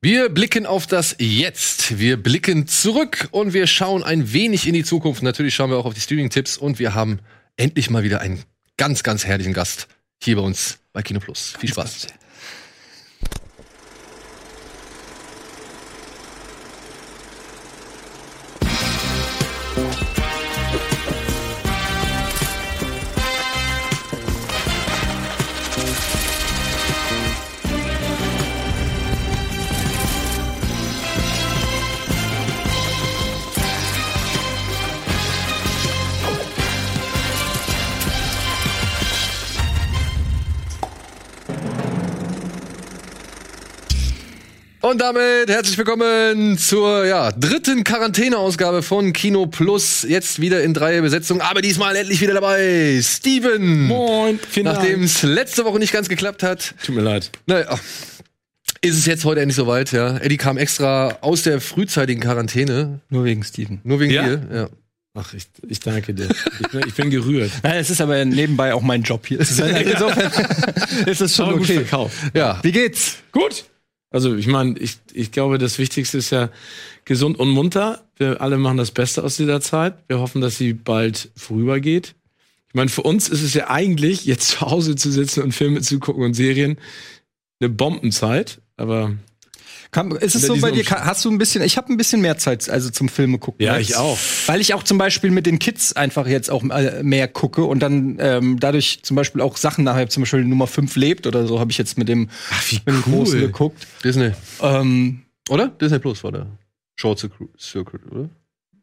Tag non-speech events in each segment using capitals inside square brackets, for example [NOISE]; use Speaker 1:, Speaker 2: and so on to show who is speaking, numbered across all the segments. Speaker 1: Wir blicken auf das Jetzt. Wir blicken zurück und wir schauen ein wenig in die Zukunft. Natürlich schauen wir auch auf die Streaming-Tipps und wir haben endlich mal wieder einen ganz, ganz herrlichen Gast hier bei uns bei Kino Plus. Viel Spaß. Und damit herzlich willkommen zur ja, dritten Quarantäneausgabe von Kino Plus. Jetzt wieder in dreier Besetzung, aber diesmal endlich wieder dabei. Steven!
Speaker 2: Moin, vielen
Speaker 1: Nachdem es letzte Woche nicht ganz geklappt hat,
Speaker 2: Tut mir leid.
Speaker 1: naja, ist es jetzt heute endlich soweit, ja. Eddie kam extra aus der frühzeitigen Quarantäne,
Speaker 3: Nur wegen Steven.
Speaker 1: nur wegen
Speaker 2: Ja?
Speaker 1: dir. Ja.
Speaker 2: Ach, ich, ich danke dir. Ich bin, ich bin
Speaker 3: [LAUGHS]
Speaker 2: gerührt.
Speaker 3: Nein, es ist aber nebenbei auch mein Job hier.
Speaker 2: [LAUGHS]
Speaker 3: Es ist- Insofern ist es schon
Speaker 2: Aber gut
Speaker 3: okay.
Speaker 2: verkauft.
Speaker 1: ja.
Speaker 3: Wie geht's?
Speaker 2: Gut. Also, ich meine, ich, ich glaube, das Wichtigste ist ja gesund und munter. Wir alle machen das Beste aus dieser Zeit. Wir hoffen, dass sie bald vorübergeht. Ich meine, für uns ist es ja eigentlich, jetzt zu Hause zu sitzen und Filme zu gucken und Serien, eine Bombenzeit. Aber
Speaker 3: Kam, ist es
Speaker 2: Unter
Speaker 3: so bei
Speaker 2: diesen
Speaker 3: dir? ka- Hast du ein bisschen? Ich habe ein bisschen mehr Zeit, also zum Filme gucken.
Speaker 2: Ja,
Speaker 3: als-
Speaker 2: ich auch.
Speaker 3: Weil ich auch zum Beispiel mit den Kids einfach jetzt auch äh, mehr gucke und dann ähm, dadurch zum Beispiel auch Sachen nachher, zum Beispiel Nummer 5 lebt oder so, habe ich jetzt mit dem,
Speaker 2: Ach, wie
Speaker 3: mit dem
Speaker 2: cool.
Speaker 3: Großen geguckt.
Speaker 1: Disney.
Speaker 3: Ähm,
Speaker 1: Oder? Disney Plus war der. Short Circu- Circuit, oder?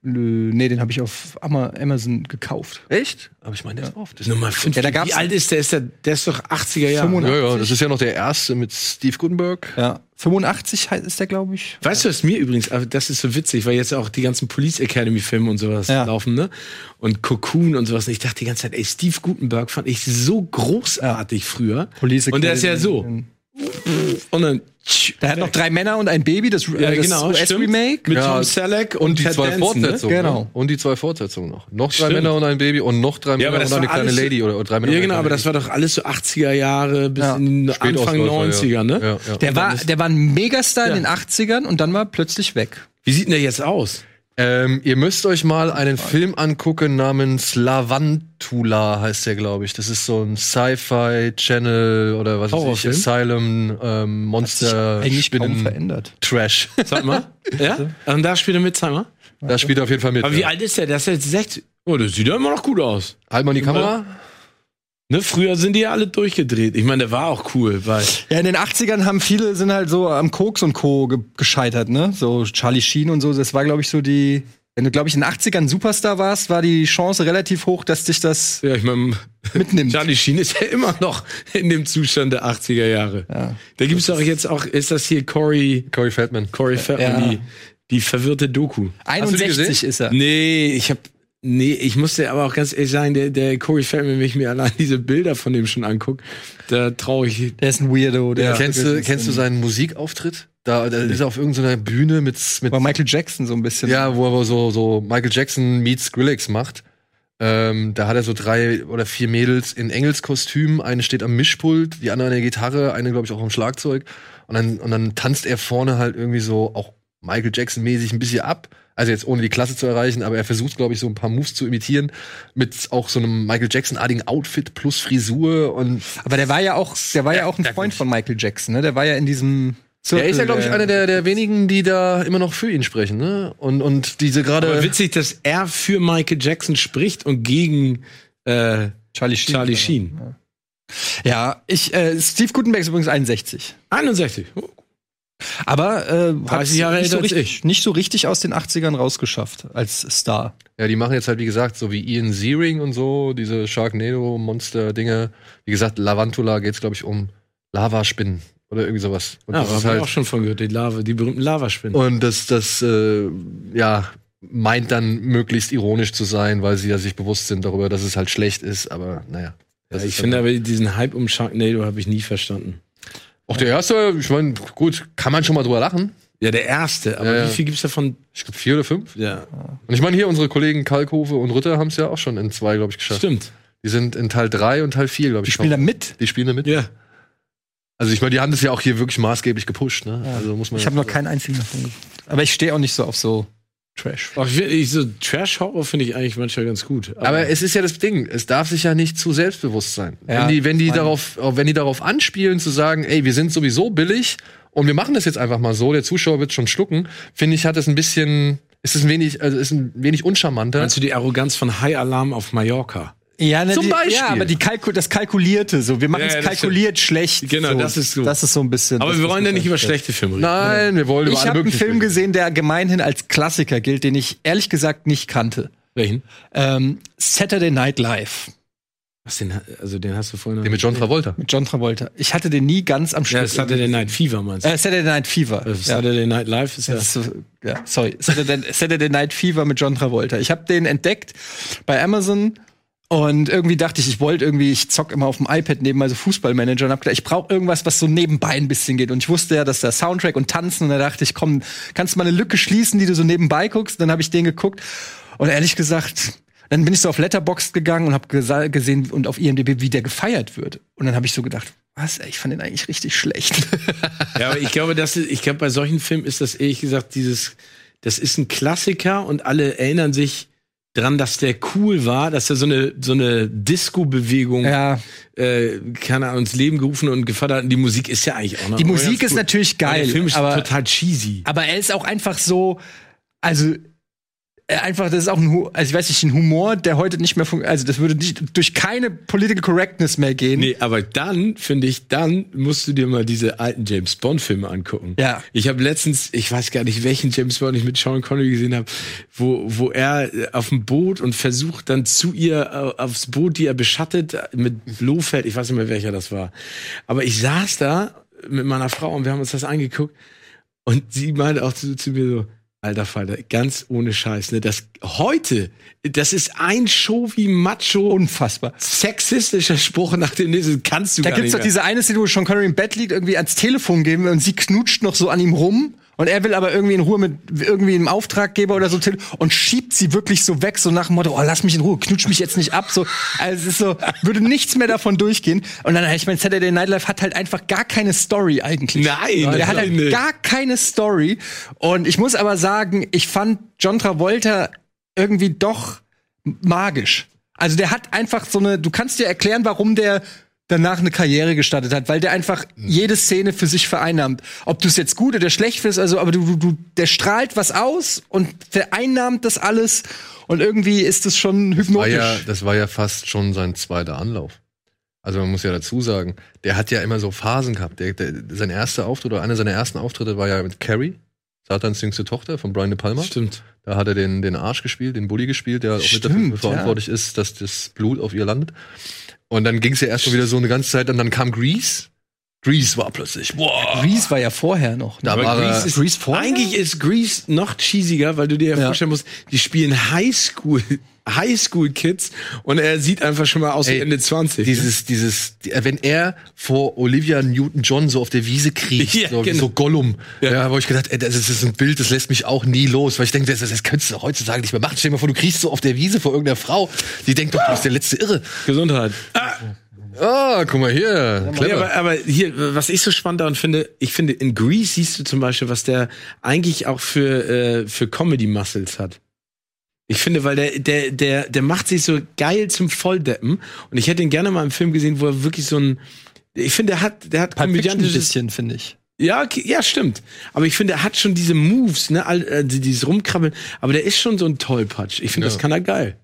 Speaker 3: nö, nee, den habe ich auf Ama- Amazon gekauft.
Speaker 1: Echt? Aber ich meine, der ist auf Disney.
Speaker 2: Nummer 5.
Speaker 3: Ja, da
Speaker 2: Wie
Speaker 3: gab's-
Speaker 2: alt ist der? Ist der, der ist doch 80er Jahre.
Speaker 1: Ja, ja, das ist ja noch der erste mit Steve Gutenberg.
Speaker 3: Ja, 85 heißt- ist der, glaube ich.
Speaker 2: Weißt du, was mir übrigens, aber das ist so witzig, weil jetzt auch die ganzen Police Academy Filme und sowas
Speaker 3: Ja.
Speaker 2: laufen, ne? Und Cocoon und sowas. Und ich dachte die ganze Zeit, ey, Steve Gutenberg fand ich so großartig früher.
Speaker 3: Police
Speaker 2: und der ist ja so.
Speaker 3: Academy.
Speaker 2: Und dann.
Speaker 3: Der hat noch drei Männer und ein Baby, das, äh,
Speaker 2: ja,
Speaker 3: das
Speaker 2: genau, stimmt.
Speaker 3: US-Remake.
Speaker 2: Mit
Speaker 1: Ja,
Speaker 2: Tom Selleck und,
Speaker 1: Und die
Speaker 2: Ted
Speaker 1: zwei
Speaker 2: Danson, ne?
Speaker 1: Fortsetzungen.
Speaker 3: Genau.
Speaker 1: ne? Und die zwei Fortsetzungen noch. Noch drei
Speaker 2: Stimmt.
Speaker 1: Männer und ein Baby und noch drei
Speaker 2: Ja,
Speaker 1: Männer
Speaker 2: aber das
Speaker 1: und eine
Speaker 2: war
Speaker 1: kleine
Speaker 2: Genau, alles-
Speaker 1: Lady oder, oder drei Männer.
Speaker 2: Ja,
Speaker 1: und
Speaker 2: genau,
Speaker 1: eine
Speaker 2: aber das war doch alles so 80er Jahre bis
Speaker 3: Ja.
Speaker 2: in den
Speaker 1: kleine Lady.
Speaker 2: Anfang
Speaker 1: Spätausläufer,
Speaker 2: 90er, ne?
Speaker 1: Ja, ja.
Speaker 3: Der war, der war ein Megastar
Speaker 2: Ja.
Speaker 3: in den 80ern und dann war er plötzlich weg.
Speaker 2: Wie sieht denn der jetzt aus?
Speaker 1: Ähm, ihr müsst euch mal einen Film angucken namens Lavantula heißt der, glaube ich. Das ist so ein Sci-Fi Channel oder was weiß ich,
Speaker 2: Horrorfilm?
Speaker 1: Asylum, ähm, Monster, Spinnen,
Speaker 3: verändert.
Speaker 1: Trash.
Speaker 2: Sag
Speaker 3: [LAUGHS]
Speaker 2: mal. ja? Und da spielt er mit, sag mal.
Speaker 1: da spielt er auf jeden Fall mit.
Speaker 2: Aber wie
Speaker 1: ja.
Speaker 2: alt ist der? Der ist jetzt 60. Oh, das sieht ja immer noch gut aus.
Speaker 1: Halt mal die Kamera.
Speaker 2: Ne, früher sind die ja alle durchgedreht. Ich meine, der war auch cool, weil
Speaker 3: Ja, in den 80ern haben viele, sind halt so am Koks und Co. Ge gescheitert, ne? So Charlie Sheen und so. Das war, glaube ich, so die. Wenn du, glaube ich, in den 80ern Superstar warst, war die Chance relativ hoch, dass dich das
Speaker 2: ja, ich meine,
Speaker 3: [LAUGHS] mitnimmt.
Speaker 2: Charlie Sheen ist ja immer noch in dem Zustand der 80er Jahre.
Speaker 3: Ja.
Speaker 2: Da gibt's doch jetzt auch, ist das hier Corey,
Speaker 1: Corey Feldman.
Speaker 2: Corey Feldman,
Speaker 3: Ja.
Speaker 2: die, die verwirrte Doku.
Speaker 1: Hast du die
Speaker 3: 61
Speaker 1: gesehen?
Speaker 3: ist er.
Speaker 2: Nee, ich hab, nee, ich musste aber auch ganz ehrlich sagen, der, der Corey Feldman, wenn ich mir allein diese Bilder von dem schon angucke, da traue ich,
Speaker 3: Der ist ein Weirdo. Der ist
Speaker 1: Kennst, du,
Speaker 3: wirklich
Speaker 1: kennst du
Speaker 3: ein-
Speaker 1: seinen Musikauftritt? Da, da ist er auf irgendeiner Bühne mit, mit
Speaker 3: War Michael Jackson so ein bisschen.
Speaker 1: Ja, wo er so, so Michael Jackson meets Skrillex macht. Ähm, da hat er so drei oder vier Mädels in Engelskostümen. Eine steht am Mischpult, die andere an der Gitarre, eine, glaube ich, auch am Schlagzeug. Und dann, und dann tanzt er vorne halt irgendwie so auch Michael Jackson-mäßig ein bisschen ab. Also jetzt ohne die Klasse zu erreichen, aber er versucht, glaube ich, so ein paar Moves zu imitieren. Mit auch so einem Michael Jackson-artigen Outfit plus Frisur und
Speaker 3: Aber der war ja auch, der war ja, auch ein
Speaker 1: ja,
Speaker 3: Freund von Michael Jackson, ne? Der war ja in diesem Zirkel.
Speaker 1: er ist ja, glaube ich, einer der, der wenigen, die da immer noch für ihn sprechen, ne? Und, und diese
Speaker 2: aber
Speaker 1: gerade.
Speaker 2: witzig, dass er für Michael Jackson spricht und gegen, äh,
Speaker 3: Charlie Sheen.
Speaker 2: Charlie Sheen.
Speaker 3: Ja, ich, äh, Steve Gutenberg ist übrigens 61.
Speaker 2: 61. Oh,
Speaker 3: Aber äh, hat's
Speaker 2: Jahre
Speaker 3: nicht, so
Speaker 2: älter als
Speaker 3: richtig, nicht so richtig aus den 80ern rausgeschafft als Star.
Speaker 1: Ja, die machen jetzt halt, wie gesagt, so wie Ian Searing und so, diese Sharknado-Monster-Dinge. Wie gesagt, Lavantula geht's, glaube ich, um Lavaspinnen oder irgendwie sowas. Und
Speaker 2: Ja,
Speaker 1: das
Speaker 2: aber
Speaker 1: ist
Speaker 2: hab ich auch
Speaker 1: halt.
Speaker 2: schon von gehört, die Lava, die berühmten Lavaspinnen.
Speaker 1: Und das, das, äh, ja, meint dann möglichst ironisch zu sein, weil sie ja sich bewusst sind darüber, dass es halt schlecht ist, aber naja. Das
Speaker 2: Ja, ich
Speaker 1: ist halt
Speaker 2: finde
Speaker 1: dann-
Speaker 2: aber diesen Hype um Sharknado habe ich nie verstanden.
Speaker 1: Auch der erste, ich meine, gut, kann man schon mal drüber lachen.
Speaker 2: Ja, der erste, aber
Speaker 1: Ja, ja.
Speaker 2: wie viel gibt's davon?
Speaker 1: Ich glaube, vier oder fünf.
Speaker 2: Ja,
Speaker 1: Und ich meine, hier unsere Kollegen Kalkofe und Ritter haben es ja auch schon in zwei, glaube ich, geschafft.
Speaker 2: stimmt.
Speaker 1: Die sind in Teil drei und Teil vier, glaube ich.
Speaker 3: Die spielen da mit.
Speaker 1: die spielen da mit.
Speaker 2: Ja.
Speaker 1: Also ich meine, die haben das ja auch hier wirklich maßgeblich gepusht, ne? Also muss man
Speaker 3: Ich
Speaker 1: ja-
Speaker 3: habe noch keinen einzigen davon gefunden. Aber ich stehe auch nicht so auf so Trash.
Speaker 2: Ach, ich, ich, so Trash-Horror finde ich eigentlich manchmal ganz gut.
Speaker 1: Aber es ist ja das Ding, es darf sich ja nicht zu selbstbewusst sein.
Speaker 3: Ja,
Speaker 1: wenn die, wenn die
Speaker 3: meine-
Speaker 1: darauf, auch wenn die darauf anspielen, zu sagen, ey, wir sind sowieso billig und wir machen das jetzt einfach mal so, der Zuschauer wird schon schlucken, finde ich, hat es ein bisschen, ist es ein wenig, also ist ein wenig uncharmanter.
Speaker 2: Meinst du die Arroganz von High Alarm auf Mallorca?
Speaker 3: Ja, ne,
Speaker 1: Zum
Speaker 3: die,
Speaker 1: Beispiel.
Speaker 3: ja aber die Kalku das Kalkulierte, so. Wir machen
Speaker 2: Ja,
Speaker 3: es
Speaker 2: ja, das
Speaker 3: kalkuliert schlecht.
Speaker 2: Genau,
Speaker 3: so.
Speaker 2: das ist so.
Speaker 3: Das ist so ein bisschen.
Speaker 2: Aber
Speaker 3: das,
Speaker 2: wir
Speaker 3: was
Speaker 2: wollen ja
Speaker 3: mich
Speaker 2: nicht über
Speaker 3: stört.
Speaker 2: schlechte Filme reden.
Speaker 1: Nein, wir wollen über
Speaker 3: Ich
Speaker 1: alle
Speaker 3: habe einen
Speaker 1: möglichen
Speaker 3: Film
Speaker 1: Filme.
Speaker 3: gesehen, der gemeinhin als Klassiker gilt, den ich ehrlich gesagt nicht kannte.
Speaker 2: Welchen?
Speaker 3: Ähm, Saturday Night Live
Speaker 2: Was, den, also den hast du vorhin
Speaker 1: Den mit John Travolta.
Speaker 3: mit John Travolta. Ich hatte den nie ganz am
Speaker 2: Ja,
Speaker 3: Stück.
Speaker 2: das hatte der Night Fever, meinst du?
Speaker 3: äh, Saturday Night Fever.
Speaker 2: Äh,
Speaker 3: ja.
Speaker 2: Saturday Night Live ist ja.
Speaker 3: Das ist, äh, ja, sorry. Saturday, Saturday Night Fever mit John Travolta. Ich habe den entdeckt bei Amazon und irgendwie dachte ich, ich wollte irgendwie, ich zock immer auf dem iPad nebenbei so Fußballmanager und hab gedacht, ich brauche irgendwas, was so nebenbei ein bisschen geht. Und ich wusste ja, dass da Soundtrack und Tanzen und da dachte ich, komm, kannst du mal eine Lücke schließen, die du so nebenbei guckst? Dann habe ich den geguckt und ehrlich gesagt, dann bin ich so auf Letterboxd gegangen und habe gesa- gesehen und auf IMDb, wie der gefeiert wird. Und dann habe ich so gedacht, was, ey, ich fand den eigentlich richtig schlecht.
Speaker 2: Ja, aber ich glaube, das ist, ich glaube, bei solchen Filmen ist das ehrlich gesagt dieses, das ist ein Klassiker und alle erinnern sich dran, dass der cool war, dass er so eine, so eine Disco-Bewegung,
Speaker 3: ja,
Speaker 2: äh, keine Ahnung, ins Leben gerufen und gefördert hat. Und die Musik ist Oh ja eigentlich auch noch.
Speaker 3: [LAUGHS] die Musik
Speaker 2: ganz
Speaker 3: ist
Speaker 2: gut.
Speaker 3: natürlich
Speaker 2: Aber
Speaker 3: geil.
Speaker 2: Der Film ist
Speaker 3: aber
Speaker 2: total cheesy.
Speaker 3: Aber er ist auch einfach so, also äh, einfach, das ist auch ein, Hu- also ich weiß nicht, ein Humor, der heute nicht mehr funktioniert, also das würde nicht, durch keine Political Correctness mehr gehen.
Speaker 2: Nee, aber dann finde ich, dann musst du dir mal diese alten James Bond Filme angucken.
Speaker 3: Ja.
Speaker 2: Ich habe letztens, ich weiß gar nicht, welchen James Bond ich mit Sean Connery gesehen habe, wo wo er äh, auf dem Boot und versucht dann zu ihr äh, aufs Boot, die er beschattet äh, mit Blofeld, ich weiß nicht mehr welcher das war. Aber ich saß da mit meiner Frau und wir haben uns das angeguckt und sie meinte auch zu, zu mir so, alter Falter, ganz ohne Scheiß, ne, das heute, das ist ein Show wie Macho
Speaker 3: Unfassbar.
Speaker 2: sexistischer Spruch nach dem nächsten kannst du
Speaker 3: Da
Speaker 2: gar
Speaker 3: gibt's
Speaker 2: nicht
Speaker 3: doch diese eine Szene, wo Sean Connery im Bett liegt, irgendwie ans Telefon geben und sie knutscht noch so an ihm rum. Und er will aber irgendwie in Ruhe mit irgendwie einem Auftraggeber oder so tele- und schiebt sie wirklich so weg, so nach dem Motto, oh, lass mich in Ruhe, knutsch mich jetzt nicht ab. So, also es ist so, würde nichts mehr davon durchgehen. Und dann, ich meine, Saturday Night Live hat halt einfach gar keine Story eigentlich.
Speaker 2: Nein,
Speaker 3: der hat halt
Speaker 2: natürlich nicht.
Speaker 3: gar keine Story. Und ich muss aber sagen, ich fand John Travolta irgendwie doch magisch. Also der hat einfach so eine, du kannst dir erklären, warum der danach eine Karriere gestartet hat, weil der einfach
Speaker 1: Mhm.
Speaker 3: jede Szene für sich vereinnahmt. Ob du es jetzt gut oder schlecht findest, also aber du, du, du, der strahlt was aus und vereinnahmt das alles und irgendwie ist es schon
Speaker 1: War
Speaker 3: hypnotisch.
Speaker 1: ja, das war ja fast schon sein zweiter Anlauf. Also man muss ja dazu sagen, der hat ja immer so Phasen gehabt. Der, der, sein erster Auftritt oder einer seiner ersten Auftritte war ja mit Carrie, Satans jüngste Tochter von Brian De Palma.
Speaker 2: Stimmt.
Speaker 1: Da hat er den, den Arsch gespielt, den Bully gespielt, der auch mit
Speaker 3: Stimmt,
Speaker 1: dafür
Speaker 3: ja.
Speaker 1: verantwortlich ist, dass das Blut auf ihr landet. Und dann ging es ja erst mal wieder so eine ganze Zeit und dann kam Grease. Grease war plötzlich, boah.
Speaker 3: Grease war ja vorher noch. Ne?
Speaker 1: Da war er-
Speaker 2: ist,
Speaker 3: Grease vorher?
Speaker 2: eigentlich ist Grease noch cheesiger, weil du dir ja,
Speaker 3: Ja.
Speaker 2: vorstellen musst, die spielen Highschool, Highschool-Kids und er sieht einfach schon mal aus wie
Speaker 1: Ey,
Speaker 2: Ende 20.
Speaker 1: Dieses, dieses, die- wenn er vor Olivia Newton-John so auf der Wiese kriecht,
Speaker 2: [LAUGHS] Ja,
Speaker 1: so, wie
Speaker 2: genau.
Speaker 1: so Gollum,
Speaker 2: Ja.
Speaker 1: ja. habe ich gedacht, ey, das ist das ist ein Bild, das lässt mich auch nie los, weil ich denke, das, das, das könntest du heutzutage nicht mehr machen. Stell dir mal vor, du kriechst so auf der Wiese vor irgendeiner Frau, die denkt doch, du bist der letzte Irre.
Speaker 2: Gesundheit.
Speaker 1: Ah, guck mal hier,
Speaker 2: Ja,
Speaker 1: clever.
Speaker 2: aber, aber hier, was ich so spannend daran finde, ich finde, in Grease siehst du zum Beispiel, was der eigentlich auch für, äh, für Comedy-Muscles hat. Ich finde, weil der, der, der, der macht sich so geil zum Volldeppen. Und ich hätte ihn gerne mal im Film gesehen, wo er wirklich so ein. Ich finde, der hat, der hat
Speaker 3: Pulp Fiction ein
Speaker 2: komödiantisches.
Speaker 3: bisschen, finde ich.
Speaker 2: Ja, okay, ja, stimmt. Aber ich finde, er hat schon diese Moves, ne, all, äh, die- dieses Rumkrabbeln. Aber der ist schon so ein Tollpatsch. Ich finde,
Speaker 1: Ja.
Speaker 2: das kann er geil.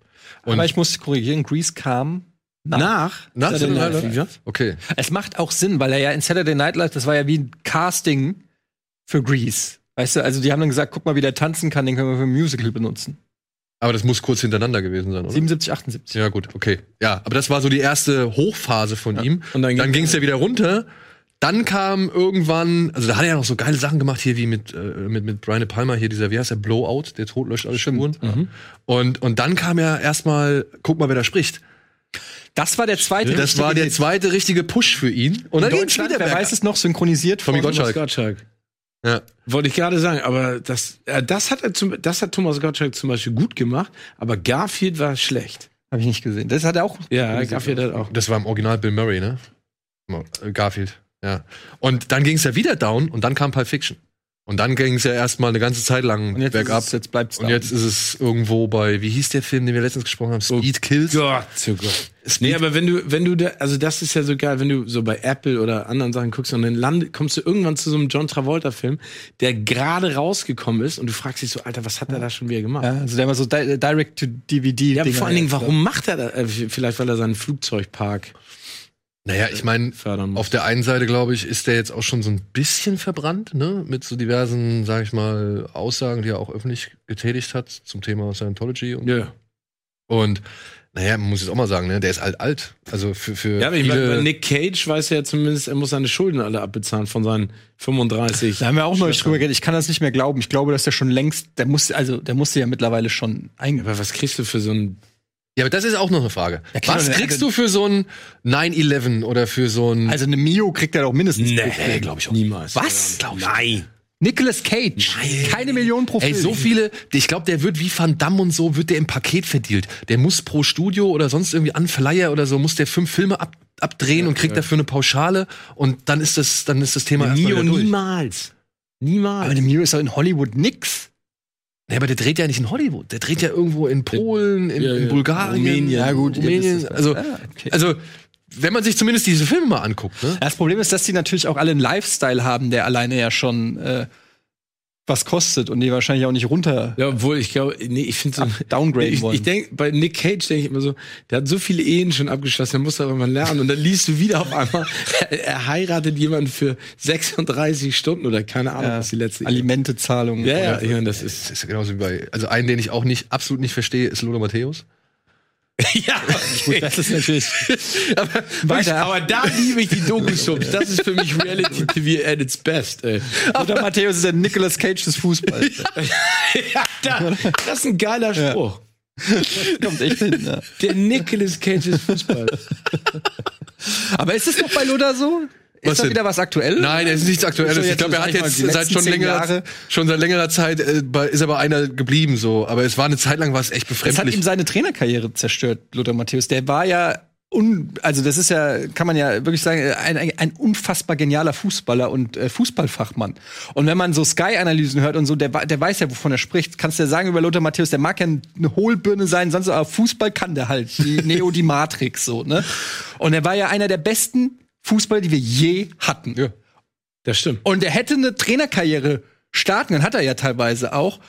Speaker 1: Und-
Speaker 3: aber ich muss korrigieren, Grease kam
Speaker 2: Nach?
Speaker 1: Nach
Speaker 2: Saturday
Speaker 1: Saturday
Speaker 2: Night
Speaker 1: Night
Speaker 2: Fever?
Speaker 1: Okay.
Speaker 3: Es macht auch Sinn, weil er ja in Saturday Night Live, das war ja wie ein Casting für Grease. Weißt du, also die haben dann gesagt, guck mal, wie der tanzen kann, den können wir für ein Musical benutzen.
Speaker 1: Aber das muss kurz hintereinander gewesen sein, oder?
Speaker 3: 77, 78.
Speaker 1: Ja, gut, okay. Ja, aber das war so die erste Hochphase von ihm.
Speaker 2: Und
Speaker 1: Und
Speaker 2: dann
Speaker 1: dann,
Speaker 2: ging-
Speaker 1: ging
Speaker 3: halt
Speaker 1: es ja wieder runter. Dann kam irgendwann, also da hat er ja noch so geile Sachen gemacht hier, wie mit, äh, mit, mit Brian De Palma hier, dieser, wie heißt der, Blowout, der Tod löscht alle Spuren.
Speaker 3: Mhm.
Speaker 1: Und, und dann kam ja erstmal, guck mal, wer da spricht.
Speaker 3: Das war der zweite.
Speaker 1: Das war der
Speaker 3: zweite.
Speaker 1: zweite richtige Push für ihn. Und dann
Speaker 3: In
Speaker 1: ging's
Speaker 3: Deutschland,
Speaker 1: wieder
Speaker 3: wer
Speaker 1: bergab.
Speaker 3: weiß es noch, synchronisiert
Speaker 1: Tommy
Speaker 3: von-
Speaker 1: Gottschalk.
Speaker 2: Thomas Gottschalk.
Speaker 1: Ja.
Speaker 2: Wollte ich gerade sagen, aber das, äh, das, hat er zum, das hat Thomas Gottschalk zum Beispiel gut gemacht, aber Garfield war schlecht.
Speaker 3: Hab ich nicht gesehen. Das hat er auch.
Speaker 2: Ja, Garfield hat auch.
Speaker 1: Das war im Original Bill Murray, ne? Garfield. Ja. Und dann ging es ja wieder down und dann kam Pulp Fiction. Und dann ging es ja erstmal eine ganze Zeit lang
Speaker 3: Und jetzt, ist
Speaker 1: bergab.
Speaker 3: es, jetzt bleibt's da.
Speaker 1: und jetzt ist es irgendwo bei, wie hieß der Film, den wir letztens gesprochen haben? Speed Kills.
Speaker 2: Gott, oh Gott. Nee, aber wenn du, wenn du da, also das ist ja so geil, wenn du so bei Apple oder anderen Sachen guckst und dann land, kommst du irgendwann zu so einem John Travolta-Film, der gerade rausgekommen ist und du fragst dich so, Alter, was hat er da schon wieder gemacht?
Speaker 3: ja, also der war so di Direct-to-DVD.
Speaker 2: Ja,
Speaker 3: Dinger
Speaker 2: vor allen Dingen,
Speaker 3: jetzt, ne?
Speaker 2: warum macht er das? Äh, Vielleicht, weil er seinen Flugzeugpark
Speaker 1: Naja, ich meine,
Speaker 2: fördern muss.
Speaker 1: auf der einen Seite, glaube ich, ist der jetzt auch schon so ein bisschen verbrannt, ne? Mit so diversen, sage ich mal, Aussagen, die er auch öffentlich getätigt hat zum Thema Scientology. Und,
Speaker 2: ja.
Speaker 1: und naja, man muss jetzt auch mal sagen, ne? Der ist alt, alt. Also für, für
Speaker 2: ja, aber ich meine,
Speaker 1: viele-
Speaker 2: bei Nick Cage weiß er ja zumindest, er muss seine Schulden alle abbezahlen von seinen 35.
Speaker 3: Da haben wir auch neulich drüber geredet. Ich kann das nicht mehr glauben. Ich glaube, dass der schon längst, der muss, also der musste ja mittlerweile schon eingebaut.
Speaker 2: aber was kriegst du für so einen
Speaker 1: ja, aber das ist auch noch eine Frage.
Speaker 3: Ja, klar,
Speaker 1: Was
Speaker 3: der-
Speaker 1: kriegst du für so ein 9-11 oder für so ein
Speaker 3: Also eine Mio kriegt er doch mindestens.
Speaker 2: Nee, glaube ich auch niemals.
Speaker 3: Was?
Speaker 2: Glaub ich Nein.
Speaker 3: Nicolas Cage. Keine Millionen pro
Speaker 1: Ey,
Speaker 3: Film.
Speaker 1: so viele, ich glaube, der wird wie Van Damme und so, wird der im Paket verdient. Der muss pro Studio oder sonst irgendwie an Flyer oder so, muss der fünf Filme ab, abdrehen und kriegt dafür eine Pauschale und dann ist das, dann ist das Thema erstmal
Speaker 2: Nie
Speaker 1: wieder
Speaker 2: und
Speaker 1: durch.
Speaker 2: niemals. Niemals.
Speaker 3: Aber eine Mio ist doch in Hollywood nix.
Speaker 1: Nee, aber der dreht ja nicht in Hollywood, der dreht ja irgendwo in Polen, in,
Speaker 2: Ja,
Speaker 1: in
Speaker 2: ja.
Speaker 1: Bulgarien,
Speaker 2: Rumänien.
Speaker 1: ja, gut, Rumänien. Also,
Speaker 3: Ah, okay.
Speaker 1: also, wenn man sich zumindest diese Filme mal anguckt, ne?
Speaker 3: Das Problem ist, dass die natürlich auch alle einen Lifestyle haben, der alleine ja schon äh, was kostet und die wahrscheinlich auch nicht runter
Speaker 2: Ja, obwohl, ich glaube, nee, ich finde so.
Speaker 3: downgraden
Speaker 2: Ich,
Speaker 3: wollen.
Speaker 2: ich denke, bei Nick Cage denke ich immer so, der hat so viele Ehen schon abgeschlossen, der muss doch irgendwann lernen. Und dann liest du wieder auf einmal, [LAUGHS] er, er heiratet jemanden für 36 Stunden oder keine Ahnung,
Speaker 3: Ja,
Speaker 2: was die letzte Ehe.
Speaker 3: Alimentezahlungen.
Speaker 2: Ja, ja, ich meine, das ist.
Speaker 1: Das ist ja genauso wie bei, also einen, den ich auch nicht, absolut nicht verstehe, ist Lola Matthäus.
Speaker 2: Ja,
Speaker 3: Gut, das ist natürlich.
Speaker 2: [LAUGHS] aber,
Speaker 3: Weiter.
Speaker 2: aber da liebe ich die
Speaker 3: [LAUGHS]
Speaker 2: Doku-Subs. Das ist für mich Reality TV at its best, ey.
Speaker 3: Oder Matthäus ist der Nicolas Cage des Fußballs.
Speaker 2: Ja, da, das ist ein geiler Spruch.
Speaker 3: Kommt echt hin. Ja.
Speaker 2: Der Nicolas Cage des Fußballs.
Speaker 3: Aber ist es noch bei Loda so? Ist
Speaker 1: Was
Speaker 3: da
Speaker 1: denn?
Speaker 3: wieder was aktuell?
Speaker 1: Nein, es ist nichts Aktuelles.
Speaker 3: Ist doch
Speaker 1: Ich glaube, er
Speaker 3: jetzt,
Speaker 1: hat jetzt
Speaker 3: sag ich mal, die
Speaker 1: seit
Speaker 3: letzten
Speaker 1: schon
Speaker 3: zehn
Speaker 1: längerer,
Speaker 3: Jahre.
Speaker 1: schon seit längerer Zeit äh, bei, ist er bei einer geblieben so. Aber es war eine Zeit lang war es echt
Speaker 3: Das hat ihm
Speaker 1: befremdlich.
Speaker 3: seine Trainerkarriere zerstört, Lothar Matthäus. Der war ja, un, also das ist ja, kann man ja wirklich sagen, ein, ein, ein unfassbar genialer Fußballer und äh, Fußballfachmann. Und wenn man so Sky-Analysen hört und so, der, wa- der weiß ja, wovon er spricht. Kannst du ja sagen über Lothar Matthäus, der mag ja eine Hohlbirne sein, sonst aber Fußball kann der halt. Die Neo, die Matrix, so, ne? Und er war ja einer der besten Fußballer, die wir je hatten.
Speaker 1: Ja.
Speaker 2: Das stimmt.
Speaker 3: Und er hätte eine Trainerkarriere starten können, hat er ja teilweise auch,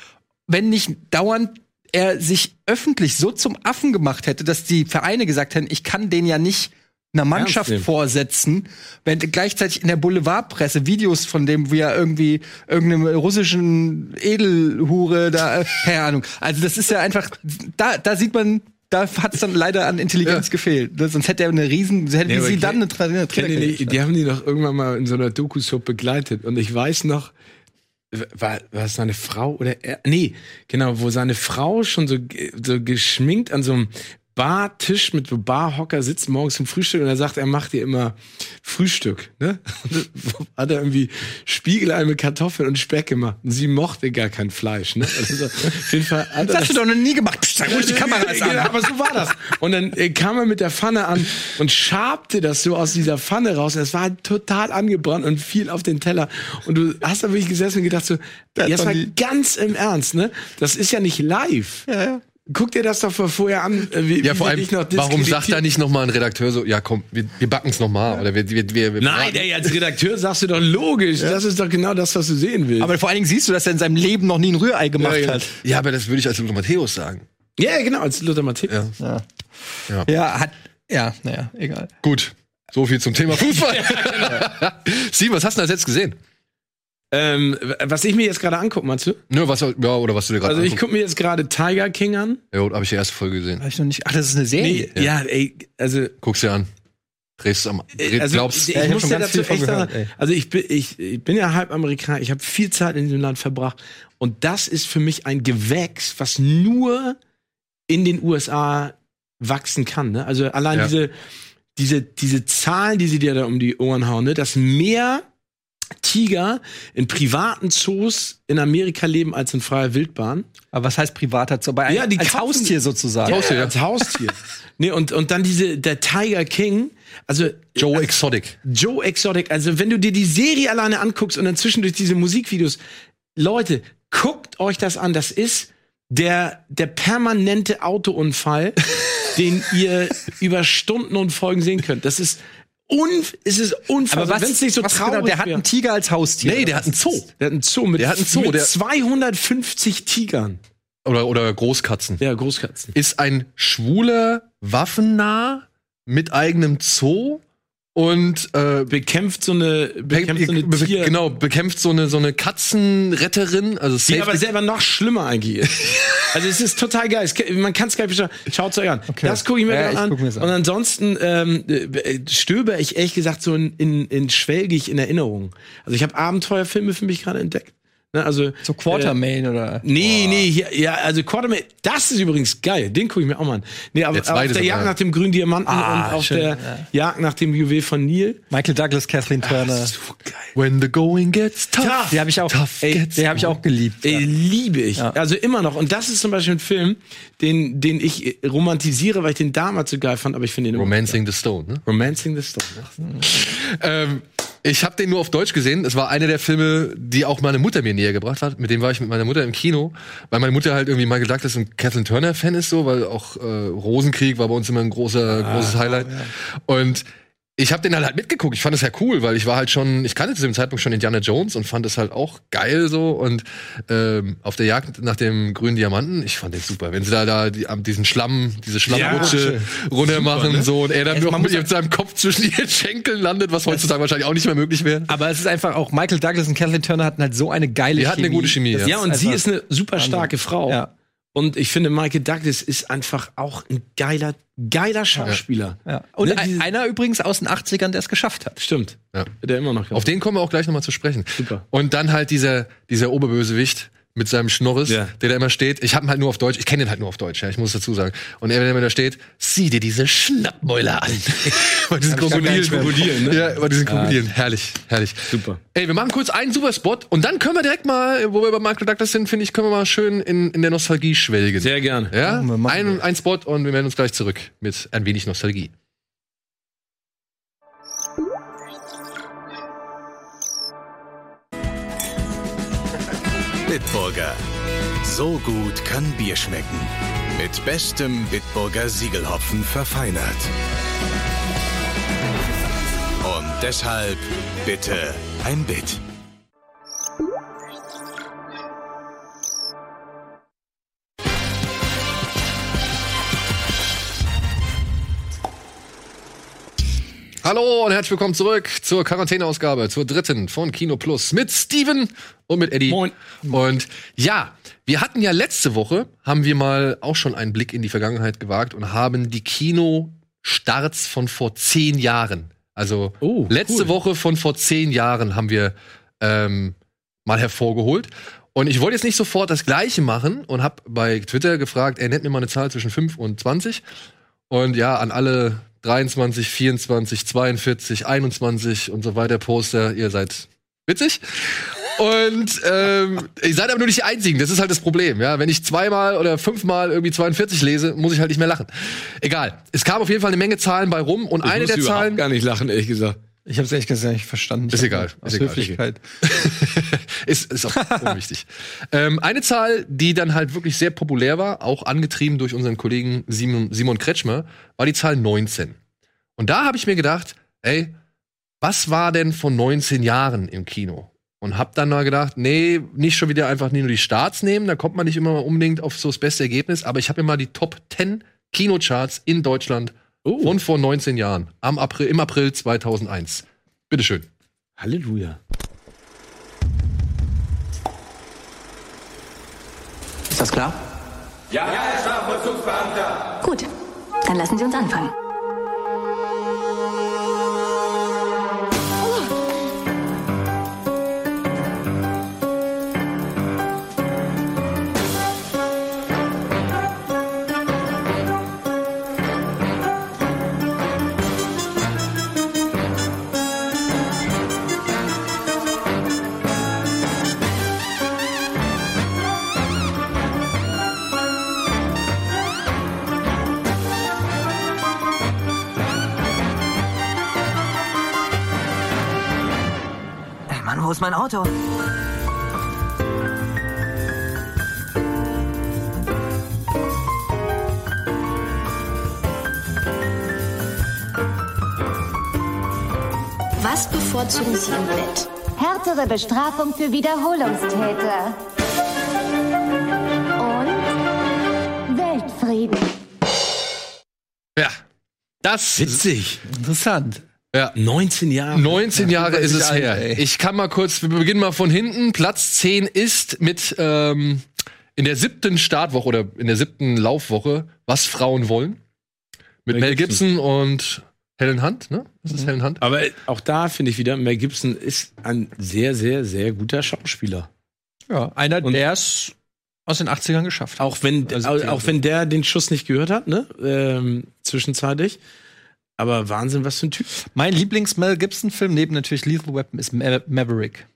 Speaker 3: wenn nicht dauernd er sich öffentlich so zum Affen gemacht hätte, dass die Vereine gesagt hätten, ich kann den ja nicht einer
Speaker 2: Ernst
Speaker 3: Mannschaft
Speaker 2: nehmen.
Speaker 3: vorsetzen, wenn gleichzeitig in der Boulevardpresse Videos von dem, wie er irgendwie irgendeinem russischen Edelhure da, [LAUGHS] äh, keine Ahnung. Also das ist ja einfach, da, da sieht man, da hat es dann leider an Intelligenz
Speaker 1: Ja.
Speaker 3: gefehlt. Ne? Sonst hätte er eine riesen, hätte
Speaker 2: Nee, aber
Speaker 3: sie
Speaker 2: kenn-
Speaker 3: dann eine Tra Trainerkarriere.
Speaker 2: Kennt ihr die,
Speaker 3: gestartet.
Speaker 2: die haben die doch irgendwann mal in so einer Doku-Sub begleitet. Und ich weiß noch, war, war es seine Frau oder er? Nee, genau, wo seine Frau schon so, ge- so geschminkt an so einem Bartisch mit so Barhocker sitzt morgens zum Frühstück und er sagt, er macht dir immer Frühstück. Ne? [LAUGHS] Und dann Hat er irgendwie Spiegelei mit Kartoffeln und Speck gemacht. Und sie mochte gar kein Fleisch. Ne? Also, auf jeden Fall hat er
Speaker 3: Das hast du doch noch nie gemacht. Psst, Sag ruhig die Kamera jetzt
Speaker 2: Genau,
Speaker 3: an.
Speaker 2: aber so war das. Und dann äh, kam er mit der Pfanne an und schabte das so aus dieser Pfanne raus. Das war halt total angebrannt und fiel auf den Teller. Und du hast da wirklich gesessen und gedacht so,
Speaker 3: hat
Speaker 2: jetzt
Speaker 3: doch
Speaker 2: mal
Speaker 3: nie-
Speaker 2: ganz im Ernst, ne? Das ist ja nicht live.
Speaker 3: Ja, ja.
Speaker 2: Guck dir das doch vor- vorher an. äh, Wie,
Speaker 1: Ja,
Speaker 2: wie
Speaker 1: vor
Speaker 2: wir
Speaker 1: allem,
Speaker 2: dich noch
Speaker 1: warum sagt
Speaker 2: diskreditieren.
Speaker 1: da nicht nochmal ein Redakteur so, ja komm, wir, wir backen es nochmal oder wir, wir, wir, wir
Speaker 2: Nein, ey, als Redakteur sagst du doch logisch. Das ist doch genau das, was du sehen willst.
Speaker 3: Aber vor allen Dingen siehst du, dass er in seinem Leben noch nie ein Rührei gemacht
Speaker 2: Ja, ja.
Speaker 3: hat.
Speaker 1: Ja, aber das würde ich als Lothar Matthäus sagen.
Speaker 2: ja, genau, als Luther Matthäus.
Speaker 1: Ja.
Speaker 3: Ja.
Speaker 1: Ja.
Speaker 3: Ja. hat. Ja, naja, egal.
Speaker 1: Gut. So viel zum Thema
Speaker 3: [LAUGHS]
Speaker 1: Fußball.
Speaker 3: genau.
Speaker 1: [LAUGHS] Steven, was hast du denn als jetzt gesehen?
Speaker 2: Ähm, was ich mir jetzt gerade angucke, meinst du?
Speaker 1: Nö, was, ja, oder was du dir gerade
Speaker 2: Also ich
Speaker 1: anguckst.
Speaker 2: gucke mir jetzt gerade Tiger King an.
Speaker 1: Ja, habe ich die erste Folge gesehen.
Speaker 3: Hab ich noch nicht. Ach, das ist eine
Speaker 2: Nee,
Speaker 3: Serie.
Speaker 2: ja, ey, also
Speaker 1: Guck's dir an. Drehst am,
Speaker 2: Äh,
Speaker 1: also, glaubst,
Speaker 2: ich,
Speaker 3: Ja,
Speaker 2: ich
Speaker 3: ich hab
Speaker 2: muss
Speaker 3: schon
Speaker 2: ja
Speaker 3: ganz
Speaker 2: dazu
Speaker 3: viel von
Speaker 2: echt sagen,
Speaker 3: gehört, ey.
Speaker 2: also ich bin, ich, ich bin ja halb Amerikaner, ich habe viel Zeit in diesem Land verbracht und das ist für mich ein Gewächs, was nur in den USA wachsen kann. Ne? Also allein
Speaker 1: Ja.
Speaker 2: diese, diese, diese Zahlen, die sie dir da um die Ohren hauen, ne? dass mehr Tiger in privaten Zoos in Amerika leben als in freier Wildbahn.
Speaker 3: Aber was heißt privater Zoo? Bei
Speaker 2: Ja, die
Speaker 3: als
Speaker 2: Katzen-
Speaker 3: Haustier sozusagen.
Speaker 2: Haustier,
Speaker 1: [LAUGHS]
Speaker 2: als Haustier. nee, und, und dann diese, der Tiger King, also
Speaker 1: Joe Exotic.
Speaker 2: Joe Exotic, also wenn du dir die Serie alleine anguckst und dann zwischendurch diese Musikvideos, Leute, guckt euch das an, das ist der, der permanente [LAUGHS] Autounfall, den ihr über Stunden und Folgen sehen könnt. Das ist un, es ist unfassbar.
Speaker 3: was-
Speaker 2: wenn's nicht so
Speaker 3: was genau,
Speaker 2: traurig
Speaker 3: der hat
Speaker 2: wär.
Speaker 3: einen Tiger als Haustier.
Speaker 1: Nee, der
Speaker 3: oder
Speaker 1: hat einen
Speaker 3: was?
Speaker 1: Zoo.
Speaker 2: Der hat einen Zoo mit,
Speaker 1: Der hat einen Zoo,
Speaker 2: mit
Speaker 1: der-
Speaker 2: 250 Tigern.
Speaker 1: Oder, oder Großkatzen.
Speaker 2: Ja, Großkatzen.
Speaker 1: Ist ein schwuler, waffennah, mit eigenem Zoo und äh,
Speaker 2: Bekämpft so eine, bekämpft so eine
Speaker 1: be-
Speaker 2: Tier.
Speaker 1: genau, bekämpft so eine, so eine Katzenretterin, also
Speaker 2: Die
Speaker 1: Safety.
Speaker 2: aber selber noch schlimmer eigentlich
Speaker 3: [LAUGHS]
Speaker 2: ist. Also es ist total geil. Es, ke- man kann es gar nicht beschreiben. Schaut es euch an. Das gucke ich mir
Speaker 3: Ja,
Speaker 2: gerade
Speaker 3: ich
Speaker 2: an.
Speaker 3: guck mir's an.
Speaker 2: Und ansonsten ähm, äh, stöber ich ehrlich gesagt so in, in, in schwelgig in Erinnerung. Also ich habe Abenteuerfilme für mich gerade entdeckt. Ne, also
Speaker 3: So Quartermain oder.
Speaker 2: Nee, nee, hier, ja, also Quartermain, das ist übrigens geil, den gucke ich mir auch mal an. Nee, aber
Speaker 1: Der zweite
Speaker 2: auf der
Speaker 1: sogar.
Speaker 2: Jagd nach dem grünen Diamanten
Speaker 3: Ah,
Speaker 2: und auf
Speaker 3: schön,
Speaker 2: der
Speaker 3: ja.
Speaker 2: Jagd nach dem Juwel von Neil.
Speaker 3: Michael Douglas, Kathleen Turner.
Speaker 2: So geil.
Speaker 1: When the going gets tough.
Speaker 2: Tough.
Speaker 3: Die habe ich auch.
Speaker 1: Tough
Speaker 3: Ey,
Speaker 1: gets
Speaker 3: den habe ich auch geliebt.
Speaker 2: Ey, Äh, liebe ich.
Speaker 3: Ja.
Speaker 2: Also immer noch. Und das ist zum Beispiel ein Film, den, den ich äh, romantisiere, weil ich den damals so geil fand, aber ich finde den immer-
Speaker 1: Romancing the Stone, ne?
Speaker 2: Romancing the Stone. ne?
Speaker 1: Ähm, ich habe den nur auf Deutsch gesehen. Es war einer der Filme, die auch meine Mutter mir näher gebracht hat. Mit dem war ich mit meiner Mutter im Kino, weil meine Mutter halt irgendwie Michael Douglas und Kathleen Turner Fan ist so, weil auch äh, Rosenkrieg war bei uns immer ein großer großes Highlight. Und ich habe den halt, halt mitgeguckt. Ich fand es ja cool, weil ich war halt schon, ich kannte zu dem Zeitpunkt schon Indiana Jones und fand es halt auch geil so. Und ähm, auf der Jagd nach dem grünen Diamanten, ich fand den super. Wenn sie da, da die, am- diesen Schlamm, diese Schlammrutsche runter machen so und er dann noch mit ihrem- seinem Kopf zwischen ihren Schenkeln landet, was heutzutage wahrscheinlich auch nicht mehr möglich wäre.
Speaker 3: Aber es ist einfach auch, Michael Douglas und Kathleen Turner hatten halt so eine geile
Speaker 1: Die hatten eine gute Chemie,
Speaker 3: Das
Speaker 1: ja.
Speaker 2: Ja, und sie
Speaker 3: einfach-
Speaker 2: ist eine super starke Frau.
Speaker 3: Ja.
Speaker 2: Und ich finde, Michael Douglas ist einfach auch ein geiler, geiler Schauspieler.
Speaker 3: Ja. Und
Speaker 2: Ne,
Speaker 3: ein-
Speaker 2: diese-
Speaker 3: einer übrigens aus den 80ern, der es geschafft hat.
Speaker 2: Stimmt.
Speaker 1: Ja.
Speaker 2: Der immer noch.
Speaker 1: Auf den kommen wir auch gleich nochmal zu sprechen.
Speaker 2: Super.
Speaker 1: Und dann halt dieser, dieser Oberbösewicht mit seinem Schnorres,
Speaker 2: Ja.
Speaker 1: der da immer steht. Ich habe ihn halt nur auf Deutsch, ich kenne ihn halt nur auf Deutsch, ja, ich muss dazu sagen. Und er, wenn er immer da steht, sieh dir diese Schnappmäuler
Speaker 3: [LAUGHS]
Speaker 1: an. bei diesen
Speaker 3: ich gar
Speaker 1: Krokodilen.
Speaker 3: nicht mehr. Ah.
Speaker 2: Krokodilen, ne?
Speaker 1: Ja, bei diesen Krokodilen. Herrlich, herrlich.
Speaker 2: Super.
Speaker 1: Ey, wir machen kurz einen Superspot und dann können wir direkt mal, wo wir bei Michael Douglas sind, finde ich, können wir mal schön in, in der Nostalgie schwelgen.
Speaker 2: Sehr gerne.
Speaker 1: ja,
Speaker 3: Machen wir, machen
Speaker 1: ein, ein Spot und wir melden uns gleich zurück mit ein wenig Nostalgie.
Speaker 4: Bitburger. So gut kann Bier schmecken. Mit bestem Bitburger Siegelhopfen verfeinert. Und deshalb bitte ein Bit.
Speaker 1: Hallo und herzlich willkommen zurück zur Quarantäneausgabe, zur dritten von Kino Plus mit Steven und mit Eddie.
Speaker 2: Moin.
Speaker 1: Und ja, wir hatten ja letzte Woche, haben wir mal auch schon einen Blick in die Vergangenheit gewagt und haben die Kinostarts von vor zehn Jahren, also
Speaker 2: Oh,
Speaker 1: letzte
Speaker 2: cool.
Speaker 1: Woche von vor zehn Jahren haben wir ähm, mal hervorgeholt. Und ich wollte jetzt nicht sofort das Gleiche machen und habe bei Twitter gefragt, er nennt mir mal eine Zahl zwischen 5 und 20. Und ja, an alle 23, 24, 42, 21 und so weiter Poster, ihr seid witzig. Und ähm, ihr seid aber nur nicht die Einzigen, das ist halt das Problem. Ja, wenn ich zweimal oder fünfmal irgendwie 42 lese, muss ich halt nicht mehr lachen. Egal. Es kam auf jeden Fall eine Menge Zahlen bei rum und
Speaker 2: Ich
Speaker 1: eine
Speaker 2: musste
Speaker 1: der
Speaker 2: überhaupt
Speaker 1: Zahlen
Speaker 2: gar nicht lachen, ehrlich gesagt.
Speaker 3: Ich habe es ehrlich gesagt nicht verstanden.
Speaker 1: Ist egal, ist
Speaker 3: Aus
Speaker 1: egal.
Speaker 3: Höflichkeit.
Speaker 1: [LAUGHS] ist, ist auch unwichtig. Ähm, eine Zahl, die dann halt wirklich sehr populär war, auch angetrieben durch unseren Kollegen Simon, Simon Kretschmer, war die Zahl 19. Und da habe ich mir gedacht, ey, was war denn vor 19 Jahren im Kino? Und hab dann mal gedacht, nee, nicht schon wieder einfach nur die Starts nehmen, da kommt man nicht immer unbedingt auf so das beste Ergebnis, aber ich habe mir mal die Top 10 Kinocharts in Deutschland
Speaker 2: Oh.
Speaker 1: von vor 19 Jahren, am April, im April 2001. Bitteschön.
Speaker 2: Halleluja.
Speaker 5: Ist das klar?
Speaker 6: Gut, dann lassen Sie uns anfangen.
Speaker 5: ist mein Auto?
Speaker 7: Was bevorzugen Sie im Bett?
Speaker 8: Härtere Bestrafung für Wiederholungstäter. Und Weltfrieden.
Speaker 1: Ja. Das
Speaker 2: Witzig.
Speaker 3: Interessant.
Speaker 2: 19 Jahre.
Speaker 1: 19 Jahre ist es
Speaker 3: alt,
Speaker 1: her.
Speaker 3: ey.
Speaker 1: Ich kann mal kurz, wir beginnen mal von hinten. Platz 10 ist mit ähm, in der siebten Startwoche oder in der siebten Laufwoche, was Frauen wollen. Mit
Speaker 2: Mel
Speaker 1: Mel Gibson, und Helen Hunt, ne? Das ist Helen Hunt.
Speaker 2: Aber auch da finde ich wieder, Mel Gibson ist ein sehr, sehr, sehr guter Schauspieler.
Speaker 3: Ja, einer,
Speaker 2: Und-
Speaker 3: der es aus den 80ern geschafft hat.
Speaker 2: Auch wenn,
Speaker 3: Also die-
Speaker 2: au- auch wenn der den Schuss nicht gehört hat, ne? Ähm, zwischenzeitlich. Aber Wahnsinn, was für ein Typ.
Speaker 3: Mein Lieblings-Mel Gibson-Film neben natürlich Lethal Weapon ist Ma Maverick.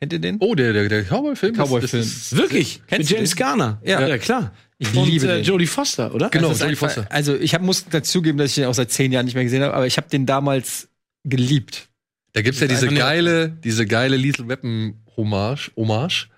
Speaker 3: Kennt ihr den?
Speaker 1: Oh, der, der, der Cowboy-Film. ist-
Speaker 3: Cowboy-Film.
Speaker 1: das ist-
Speaker 2: Wirklich.
Speaker 3: Kennst
Speaker 2: Mit
Speaker 3: du
Speaker 2: James
Speaker 3: den?
Speaker 2: Garner.
Speaker 3: Ja.
Speaker 2: klar.
Speaker 3: Ich
Speaker 2: Und
Speaker 3: liebe
Speaker 2: äh,
Speaker 3: den.
Speaker 2: Jodie Foster, oder?
Speaker 1: Genau,
Speaker 3: Das ist
Speaker 1: Jodie
Speaker 3: einfach-
Speaker 1: Foster.
Speaker 3: Also ich hab, muss dazugeben, dass ich den auch seit zehn Jahren nicht mehr gesehen habe, aber ich habe den damals geliebt.
Speaker 1: Da gibt's ja
Speaker 3: Das ist
Speaker 1: diese
Speaker 3: einfach nur-
Speaker 1: geile, diese geile Lethal Weapon Hommage, Hommage.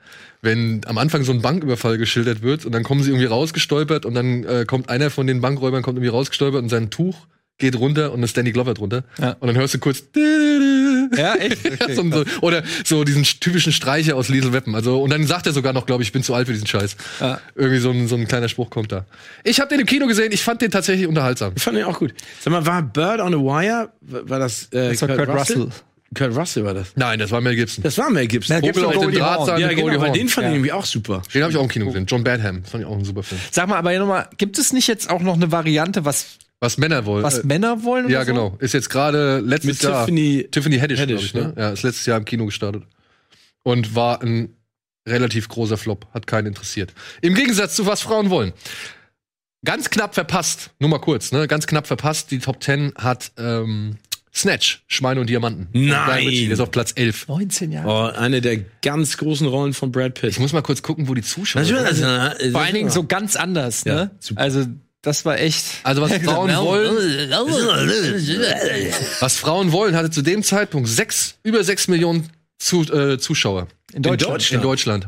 Speaker 1: Wenn am Anfang so ein Banküberfall geschildert wird und dann kommen sie irgendwie rausgestolpert und dann äh, kommt einer von den Bankräubern kommt irgendwie rausgestolpert und sein Tuch geht runter und das Danny Glover drunter
Speaker 3: Ja.
Speaker 1: und dann hörst du kurz [LAUGHS]
Speaker 3: Ja, echt?
Speaker 1: so, so, oder so diesen typischen Streicher aus Lethal Weapon. Also und dann sagt er sogar noch, glaube ich, ich bin zu alt für diesen Scheiß.
Speaker 3: Ja.
Speaker 1: Irgendwie so ein, so ein kleiner Spruch kommt da. Ich habe den im Kino gesehen, ich fand den tatsächlich unterhaltsam.
Speaker 2: Ich fand den auch gut. Sag mal, war Bird on a Wire, war das, äh,
Speaker 3: Das war Kurt Russell.
Speaker 2: Kurt Russell war das.
Speaker 1: Nein, das war Mel Gibson.
Speaker 2: Das war Mel Gibson.
Speaker 3: Mel
Speaker 1: Vogel
Speaker 3: Gibson und
Speaker 1: auf dem
Speaker 3: Goldie
Speaker 1: Drahtseil
Speaker 3: Hawn.
Speaker 2: ja,
Speaker 1: mit
Speaker 2: genau,
Speaker 1: Goldie
Speaker 2: weil
Speaker 1: Hawn.
Speaker 2: den fand ich
Speaker 3: Ja.
Speaker 2: irgendwie auch super.
Speaker 1: Den habe ich auch im Kino gesehen. John Badham, fand ich auch ein super Film.
Speaker 3: Sag mal, aber nochmal, gibt es nicht jetzt auch noch eine Variante, was,
Speaker 1: Was Männer wollen.
Speaker 3: was
Speaker 1: äh,
Speaker 3: Männer wollen? oder
Speaker 1: ja,
Speaker 3: so?
Speaker 1: genau. Ist jetzt gerade letztes
Speaker 2: Mit
Speaker 1: Jahr.
Speaker 2: Tiffany-
Speaker 1: Tiffany Haddish,
Speaker 2: Haddish,
Speaker 1: glaube ich, ne? Ja, ist letztes Jahr im Kino gestartet. Und war ein relativ großer Flop. Hat keinen interessiert. Im Gegensatz zu was Frauen wollen. Ganz knapp verpasst, nur mal kurz, ne? Ganz knapp verpasst. Die Top 10 hat ähm, Snatch, Schweine und Diamanten. Von
Speaker 2: Nein.
Speaker 1: Guy Ritchie, Der ist auf Platz 11.
Speaker 3: 19 Jahre.
Speaker 2: Oh, eine der ganz großen Rollen von Brad Pitt. Also,
Speaker 1: Ich muss mal kurz gucken, wo die Zuschauer sind.
Speaker 3: also, Vor allen Dingen so ganz anders,
Speaker 2: Ja,
Speaker 3: ne?
Speaker 2: super.
Speaker 3: Also, das war echt.
Speaker 1: Also
Speaker 3: [LAUGHS]
Speaker 1: was Frauen wollen, Was Frauen wollen, hatte zu dem Zeitpunkt sechs, über sechs Millionen zu, äh, Zuschauer
Speaker 3: In Deutschland.
Speaker 1: in Deutschland.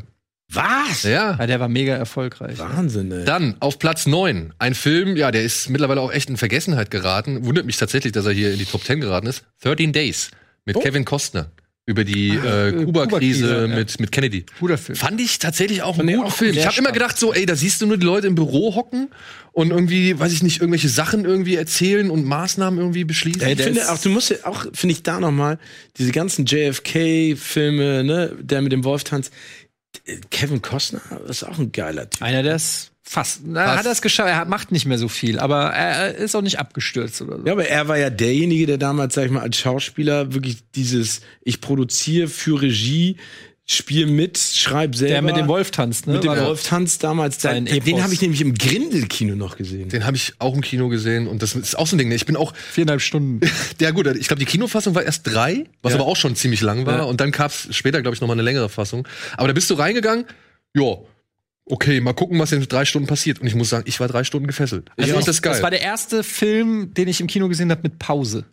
Speaker 2: Was?
Speaker 1: Ja.
Speaker 3: Ja, der war mega erfolgreich.
Speaker 2: Wahnsinn, ey.
Speaker 1: Dann auf Platz neun ein Film, ja, der ist mittlerweile auch echt in Vergessenheit geraten. Wundert mich tatsächlich, dass er hier in die Top Ten geraten ist. 13 Days mit Kevin Costner über die äh, Kuba-Krise
Speaker 3: Kuba-Krise, ja.
Speaker 1: mit, mit Kennedy.
Speaker 3: Guter Film.
Speaker 1: Fand ich tatsächlich auch einen
Speaker 2: ich
Speaker 1: guten
Speaker 2: auch
Speaker 1: Film.
Speaker 2: sehr
Speaker 1: Ich habe immer
Speaker 2: spannend.
Speaker 1: gedacht, so, ey, da siehst du nur die Leute im Büro hocken und irgendwie, weiß ich nicht, irgendwelche Sachen irgendwie erzählen und Maßnahmen irgendwie beschließen.
Speaker 2: Ich finde
Speaker 3: ist-
Speaker 2: auch, du musst ja auch, finde ich da nochmal, diese ganzen JFK-Filme, ne, der mit dem Wolf tanzt. Kevin Costner ist auch ein geiler Typ.
Speaker 3: Einer, der es fast. Na,
Speaker 1: Fast.
Speaker 3: hat das geschafft. Er hat- macht nicht mehr so viel, aber er er ist auch nicht abgestürzt oder so.
Speaker 2: Ja, aber er war ja derjenige, der damals, sag ich mal, als Schauspieler wirklich dieses, ich produziere für Regie, spiel mit, schreib selber.
Speaker 3: Der mit dem Wolf tanzt, ne?
Speaker 2: Mit dem
Speaker 3: War-
Speaker 2: Wolf tanzt damals.
Speaker 3: Sein
Speaker 2: den
Speaker 3: Epos.
Speaker 2: den habe ich nämlich im Grindel-Kino noch gesehen.
Speaker 1: Den habe ich auch im Kino gesehen und das ist auch so ein Ding. ne? Ich bin auch,
Speaker 3: Viereinhalb Stunden.
Speaker 1: ja gut, ich glaube, die Kinofassung war erst drei, was aber auch schon ziemlich lang war. Und dann gab's später, glaube ich, nochmal eine längere Fassung. Aber da bist du reingegangen, ja, okay, mal gucken, was in drei Stunden passiert. Und ich muss sagen, ich war drei Stunden gefesselt. Ich fand das geil.
Speaker 3: Also war der erste Film, den ich im Kino gesehen habe mit Pause.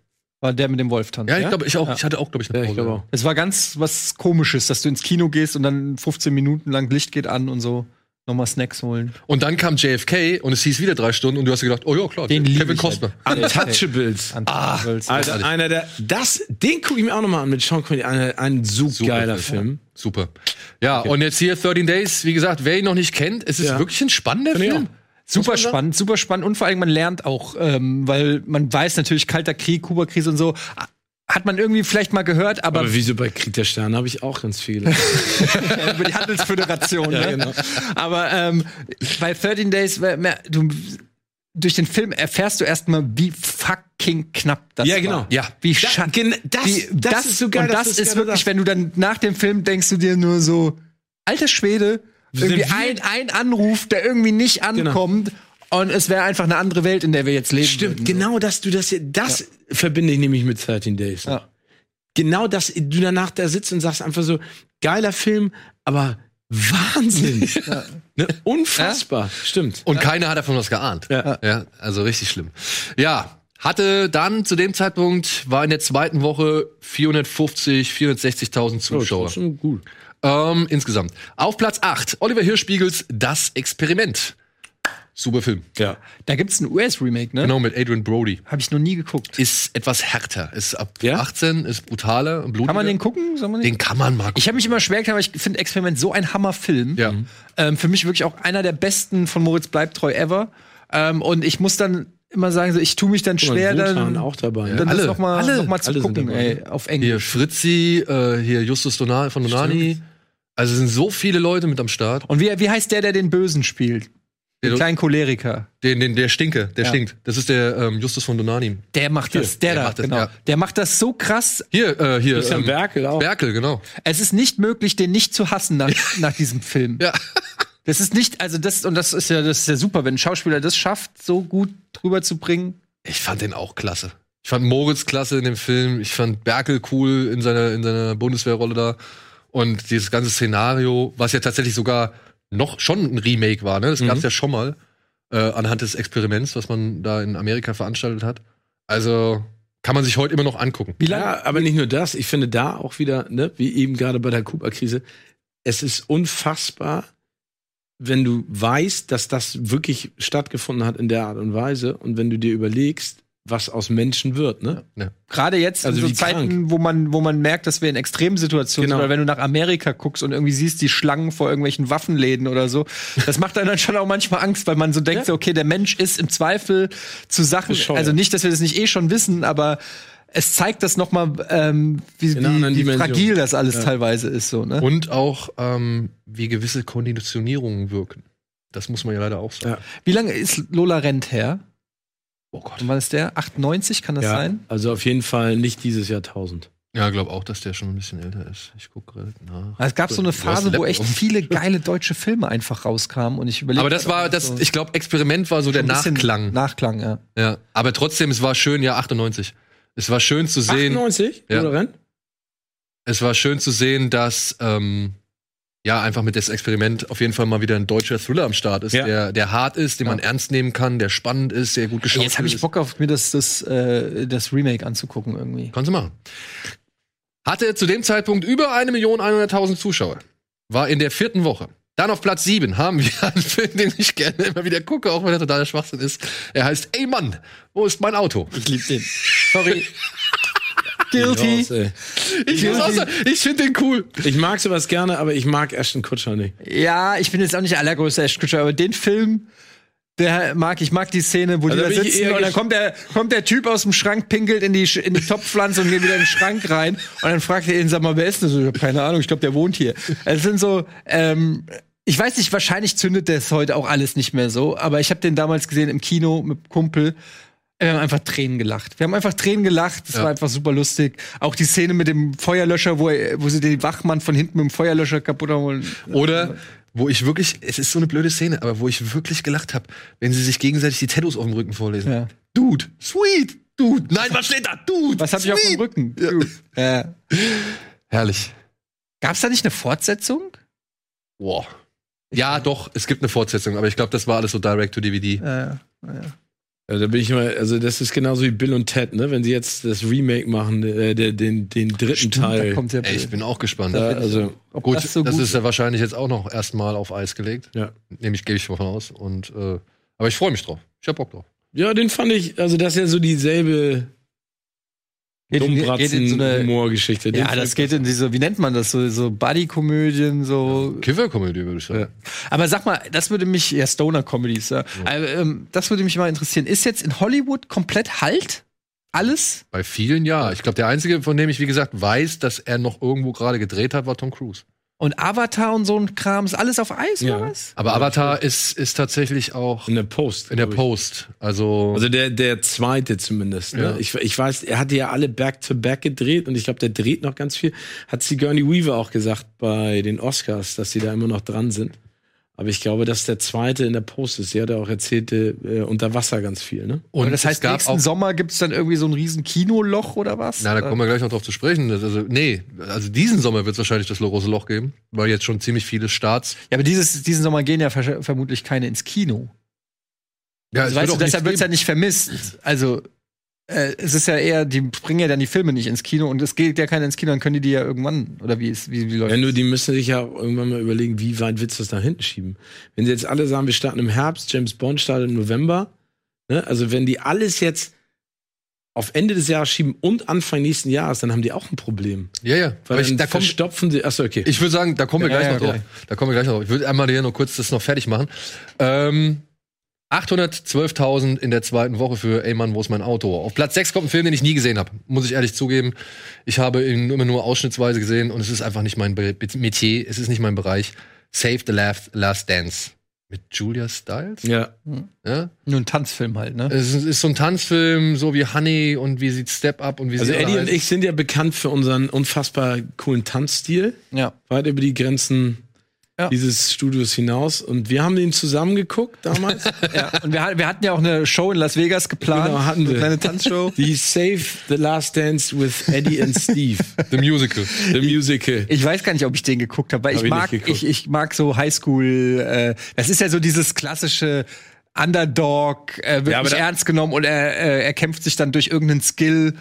Speaker 3: War der mit dem Wolf tanzt.
Speaker 1: ja, ich glaube, ich auch, ich hatte auch, glaube ich, eine
Speaker 2: Ja, ich glaube auch.
Speaker 3: Es war ganz was Komisches, dass du ins Kino gehst und dann 15 Minuten lang Licht geht an und so nochmal Snacks holen.
Speaker 1: Und dann kam JFK und es hieß wieder drei Stunden und du hast dir gedacht, oh ja, klar,
Speaker 3: Den lieb
Speaker 1: Kevin
Speaker 3: ich
Speaker 1: Costner.
Speaker 2: Untouchables.
Speaker 3: Ah,
Speaker 2: Also einer der, das, den gucke ich mir auch nochmal an mit Sean Connery. Ein, ein so geiler Film.
Speaker 1: Super. Ja, und jetzt hier 13 Days, wie gesagt, wer ihn noch nicht kennt, es ist
Speaker 2: Ja.
Speaker 1: wirklich ein spannender Film. Muss
Speaker 3: Super
Speaker 1: man sagen.
Speaker 3: spannend, super spannend und vor allem man lernt auch, ähm, weil man weiß natürlich, kalter Krieg, Kuba-Krise und so, ah, hat man irgendwie vielleicht mal gehört, aber,
Speaker 2: Aber wieso bei Krieg der Sterne habe ich auch ganz viele.
Speaker 3: [LAUGHS] über die Handelsföderation.
Speaker 2: Ja,
Speaker 3: ne?
Speaker 2: genau.
Speaker 3: Aber ähm, bei 13 Days, äh, mehr- du, durch den Film erfährst du erstmal, wie fucking knapp das
Speaker 2: Ja,
Speaker 3: war.
Speaker 2: genau.
Speaker 1: Ja.
Speaker 3: Wie
Speaker 2: Da-
Speaker 3: schattig.
Speaker 2: gen- das- das ist so geil,
Speaker 3: Und
Speaker 2: dass
Speaker 3: das,
Speaker 2: du das
Speaker 3: ist
Speaker 2: gerade
Speaker 3: wirklich,
Speaker 2: sagst.
Speaker 3: wenn du dann nach dem Film denkst du dir nur so, alter Schwede, irgendwie
Speaker 2: wir- Genau.
Speaker 3: ein, ein Anruf, der irgendwie nicht ankommt. Und es wäre einfach eine andere Welt, in der wir jetzt leben.
Speaker 2: Stimmt,
Speaker 3: würden.
Speaker 2: genau das, du das, das verbinde ich nämlich mit 13 Days.
Speaker 3: Ja.
Speaker 2: Genau das, du danach da sitzt und sagst einfach so, geiler Film, aber Wahnsinn. [LAUGHS] Ne? Unfassbar. Stimmt.
Speaker 1: Und keiner hat davon was geahnt.
Speaker 2: Ja.
Speaker 1: also richtig schlimm. Ja, Hatte dann zu dem Zeitpunkt, war in der zweiten Woche 450, 460.000
Speaker 2: Oh,
Speaker 1: Zuschauer.
Speaker 2: das ist schon gut.
Speaker 1: ähm, insgesamt. Auf Platz 8, Oliver Hirschspiegels Das Experiment. Super Film.
Speaker 2: Ja.
Speaker 3: Da gibt's ein US-Remake, ne?
Speaker 1: Genau, mit Adrian Brody.
Speaker 3: Habe ich noch nie geguckt.
Speaker 1: Ist etwas härter. Ist ab
Speaker 2: Ja?
Speaker 1: 18, ist brutaler und blutiger.
Speaker 3: Kann man den gucken? Soll man den?
Speaker 1: Den kann man mal gucken.
Speaker 3: Ich habe mich immer schwer getan, aber ich finde Experiment so ein Hammerfilm.
Speaker 1: Ja.
Speaker 3: Ähm, für mich wirklich auch einer der besten von Moritz Bleibtreu ever. Ähm, und ich muss dann immer sagen, so, ich tue mich dann
Speaker 2: Guck mal,
Speaker 3: schwer,
Speaker 2: Wotan
Speaker 3: dann,
Speaker 2: auch dabei.
Speaker 3: dann
Speaker 1: alle,
Speaker 3: das nochmal
Speaker 1: alle,
Speaker 3: noch mal zu
Speaker 2: alle sind
Speaker 3: gucken,
Speaker 2: dabei.
Speaker 3: ey, auf
Speaker 1: Hier
Speaker 3: Englisch.
Speaker 1: Fritzi, äh, hier Justus Donal von Donani. Also sind so viele Leute mit am Start.
Speaker 3: Und wie, wie heißt der, der den Bösen spielt? Den
Speaker 1: Der-
Speaker 3: kleinen Choleriker.
Speaker 1: Den, den, der Stinke, der
Speaker 3: Ja.
Speaker 1: stinkt. Das ist der ähm, Justus von Donani.
Speaker 3: Der macht das, der,
Speaker 1: der
Speaker 3: da,
Speaker 1: macht das,
Speaker 3: genau.
Speaker 1: ja.
Speaker 3: Der macht das so krass.
Speaker 1: Hier, äh, hier.
Speaker 2: Christian Berkel auch.
Speaker 1: Berkel, genau.
Speaker 3: Es ist nicht möglich, den nicht zu hassen nach, nach diesem Film.
Speaker 1: Ja. [LAUGHS]
Speaker 3: Das ist nicht, also das, und das ist ja, das ist ja super, wenn ein Schauspieler das schafft, so gut drüber zu bringen.
Speaker 1: Ich fand den auch klasse. Ich fand Moritz klasse in dem Film. Ich fand Berkel cool in seiner, in seiner Bundeswehrrolle da. Und dieses ganze Szenario, was ja tatsächlich sogar noch schon ein Remake war, ne? Das gab es ja schon mal äh, anhand des Experiments, was man da in Amerika veranstaltet hat. Also kann man sich heute immer noch angucken.
Speaker 2: Wie lange? Ja, aber nicht nur das. Ich finde da auch wieder, ne, wie eben gerade bei der Kuba-Krise, es ist unfassbar, wenn du weißt, dass das wirklich stattgefunden hat in der Art und Weise und wenn du dir überlegst, was aus Menschen wird, ne?
Speaker 1: Ja.
Speaker 3: Gerade jetzt
Speaker 2: Also
Speaker 3: in so
Speaker 2: wie
Speaker 3: Zeiten,
Speaker 2: krank.
Speaker 3: wo man, wo man merkt, dass wir in Extremsituationen
Speaker 2: Genau.
Speaker 3: sind, oder wenn du nach Amerika guckst und irgendwie siehst, die Schlangen vor irgendwelchen Waffenläden oder so, das macht einem dann schon auch manchmal Angst, weil man so denkt,
Speaker 2: Ja.
Speaker 3: so, okay, der Mensch ist im Zweifel zu Sachen,
Speaker 2: Bescheuert.
Speaker 3: also nicht, dass wir das nicht eh schon wissen, aber es zeigt das nochmal, ähm, wie,
Speaker 2: In einer anderen
Speaker 3: wie, wie
Speaker 2: Dimension.
Speaker 3: fragil das alles teilweise ist, so, ne?
Speaker 1: Und auch, ähm, wie gewisse Konditionierungen wirken. Das muss man ja leider auch sagen.
Speaker 2: Ja.
Speaker 3: Wie lange ist Lola Rent her?
Speaker 1: Oh Gott.
Speaker 3: Und wann ist der? 98, kann das sein?
Speaker 2: Also auf jeden Fall nicht dieses Jahrtausend.
Speaker 1: Ja, glaube auch, dass der schon ein bisschen älter ist. Ich gucke gerade nach.
Speaker 3: Es gab so eine
Speaker 1: hast einen
Speaker 3: Phase, wo
Speaker 1: Laptop.
Speaker 3: echt viele geile deutsche Filme einfach rauskamen und ich überlege.
Speaker 1: Aber das war, das, ich glaube, Experiment war so der Nachklang.
Speaker 3: Nachklang, ja.
Speaker 1: Ja, aber trotzdem, es war schön, ja, 98. Es war schön zu sehen,
Speaker 2: 98?
Speaker 1: Ja.
Speaker 2: Oder Renn?
Speaker 1: es war schön zu sehen, dass ähm, ja einfach mit das Experiment auf jeden Fall mal wieder ein deutscher Thriller am Start ist,
Speaker 2: Ja.
Speaker 1: der, der hart ist, den man ernst nehmen kann, der spannend ist, der gut geschaut
Speaker 3: Jetzt habe ich Bock auf mir das, das, äh, das Remake anzugucken irgendwie.
Speaker 1: Kannst du machen. Hatte zu dem Zeitpunkt über 1.100.000 Zuschauer. War in der vierten Woche. Dann auf Platz 7 haben wir [LAUGHS] einen Film, den ich gerne immer wieder gucke, auch wenn er totaler Schwachsinn ist. Er heißt Ey Mann, wo ist mein Auto?
Speaker 3: Ich liebe den. Sorry. Guilty.
Speaker 2: Raus, ey.
Speaker 1: Ich, muss auch sagen, ich finde den cool.
Speaker 2: Ich mag sowas gerne, aber ich mag Ashton Kutscher nicht.
Speaker 3: Ja, ich bin jetzt auch nicht der allergrößte Ash Kutcher, aber den Film, der mag, ich mag die Szene, wo
Speaker 2: Also
Speaker 3: die
Speaker 2: bin
Speaker 3: da
Speaker 2: ich
Speaker 3: sitzen
Speaker 2: eher
Speaker 3: und dann
Speaker 2: gesch-
Speaker 3: kommt der, kommt der Typ aus dem Schrank, pinkelt in die, Sch- in die Topfpflanze und geht wieder in den Schrank rein und dann fragt er ihn, sag mal, wer ist denn so? Ich hab keine Ahnung, ich glaube, der wohnt hier. Also Es sind so, ähm, ich weiß nicht, wahrscheinlich zündet das heute auch alles nicht mehr so, aber ich habe den damals gesehen im Kino mit einem Kumpel. Wir haben einfach Tränen gelacht. Wir haben einfach Tränen gelacht. Das war einfach super lustig. Auch die Szene mit dem Feuerlöscher, wo, er, wo sie den Wachmann von hinten mit dem Feuerlöscher kaputt haben.
Speaker 1: Oder wo ich wirklich, es ist so eine blöde Szene, aber wo ich wirklich gelacht habe, wenn sie sich gegenseitig die Tattoos auf dem Rücken vorlesen.
Speaker 3: Ja.
Speaker 1: Dude, sweet, dude. Nein, was steht da? Dude,
Speaker 3: Was hab ich auf dem
Speaker 1: sweet.
Speaker 3: Rücken? Ja. Äh,
Speaker 1: Herrlich.
Speaker 3: Gab's da nicht eine Fortsetzung?
Speaker 1: Boah. Ja, doch, es gibt eine Fortsetzung, aber ich glaube, das war alles so direct to DVD.
Speaker 3: Äh,
Speaker 2: Ja, da bin ich mal, also das ist genauso wie Bill und Ted, ne? Wenn sie jetzt das Remake machen, äh, der, den, den dritten Teil.
Speaker 3: da kommt ja
Speaker 1: Ey, ich bin auch gespannt.
Speaker 2: da, also,
Speaker 3: Ob
Speaker 1: Gut,
Speaker 3: das
Speaker 1: das,
Speaker 3: so gut
Speaker 1: ist ja wahrscheinlich jetzt auch noch erstmal auf Eis gelegt.
Speaker 2: ja.
Speaker 1: Nehme ich, gehe ich davon aus. Und, äh, aber ich freue mich drauf. Ich hab Bock drauf.
Speaker 2: ja, den fand ich, also das ist ja so dieselbe
Speaker 3: geht in, geht in so eine,
Speaker 2: Dummbratzen-Humorgeschichte. Den
Speaker 3: Ja,
Speaker 2: fand
Speaker 3: das
Speaker 2: ich-
Speaker 3: geht in diese, wie nennt man das, so, so Buddy-Komödien, so.
Speaker 1: Kiffer-Komödie, würde ich sagen.
Speaker 3: Aber sag mal, das würde mich, ja, Stoner-Comedies, ja. Aber, ähm, das würde mich mal interessieren. Ist jetzt in Hollywood komplett Halt? Alles?
Speaker 1: Bei vielen ja. Ich glaube, der Einzige, von dem ich, wie gesagt, weiß, dass er noch irgendwo gerade gedreht hat, war Tom Cruise.
Speaker 3: Und Avatar und so ein Kram, ist alles auf Eis
Speaker 2: Ja.
Speaker 3: oder was?
Speaker 1: Aber Avatar ist, ist tatsächlich auch
Speaker 3: Hm,
Speaker 2: In der Post.
Speaker 1: in der
Speaker 2: glaub ich.
Speaker 1: Post. Also,
Speaker 2: Also der, der zweite zumindest. Ne?
Speaker 1: Ja.
Speaker 2: Ich, ich weiß, er hatte ja alle back-to-back gedreht und ich glaube, der dreht noch ganz viel. Hat Sigourney Weaver auch gesagt bei den Oscars, dass sie da immer noch dran sind. Aber ich glaube, dass der zweite in der Post ist. Sie hat ja auch erzählt, äh, unter Wasser ganz viel. Ne?
Speaker 3: Und das
Speaker 1: es
Speaker 3: heißt, nächsten Sommer gibt's dann irgendwie so ein riesen Kinoloch oder was? Äh,
Speaker 1: Na, da kommen wir gleich noch drauf zu sprechen. Das, also, nee, also diesen Sommer wird es wahrscheinlich das große Loch geben, weil jetzt schon ziemlich viele Starts.
Speaker 3: ja, aber dieses, diesen Sommer gehen ja versch- vermutlich keine ins Kino.
Speaker 1: Ja,
Speaker 3: Also, weißt du, deshalb wird's ja nicht vermisst. Also, äh, es ist ja eher, die bringen ja dann die Filme nicht ins Kino und es geht ja keiner ins Kino, dann können die die ja irgendwann, oder wie ist, wie, wie läuft
Speaker 2: Ja, nur die müssen sich ja irgendwann mal überlegen, wie weit willst du das nach hinten schieben? Wenn sie jetzt alle sagen, wir starten im Herbst, James Bond startet im November, ne? also wenn die alles jetzt auf Ende des Jahres schieben und Anfang nächsten Jahres, dann haben die auch ein Problem.
Speaker 3: halt-
Speaker 1: Ja, ja.
Speaker 2: Weil
Speaker 1: Aber ich,
Speaker 2: dann
Speaker 1: da kommt,
Speaker 2: verstopfen sie. Achso, okay.
Speaker 1: ich würde sagen, da kommen wir
Speaker 3: Ja,
Speaker 1: gleich
Speaker 3: ja,
Speaker 1: noch drauf.
Speaker 3: gleich.
Speaker 1: Da kommen wir gleich noch drauf. Ich würde einmal hier nur kurz das noch fertig machen. Ähm, 812.000 in der zweiten Woche für Ey Mann, wo ist mein Auto? Auf Platz 6 kommt ein Film, den ich nie gesehen habe. Muss ich ehrlich zugeben. Ich habe ihn immer nur ausschnittsweise gesehen und es ist einfach nicht mein Be Metier, es ist nicht mein Bereich. Save the Last, Last Dance. Mit Julia Stiles?
Speaker 2: ja.
Speaker 1: Ja?
Speaker 3: Nur ein Tanzfilm halt, ne?
Speaker 1: Es ist, ist so ein Tanzfilm, so wie Honey und wie sieht Step Up und wie
Speaker 2: Also
Speaker 1: sie alle
Speaker 2: Eddie und
Speaker 1: heißen.
Speaker 2: ich sind ja bekannt für unseren unfassbar coolen Tanzstil,
Speaker 3: Ja.
Speaker 2: weit über die Grenzen
Speaker 3: Ja.
Speaker 2: dieses Studios hinaus. Und wir haben den zusammen geguckt
Speaker 1: [LAUGHS]
Speaker 2: damals.
Speaker 3: ja. Und wir, hat- wir hatten ja auch eine Show in Las Vegas geplant.
Speaker 2: Genau, hatten wir.
Speaker 3: Eine
Speaker 2: [LAUGHS]
Speaker 3: kleine Tanzshow.
Speaker 2: die Save the Last Dance with Eddie and Steve,
Speaker 1: The Musical.
Speaker 2: the Musical.
Speaker 3: Ich weiß gar nicht, ob ich den geguckt habe, weil
Speaker 2: Hab
Speaker 3: ich
Speaker 2: ich
Speaker 3: mag,
Speaker 2: nicht
Speaker 3: ich,
Speaker 2: geguckt.
Speaker 3: ich mag so Highschool. Äh, das ist ja so dieses klassische Underdog, äh, wird
Speaker 2: Ja, aber
Speaker 3: nicht
Speaker 2: da-
Speaker 3: ernst genommen und er, äh, er kämpft sich dann durch irgendeinen Skill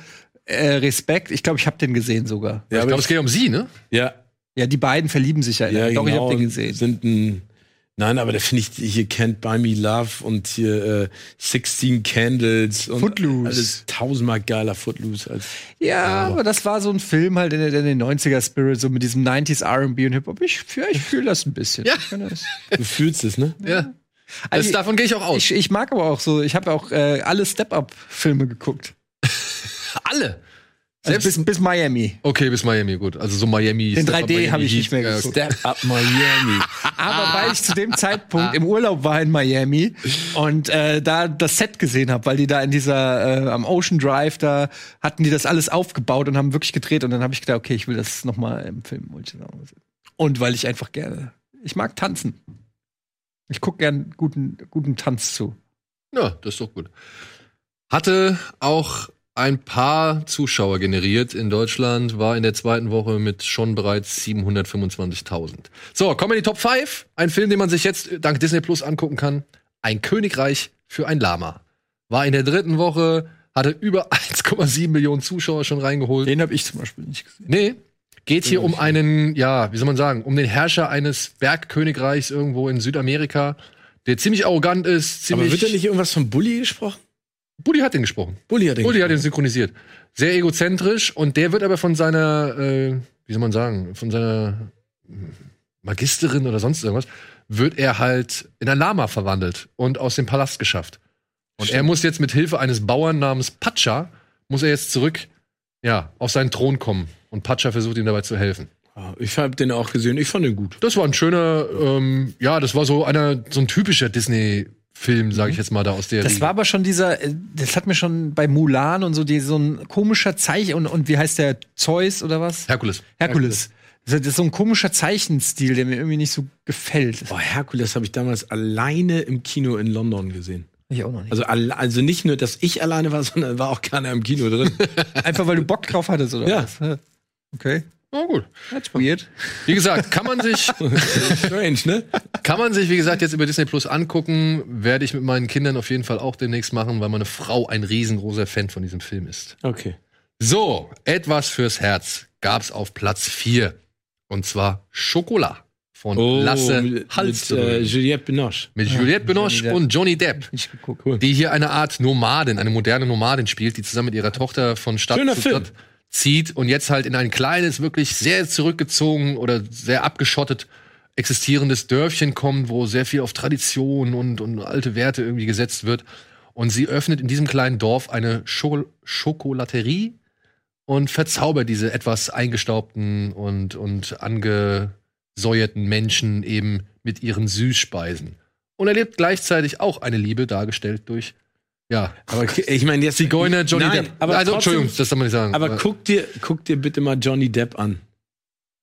Speaker 3: äh, Respekt. Ich glaube, ich habe den gesehen sogar.
Speaker 1: ich
Speaker 2: aber
Speaker 1: glaube, es geht um sie, ne?
Speaker 2: Ja,
Speaker 3: Ja, die beiden verlieben sich ja.
Speaker 2: Ja,
Speaker 3: Doch, ich
Speaker 2: genau.
Speaker 3: habe den
Speaker 2: und
Speaker 3: gesehen.
Speaker 2: Sind ein, nein, aber da finde ich hier Can't Buy Me Love und hier äh, 16 Candles und
Speaker 3: Footloose.
Speaker 2: alles tausendmal geiler Footloose. [LAUGHS] Als,
Speaker 3: Ja, aber das war so ein Film halt in, den- in den 90er Spirit, so mit diesem 90s RB und Hip-Hop. Ich, ja, ich fühle das ein bisschen.
Speaker 1: Ja.
Speaker 3: Ich
Speaker 1: [LAUGHS]
Speaker 3: kann das.
Speaker 2: du fühlst es, ne?
Speaker 1: Ja.
Speaker 3: Also,
Speaker 1: das, davon gehe ich auch aus.
Speaker 3: Ich, ich mag aber auch so, ich habe auch äh, alle Step-Up-Filme geguckt.
Speaker 1: Alle.
Speaker 3: Also
Speaker 1: Selbst-
Speaker 3: bis, bis Miami.
Speaker 1: Okay, bis Miami, gut. Also so Miami.
Speaker 3: Den
Speaker 1: Step Up
Speaker 3: 3D
Speaker 1: Miami
Speaker 3: habe ich
Speaker 1: Heat,
Speaker 3: nicht mehr
Speaker 1: äh,
Speaker 3: geguckt.
Speaker 2: Step Up Miami.
Speaker 3: Aber weil ich zu
Speaker 2: [LAUGHS]
Speaker 3: dem Zeitpunkt im Urlaub war in Miami und äh, da das Set gesehen habe, weil die da in dieser äh, am Ocean Drive da hatten die das alles aufgebaut und haben wirklich gedreht und dann habe ich gedacht, okay, ich will das noch mal im Film wollte ich das auch mal sehen. Und weil ich einfach gerne, ich mag tanzen. Ich gucke gern guten guten Tanz zu.
Speaker 1: Ja, das ist doch gut. Hatte auch ein paar Zuschauer generiert in Deutschland, war in der zweiten Woche mit schon bereits 725.000. So, kommen wir in die Top 5. Ein Film, den man sich jetzt äh, dank Disney Plus angucken kann. Ein Königreich für ein Lama. War in der dritten Woche, hatte über [LAUGHS] 1,7 Millionen Zuschauer schon reingeholt.
Speaker 3: Den habe ich zum Beispiel nicht gesehen.
Speaker 1: Nee, geht hier um einen, ja, wie soll man sagen, um den Herrscher eines Bergkönigreichs irgendwo in Südamerika, der ziemlich arrogant ist, ziemlich.
Speaker 2: Aber wird da nicht irgendwas von Bully gesprochen?
Speaker 1: Bulli hat den gesprochen.
Speaker 2: Bully hat den.
Speaker 1: Bulli hat ihn synchronisiert. Sehr egozentrisch und der wird aber von seiner, äh, wie soll man sagen, von seiner Magisterin oder sonst irgendwas, wird er halt in ein Lama verwandelt und aus dem Palast geschafft. Und er muss jetzt mit Hilfe eines Bauern namens Pacha, muss er jetzt zurück, ja, auf seinen Thron kommen. Und Pacha versucht ihm dabei zu helfen.
Speaker 2: Ah, Ich habe den auch gesehen. Ich fand den gut.
Speaker 1: Das war ein schöner, ähm, ja, das war so einer, so ein typischer Disney-Film, sage ich jetzt mal, da aus der
Speaker 3: Das
Speaker 1: Riege.
Speaker 3: war aber schon dieser, äh, das hat mir schon bei Mulan und so die, so ein komischer Zeichen und, und wie heißt der Zeus oder was?
Speaker 1: Herkules.
Speaker 3: Herkules. Das ist so ein komischer Zeichenstil, der mir irgendwie nicht so gefällt.
Speaker 2: Oh, Herkules habe ich damals alleine im Kino in London gesehen.
Speaker 3: Ich auch noch nicht.
Speaker 2: Also, alle- also nicht nur, dass ich alleine war, [LAUGHS] sondern war auch keiner im Kino drin.
Speaker 3: Also Einfach weil du Bock drauf hattest, oder?
Speaker 2: Ja.
Speaker 3: was? Ja. Okay.
Speaker 1: Oh, gut.
Speaker 3: That's weird.
Speaker 1: Wie gesagt, kann man sich,
Speaker 2: Strange, ne?
Speaker 1: Kann man sich, wie gesagt, jetzt über Disney Plus angucken. Werde ich mit meinen Kindern auf jeden Fall auch demnächst machen, weil meine Frau ein riesengroßer Fan von diesem Film ist.
Speaker 2: Okay.
Speaker 1: So, etwas fürs Herz gab's auf Platz 4. Und zwar Schokolade von Lasse
Speaker 2: Oh, mit,
Speaker 1: Hals.
Speaker 2: mit, äh, Juliette Binoche.
Speaker 1: mit Juliette Binoche
Speaker 3: Johnny Depp.
Speaker 1: und Johnny Depp,
Speaker 3: Ich geguckt.
Speaker 1: die hier eine Art Nomadin, eine moderne Nomadin spielt, die zusammen mit ihrer Tochter von Stadt
Speaker 2: Schöner
Speaker 1: zu
Speaker 2: Film.
Speaker 1: Stadt zieht und jetzt halt in ein kleines, wirklich sehr zurückgezogen oder sehr abgeschottet existierendes Dörfchen kommt, wo sehr viel auf Tradition und, und alte Werte irgendwie gesetzt wird. Und sie öffnet in diesem kleinen Dorf eine Schokol Schokolaterie und verzaubert diese etwas eingestaubten und, und angesäuerten Menschen eben mit ihren Süßspeisen. Und erlebt gleichzeitig auch eine Liebe, dargestellt durch, ja,
Speaker 2: Aber ki- ich meine, jetzt die
Speaker 1: Goiner Johnny
Speaker 2: Nein,
Speaker 1: Depp.
Speaker 2: Aber
Speaker 1: also,
Speaker 2: trotzdem,
Speaker 1: Entschuldigung, das darf man nicht sagen.
Speaker 2: Aber guck dir, guck dir bitte mal Johnny Depp an.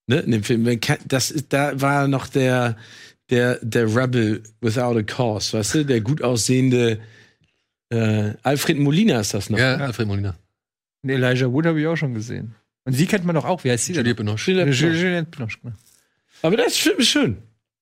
Speaker 2: Ne, in dem Film. Wenn ke- Das, ist- da war noch der, der, der Rebel without a cause, weißt du? Der gut aussehende äh, Alfred Molina ist das noch.
Speaker 1: ja, Alfred Molina.
Speaker 3: Und Elijah Wood habe ich auch schon gesehen. Und sie kennt man doch auch. Wie heißt sie denn?
Speaker 1: Juliette Binoche.
Speaker 3: Juliette Binoche. genau.
Speaker 2: Aber das ist schön. schön.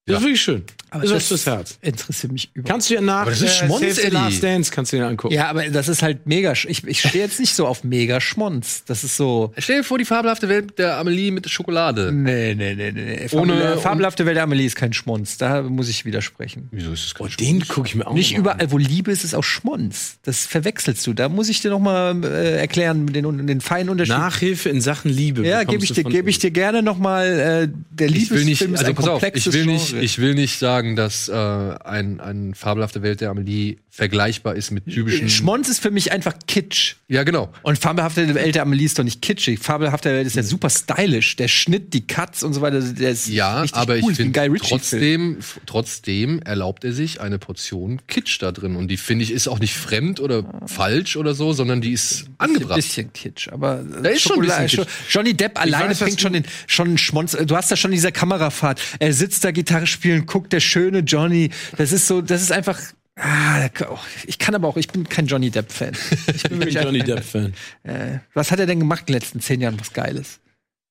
Speaker 2: Das
Speaker 1: Ja.
Speaker 2: ist wirklich schön.
Speaker 3: Aber
Speaker 2: So ist das Herz.
Speaker 3: Interessiert mich überhaupt.
Speaker 2: Kannst du dir nach äh,
Speaker 1: Aber das ist Schmonz,
Speaker 2: Save the
Speaker 1: Eddie.
Speaker 2: Last Dance kannst du dir angucken.
Speaker 3: Ja, aber das ist halt mega. sch- Ich, ich stehe jetzt nicht so auf mega Schmonz. Das ist so.
Speaker 1: Stell dir vor, die fabelhafte Welt der Amelie mit Schokolade.
Speaker 3: Nee, nee, nee, nee, nee.
Speaker 1: Ohne-
Speaker 3: Ohne, fabelhafte Welt der Amelie ist kein Schmonz. Da muss ich widersprechen.
Speaker 1: Wieso ist das kein Schmonz?
Speaker 2: Den gucke ich mir auch
Speaker 3: Nicht
Speaker 1: Genau.
Speaker 2: noch mal an.
Speaker 3: überall, wo Liebe ist, ist auch Schmonz. Das verwechselst du. Da muss ich dir noch mal äh, erklären den, den feinen Unterschied.
Speaker 2: Nachhilfe in Sachen Liebe.
Speaker 3: ja,
Speaker 2: bekommst
Speaker 3: gebe ich
Speaker 2: du
Speaker 3: dir,
Speaker 2: von
Speaker 3: gebe ich dir gerne noch mal. Äh, der
Speaker 1: ich will
Speaker 3: Liebesfilm
Speaker 1: nicht,
Speaker 3: ist
Speaker 1: also
Speaker 3: ein
Speaker 1: pass auf,
Speaker 3: komplexes
Speaker 1: ich will nicht,
Speaker 3: Genre.
Speaker 1: ich will nicht sagen, dass äh, ein, ein fabelhafte Welt der Amelie vergleichbar ist mit typischen.
Speaker 3: Schmonz ist für mich einfach Kitsch.
Speaker 1: ja, genau.
Speaker 3: Und fabelhafte Welt der Amelie ist doch nicht kitschig. Fabelhafte Welt ist ja super stylisch. Der Schnitt, die Cuts und so weiter, der ist
Speaker 1: Ja,
Speaker 3: richtig
Speaker 1: aber
Speaker 3: cool.
Speaker 1: ich
Speaker 3: Wie ein Guy
Speaker 1: finde
Speaker 3: Ritchie-Film.
Speaker 1: trotzdem, f- trotzdem erlaubt er sich eine Portion Kitsch da drin. Und die finde ich ist auch nicht fremd oder falsch oder so, sondern die ist
Speaker 3: Ein
Speaker 1: angebracht.
Speaker 3: bisschen Kitsch, aber äh,
Speaker 1: Da ist schon ein bisschen Kitsch.
Speaker 3: Johnny Depp alleine
Speaker 1: weiß, was
Speaker 3: bringt
Speaker 1: du-
Speaker 3: schon den schon einen Schmonz. äh, Du hast das schon in dieser Kamerafahrt. Er sitzt da Gitarre spielen, guckt der schöne Johnny. Das ist so, das ist einfach ah, da kann- oh, ich kann aber auch, ich bin kein Johnny Depp Fan.
Speaker 1: [LAUGHS]
Speaker 3: Ich bin
Speaker 2: Ich
Speaker 3: wirklich
Speaker 2: bin Johnny
Speaker 3: ein-
Speaker 2: Depp Fan.
Speaker 3: Äh, was hat er denn gemacht in den letzten zehn Jahren, was Geiles?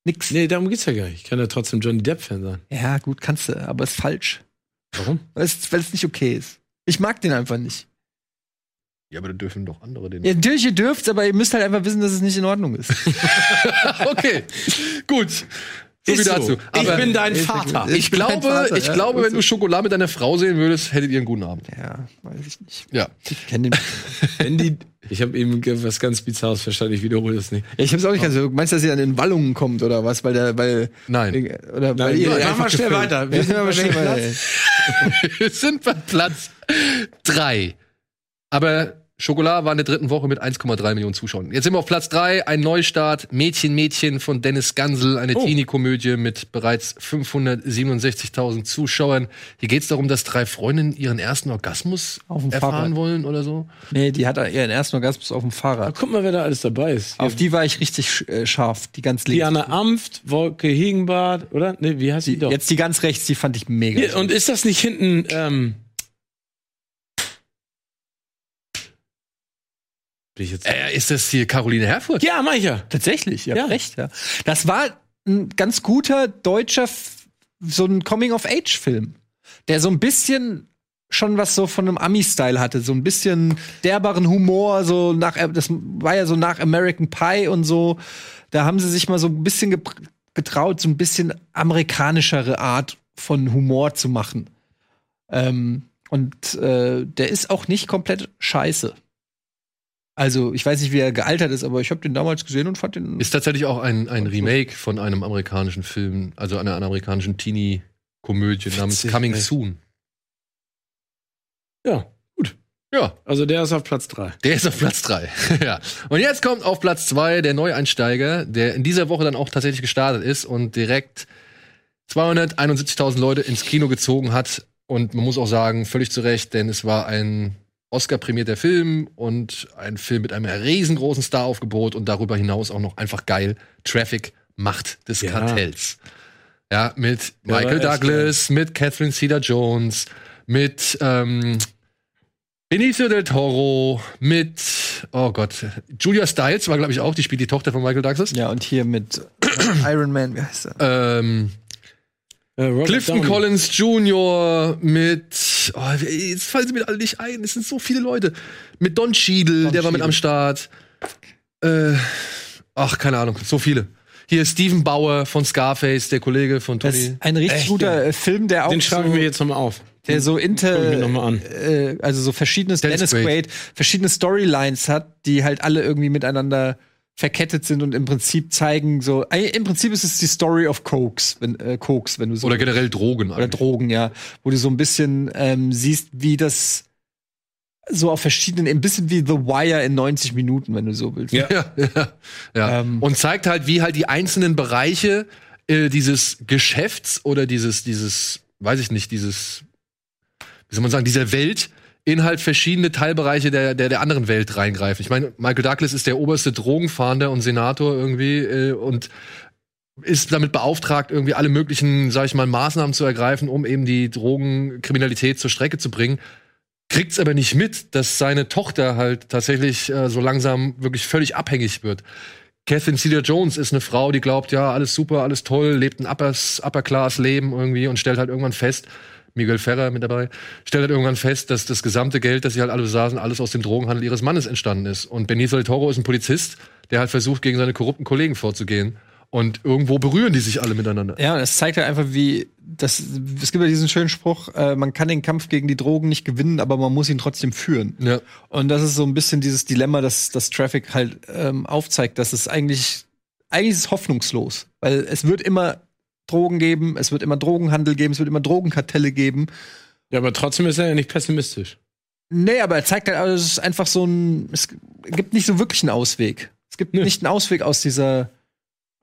Speaker 3: Nix.
Speaker 2: Nee, darum geht's ja gar nicht. Ich kann ja trotzdem Johnny Depp Fan sein.
Speaker 3: Ja, gut, kannst du, aber ist falsch.
Speaker 2: Warum?
Speaker 3: Weil es weil es nicht okay ist. Ich mag den einfach nicht.
Speaker 1: Ja, aber da dürfen doch andere den.
Speaker 3: Ja, natürlich, ihr dürft, aber ihr müsst halt einfach wissen, dass es nicht in Ordnung ist.
Speaker 1: [LAUGHS] Okay, gut. So viel
Speaker 2: Ist so.
Speaker 1: dazu.
Speaker 2: ich bin dein
Speaker 3: Ist-
Speaker 2: Vater.
Speaker 1: ich glaube,
Speaker 3: dein Vater,
Speaker 1: ich
Speaker 3: ja.
Speaker 1: glaube, wenn du Schokolade mit deiner Frau sehen würdest, hättet ihr einen guten Abend.
Speaker 3: ja, weiß ich nicht.
Speaker 1: Ja.
Speaker 3: Ich kenne den.
Speaker 2: Wenn die, ich habe eben ge- was ganz Bizarres verstanden, ich wiederhole das nicht.
Speaker 3: Ja, ich hab's auch nicht ganz so. Meinst du, dass ihr an den Wallungen kommt oder was? Weil der, weil.
Speaker 1: Nein.
Speaker 3: wegen- Oder weil ihr.
Speaker 2: Nein,
Speaker 3: einfach
Speaker 2: mach mal schnell
Speaker 3: gefällt.
Speaker 2: weiter. Wir
Speaker 3: Ja,
Speaker 2: sind
Speaker 3: mach mal
Speaker 2: bei
Speaker 3: [LAUGHS] schnell
Speaker 2: welchem
Speaker 3: weiter.
Speaker 2: Platz?
Speaker 1: Wir [LAUGHS] sind bei Platz 3. Aber Schokolade war in der dritten Woche mit 1,3 Millionen Zuschauern. Jetzt sind wir auf Platz 3, ein Neustart, Mädchen, Mädchen von Dennis Gansel, eine
Speaker 2: Oh.
Speaker 1: Teenie-Komödie mit bereits 567.000 Zuschauern. Hier geht es darum, dass drei Freundinnen ihren ersten Orgasmus
Speaker 3: Auf dem
Speaker 1: erfahren
Speaker 3: Fahrrad.
Speaker 1: wollen oder so.
Speaker 3: Nee, die hat ihren ersten Orgasmus auf dem Fahrrad.
Speaker 2: Guck mal, wer da alles dabei ist.
Speaker 3: Auf die war ich richtig sch- äh, scharf. Die ganz links.
Speaker 2: Diana Amft, Wolke Hegenbart, oder? Nee, wie heißt die, doch?
Speaker 3: Jetzt die ganz rechts, die fand ich mega.
Speaker 2: Hier, und ist das nicht hinten, ähm. Bin ich jetzt.
Speaker 1: Äh, ist das hier Caroline Herfurth?
Speaker 2: Ja, mach ich ja.
Speaker 3: Tatsächlich, ja,
Speaker 2: Ja.
Speaker 3: recht, ja. Das war ein ganz guter deutscher, F- so ein Coming-of-Age-Film, der so ein bisschen schon was so von einem Ami-Style hatte, so ein bisschen derbaren Humor, so nach, äh, das war ja so nach American Pie und so. Da haben sie sich mal so ein bisschen gep- getraut, so ein bisschen amerikanischere Art von Humor zu machen. Ähm, und äh, der ist auch nicht komplett scheiße. Also, ich weiß nicht, wie er gealtert ist, aber ich habe den damals gesehen und fand den.
Speaker 1: Ist tatsächlich auch ein, ein Remake von einem amerikanischen Film, also einer, einer amerikanischen Teenie-Komödie namens
Speaker 2: Witzig,
Speaker 1: Coming
Speaker 2: ey.
Speaker 1: Soon.
Speaker 2: Ja,
Speaker 1: Ja,
Speaker 2: also der ist auf Platz 3.
Speaker 1: Der ist auf Platz 3. [LAUGHS] ja. Und jetzt kommt auf Platz 2 der Neueinsteiger, der in dieser Woche dann auch tatsächlich gestartet ist und direkt 271.000 Leute ins Kino gezogen hat. Und man muss auch sagen, völlig zu Recht, denn es war ein Oscar-prämierter Film und ein Film mit einem riesengroßen Star-Aufgebot und darüber hinaus auch noch einfach geil. Traffic, Macht des
Speaker 2: Ja.
Speaker 1: Kartells. Ja, mit
Speaker 2: Ja,
Speaker 1: Michael
Speaker 2: aber echt,
Speaker 1: Douglas, mit Catherine Cedar-Jones, mit ähm, Benicio del Toro mit, oh Gott, Julia Stiles war, glaube ich, auch, die spielt die Tochter von Michael Douglas.
Speaker 3: Ja, und hier [COUGHS] mit Iron Man, wie heißt er?
Speaker 1: Ähm,
Speaker 2: Äh,
Speaker 1: Clifton Collins Jr. mit, oh, jetzt fallen sie mir alle nicht ein, es sind so viele Leute. Mit Don Cheadle,
Speaker 3: Don
Speaker 1: der war mit
Speaker 3: Cheadle.
Speaker 1: am Start. Äh, ach, keine Ahnung, so viele. Hier Steven Bauer von Scarface, der Kollege von
Speaker 3: Das
Speaker 1: Tony.
Speaker 3: ist ein richtig
Speaker 2: Echt,
Speaker 3: guter äh, Film, der auch
Speaker 2: Den schreibe ich
Speaker 3: so,
Speaker 2: mir jetzt nochmal auf.
Speaker 3: der so
Speaker 2: Guck ich mir
Speaker 3: inter,
Speaker 2: nochmal an.
Speaker 3: äh, also so verschiedene
Speaker 1: Dennis
Speaker 3: Dennis Quaid, verschiedene Storylines hat, die halt alle irgendwie miteinander verkettet sind und im Prinzip zeigen so, äh, im Prinzip ist es die Story of Cokes, wenn äh, Cokes, wenn du so
Speaker 1: Oder generell Drogen.
Speaker 3: oder
Speaker 1: eigentlich.
Speaker 3: Drogen, ja, wo du so ein bisschen ähm, siehst, wie das so auf verschiedenen, ein bisschen wie The Wire in 90 Minuten, wenn du so willst.
Speaker 2: Ja.
Speaker 1: Ja, ja, ja.
Speaker 3: Ähm.
Speaker 1: und zeigt halt, wie halt die einzelnen Bereiche äh, dieses Geschäfts oder dieses, dieses, weiß ich nicht, dieses, wie soll man sagen, dieser Welt in halt verschiedene Teilbereiche der, der, der anderen Welt reingreifen. Ich meine, Michael Douglas ist der oberste Drogenfahnder und Senator irgendwie äh, und ist damit beauftragt, irgendwie alle möglichen, sag ich mal, Maßnahmen zu ergreifen, um eben die Drogenkriminalität zur Strecke zu bringen kriegt's aber nicht mit, dass seine Tochter halt tatsächlich äh, so langsam wirklich völlig abhängig wird. Catherine Cedar Jones ist eine Frau, die glaubt, ja, alles super, alles toll, lebt ein Upper, Upper Class Leben irgendwie und stellt halt irgendwann fest, Miguel Ferrer mit dabei, stellt halt irgendwann fest, dass das gesamte Geld, das sie halt alle besaßen, alles aus dem Drogenhandel ihres Mannes entstanden ist. Und Benito del Toro ist ein Polizist, der halt versucht, gegen seine korrupten Kollegen vorzugehen. Und irgendwo berühren die sich alle miteinander.
Speaker 3: Ja, und es zeigt halt einfach, wie das. Es gibt ja diesen schönen Spruch: äh, Man kann den Kampf gegen die Drogen nicht gewinnen, aber man muss ihn trotzdem führen.
Speaker 1: Ja.
Speaker 3: Und das ist so ein bisschen dieses Dilemma, das das Traffic halt ähm, aufzeigt, dass es eigentlich eigentlich ist es hoffnungslos, weil es wird immer Drogen geben, es wird immer Drogenhandel geben, es wird immer Drogenkartelle geben.
Speaker 2: Ja, aber trotzdem ist er ja nicht pessimistisch.
Speaker 3: Nee, aber er zeigt halt, also es ist einfach so ein, es gibt nicht so wirklich einen Ausweg. Es gibt
Speaker 2: Nö.
Speaker 3: nicht einen Ausweg aus dieser,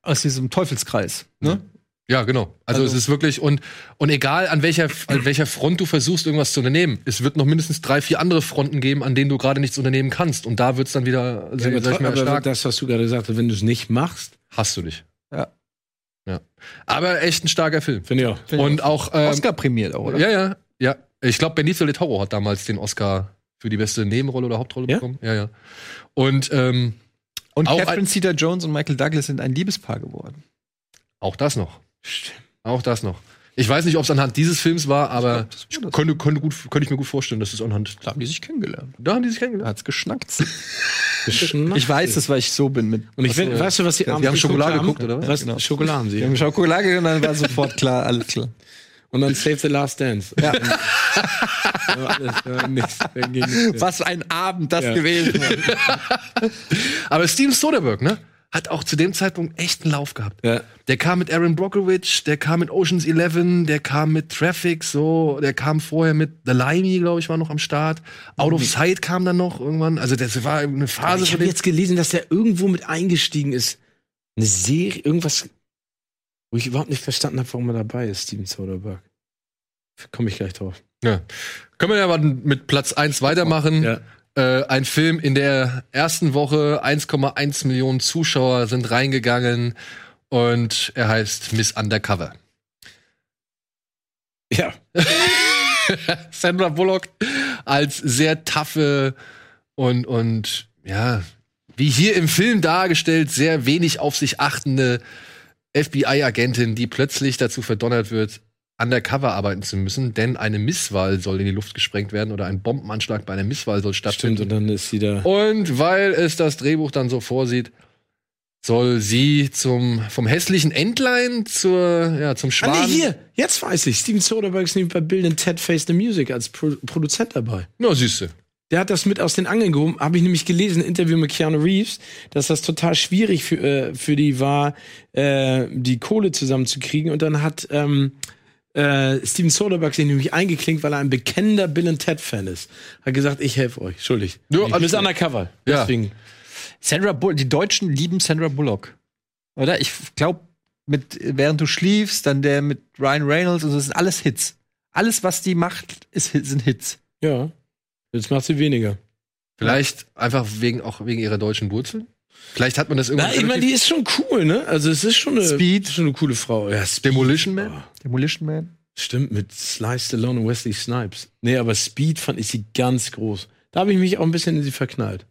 Speaker 3: aus diesem Teufelskreis. Ne?
Speaker 1: Ja, genau. Also,
Speaker 3: Also-
Speaker 1: es ist wirklich, und, und egal an welcher, an welcher Front du versuchst, irgendwas zu unternehmen, es wird noch mindestens drei, vier andere Fronten geben, an denen du gerade nichts unternehmen kannst. Und da wird's dann wieder,
Speaker 2: Ja, aber
Speaker 1: sag ich mal, stark.
Speaker 2: das, was du gerade gesagt hast, wenn du es nicht machst,
Speaker 1: Hast du dich.
Speaker 3: Ja.
Speaker 1: Ja. Aber echt ein starker Film.
Speaker 2: finde ich auch.
Speaker 1: Und auch, ähm,
Speaker 3: Oscar prämiert auch, oder?
Speaker 1: Ja, ja, ja. Ich glaube, Benito del Toro hat damals den Oscar für die beste Nebenrolle oder Hauptrolle
Speaker 2: Ja?
Speaker 1: bekommen. Ja, ja. Und ähm,
Speaker 3: Und
Speaker 1: Auch
Speaker 3: Catherine
Speaker 1: ein-
Speaker 3: Zeta Jones und Michael Douglas sind ein Liebespaar geworden.
Speaker 1: auch das noch. Auch das noch. Ich weiß nicht, ob es anhand dieses Films war, aber
Speaker 3: Ich glaub, das war
Speaker 1: ich
Speaker 3: das.
Speaker 1: könnte, könnte, gut, könnte ich mir gut vorstellen, dass es anhand.
Speaker 3: Da haben die sich kennengelernt.
Speaker 1: Da haben die sich kennengelernt.
Speaker 3: Da hat's geschnackt.
Speaker 2: Ich
Speaker 3: Ich weiß es, weil ich so bin mit.
Speaker 2: Und ich will,
Speaker 3: was?
Speaker 2: weißt du, was die
Speaker 1: haben Schokolade geguckt, oder
Speaker 2: was?
Speaker 1: was?
Speaker 2: was?
Speaker 3: Ja, genau.
Speaker 2: Schokolade haben
Speaker 3: Wir haben
Speaker 2: sie.
Speaker 3: Schokolade und dann war sofort klar, alles klar.
Speaker 2: [LAUGHS] Und dann Save the Last Dance.
Speaker 3: Ja.
Speaker 2: Aber alles, [LAUGHS] ja, nichts, dann ging nichts mehr.
Speaker 3: Was ein Abend das
Speaker 2: Ja.
Speaker 3: gewesen
Speaker 2: [LAUGHS]
Speaker 3: war.
Speaker 1: Aber Steven Soderbergh, ne? Hat auch zu dem Zeitpunkt echt einen Lauf gehabt.
Speaker 2: Ja.
Speaker 1: Der kam mit Aaron Brockovich, der kam mit Ocean's Eleven, der kam mit Traffic, so, der kam vorher mit The Limey, glaube ich, war noch am Start. Out of Sight kam dann noch irgendwann. Also das war eine Phase
Speaker 2: ich
Speaker 1: von
Speaker 2: habe
Speaker 1: dem.
Speaker 2: jetzt gelesen, dass der irgendwo mit eingestiegen ist. Eine Serie, irgendwas, wo ich überhaupt nicht verstanden habe, warum er dabei ist, Steven Soderbergh. Komme ich gleich drauf.
Speaker 1: Ja. Können wir ja mal mit Platz 1 weitermachen.
Speaker 2: Ja.
Speaker 1: Äh, ein Film in der ersten Woche, 1,1 Millionen Zuschauer sind reingegangen und er heißt Miss Undercover.
Speaker 2: Ja.
Speaker 1: Sandra Bullock als sehr taffe und, und ja, wie hier im Film dargestellt, sehr wenig auf sich achtende FBI-Agentin, die plötzlich dazu verdonnert wird, undercover arbeiten zu müssen, denn eine Misswahl soll in die Luft gesprengt werden oder ein Bombenanschlag bei einer Misswahl soll stattfinden.
Speaker 2: Stimmt, und dann ist sie da.
Speaker 1: Und weil es das Drehbuch dann so vorsieht, soll sie zum, vom hässlichen Entlein zur, ja, zum Schwan.
Speaker 2: Ah, nee, hier, jetzt weiß ich. Steven Soderbergh ist nämlich bei Bill and Ted Face the Music als Pro Produzent dabei.
Speaker 1: Na, süße.
Speaker 2: Der hat das mit aus den Angeln gehoben, habe ich nämlich gelesen, Interview mit Keanu Reeves, dass das total schwierig für, äh, für die war, äh, die Kohle zusammenzukriegen. Und dann hat ähm, äh, Steven Soderbergh sich nämlich eingeklinkt, weil er ein bekennender Bill and Ted-Fan ist. Hat gesagt, ich helfe euch, schuldig.
Speaker 1: Ja,
Speaker 2: ich
Speaker 1: alles
Speaker 2: bin
Speaker 1: gut.
Speaker 2: undercover.
Speaker 1: Ja.
Speaker 2: Deswegen.
Speaker 3: Sandra Bull die Deutschen lieben Sandra Bullock. Oder? Ich glaube, mit Während du schliefst, dann der mit Ryan Reynolds und so, das sind alles Hits. Alles, was die macht, ist, sind Hits.
Speaker 2: Ja. Jetzt macht sie weniger.
Speaker 1: Vielleicht einfach wegen, auch wegen ihrer deutschen Wurzeln. Vielleicht hat man das
Speaker 2: Na,
Speaker 1: irgendwie.
Speaker 2: ich meine, die ist schon cool, ne? Also es ist schon eine,
Speaker 3: Speed.
Speaker 2: schon eine coole Frau. Ja, Speed.
Speaker 1: Demolition Man?
Speaker 3: Demolition Man.
Speaker 2: Stimmt, mit Sly Stallone und Wesley Snipes. Nee, aber Speed fand ich sie ganz groß. Da habe ich mich auch ein bisschen in sie verknallt.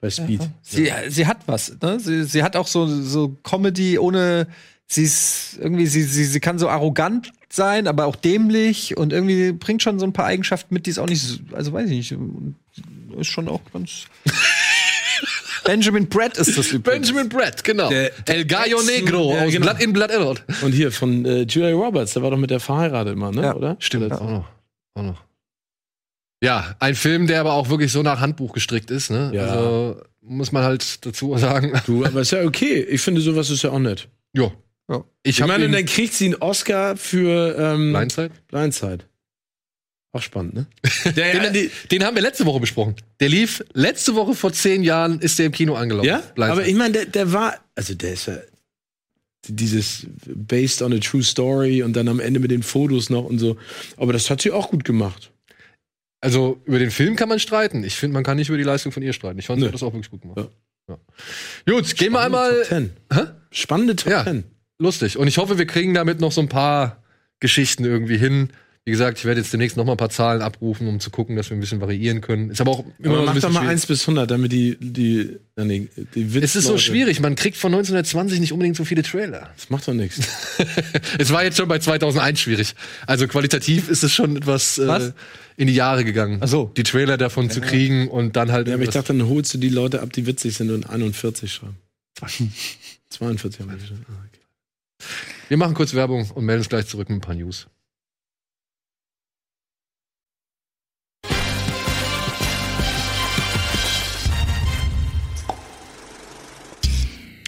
Speaker 2: Bei Speed.
Speaker 3: Sie, sie hat was, ne? Sie, sie hat auch so, so Comedy ohne. Sie ist irgendwie, sie, sie, sie kann so arrogant sein, aber auch dämlich und irgendwie bringt schon so ein paar Eigenschaften mit, die ist auch nicht, so- also weiß ich nicht, ist schon auch [LAUGHS] ganz. Benjamin Brett ist das übrigens.
Speaker 1: Benjamin Brett, genau.
Speaker 2: Der-
Speaker 1: El Gallo
Speaker 2: Jackson,
Speaker 1: Negro
Speaker 2: ja,
Speaker 1: aus
Speaker 2: genau.
Speaker 1: Blood in Blood Edward.
Speaker 2: Und hier von äh, Julia Roberts, der war doch mit der verheiratet immer, ne?
Speaker 3: Ja,
Speaker 2: Oder?
Speaker 1: Stimmt,
Speaker 2: Oder-
Speaker 1: auch noch. Auch noch. Ja, ein Film, der aber auch wirklich so nach Handbuch gestrickt ist, ne?
Speaker 2: Ja.
Speaker 1: Also muss man halt dazu sagen. [LAUGHS]
Speaker 2: Du, aber ist ja okay. Ich finde, sowas ist ja auch nett.
Speaker 1: Ja.
Speaker 3: Ja.
Speaker 1: Ich,
Speaker 2: Ich
Speaker 1: hab
Speaker 2: meine,
Speaker 1: ihn-
Speaker 2: dann kriegt sie einen Oscar für ähm,
Speaker 1: Blindside?
Speaker 2: [LAUGHS] Blindside. Auch spannend, ne?
Speaker 1: Den, den, den haben wir letzte Woche besprochen. Der lief letzte Woche vor zehn Jahren, ist der im Kino angelaufen.
Speaker 2: Ja? Aber ich
Speaker 1: immer.
Speaker 2: meine, der, der war, also der ist ja dieses based on a true story und dann am Ende mit den Fotos noch und so. Aber das hat sie auch gut gemacht.
Speaker 1: Also über den Film kann man streiten. Ich finde, man kann nicht über die Leistung von ihr streiten. Ich fand, sie
Speaker 2: Nö.
Speaker 1: hat das auch wirklich gut gemacht. Ja. Gut, gehen wir
Speaker 2: Spannende
Speaker 1: einmal.
Speaker 2: Top Ten.
Speaker 1: Hä?
Speaker 2: Spannende Top
Speaker 1: Ja.
Speaker 2: Ten.
Speaker 1: Lustig. Und ich hoffe, wir kriegen damit noch so ein paar Geschichten irgendwie hin, Wie gesagt, ich werde jetzt demnächst noch mal ein paar Zahlen abrufen, um zu gucken, dass wir ein bisschen variieren können. Ist aber auch immer
Speaker 2: Aber
Speaker 1: noch ein
Speaker 2: mach doch
Speaker 1: bisschen
Speaker 2: mal
Speaker 1: schwierig.
Speaker 2: 1 bis 100, damit die, die, nein, die, die Witz
Speaker 1: Es ist so schwierig, man kriegt von 1920 nicht unbedingt so viele Trailer. [LAUGHS]
Speaker 2: Das macht doch [LAUGHS] nichts.
Speaker 1: es war jetzt schon bei 2001 schwierig. Also qualitativ ist es schon etwas äh,
Speaker 3: Was?
Speaker 1: in die Jahre gegangen.
Speaker 3: Ach so.
Speaker 1: Die Trailer davon zu kriegen und dann halt.
Speaker 2: Ja, aber ich
Speaker 1: irgendwas-
Speaker 2: dachte, dann holst du die Leute ab, die witzig sind und 41 [LAUGHS] schreiben. 42 haben wir schon. Ah, okay.
Speaker 1: wir machen kurz Werbung und melden uns gleich zurück mit ein paar News.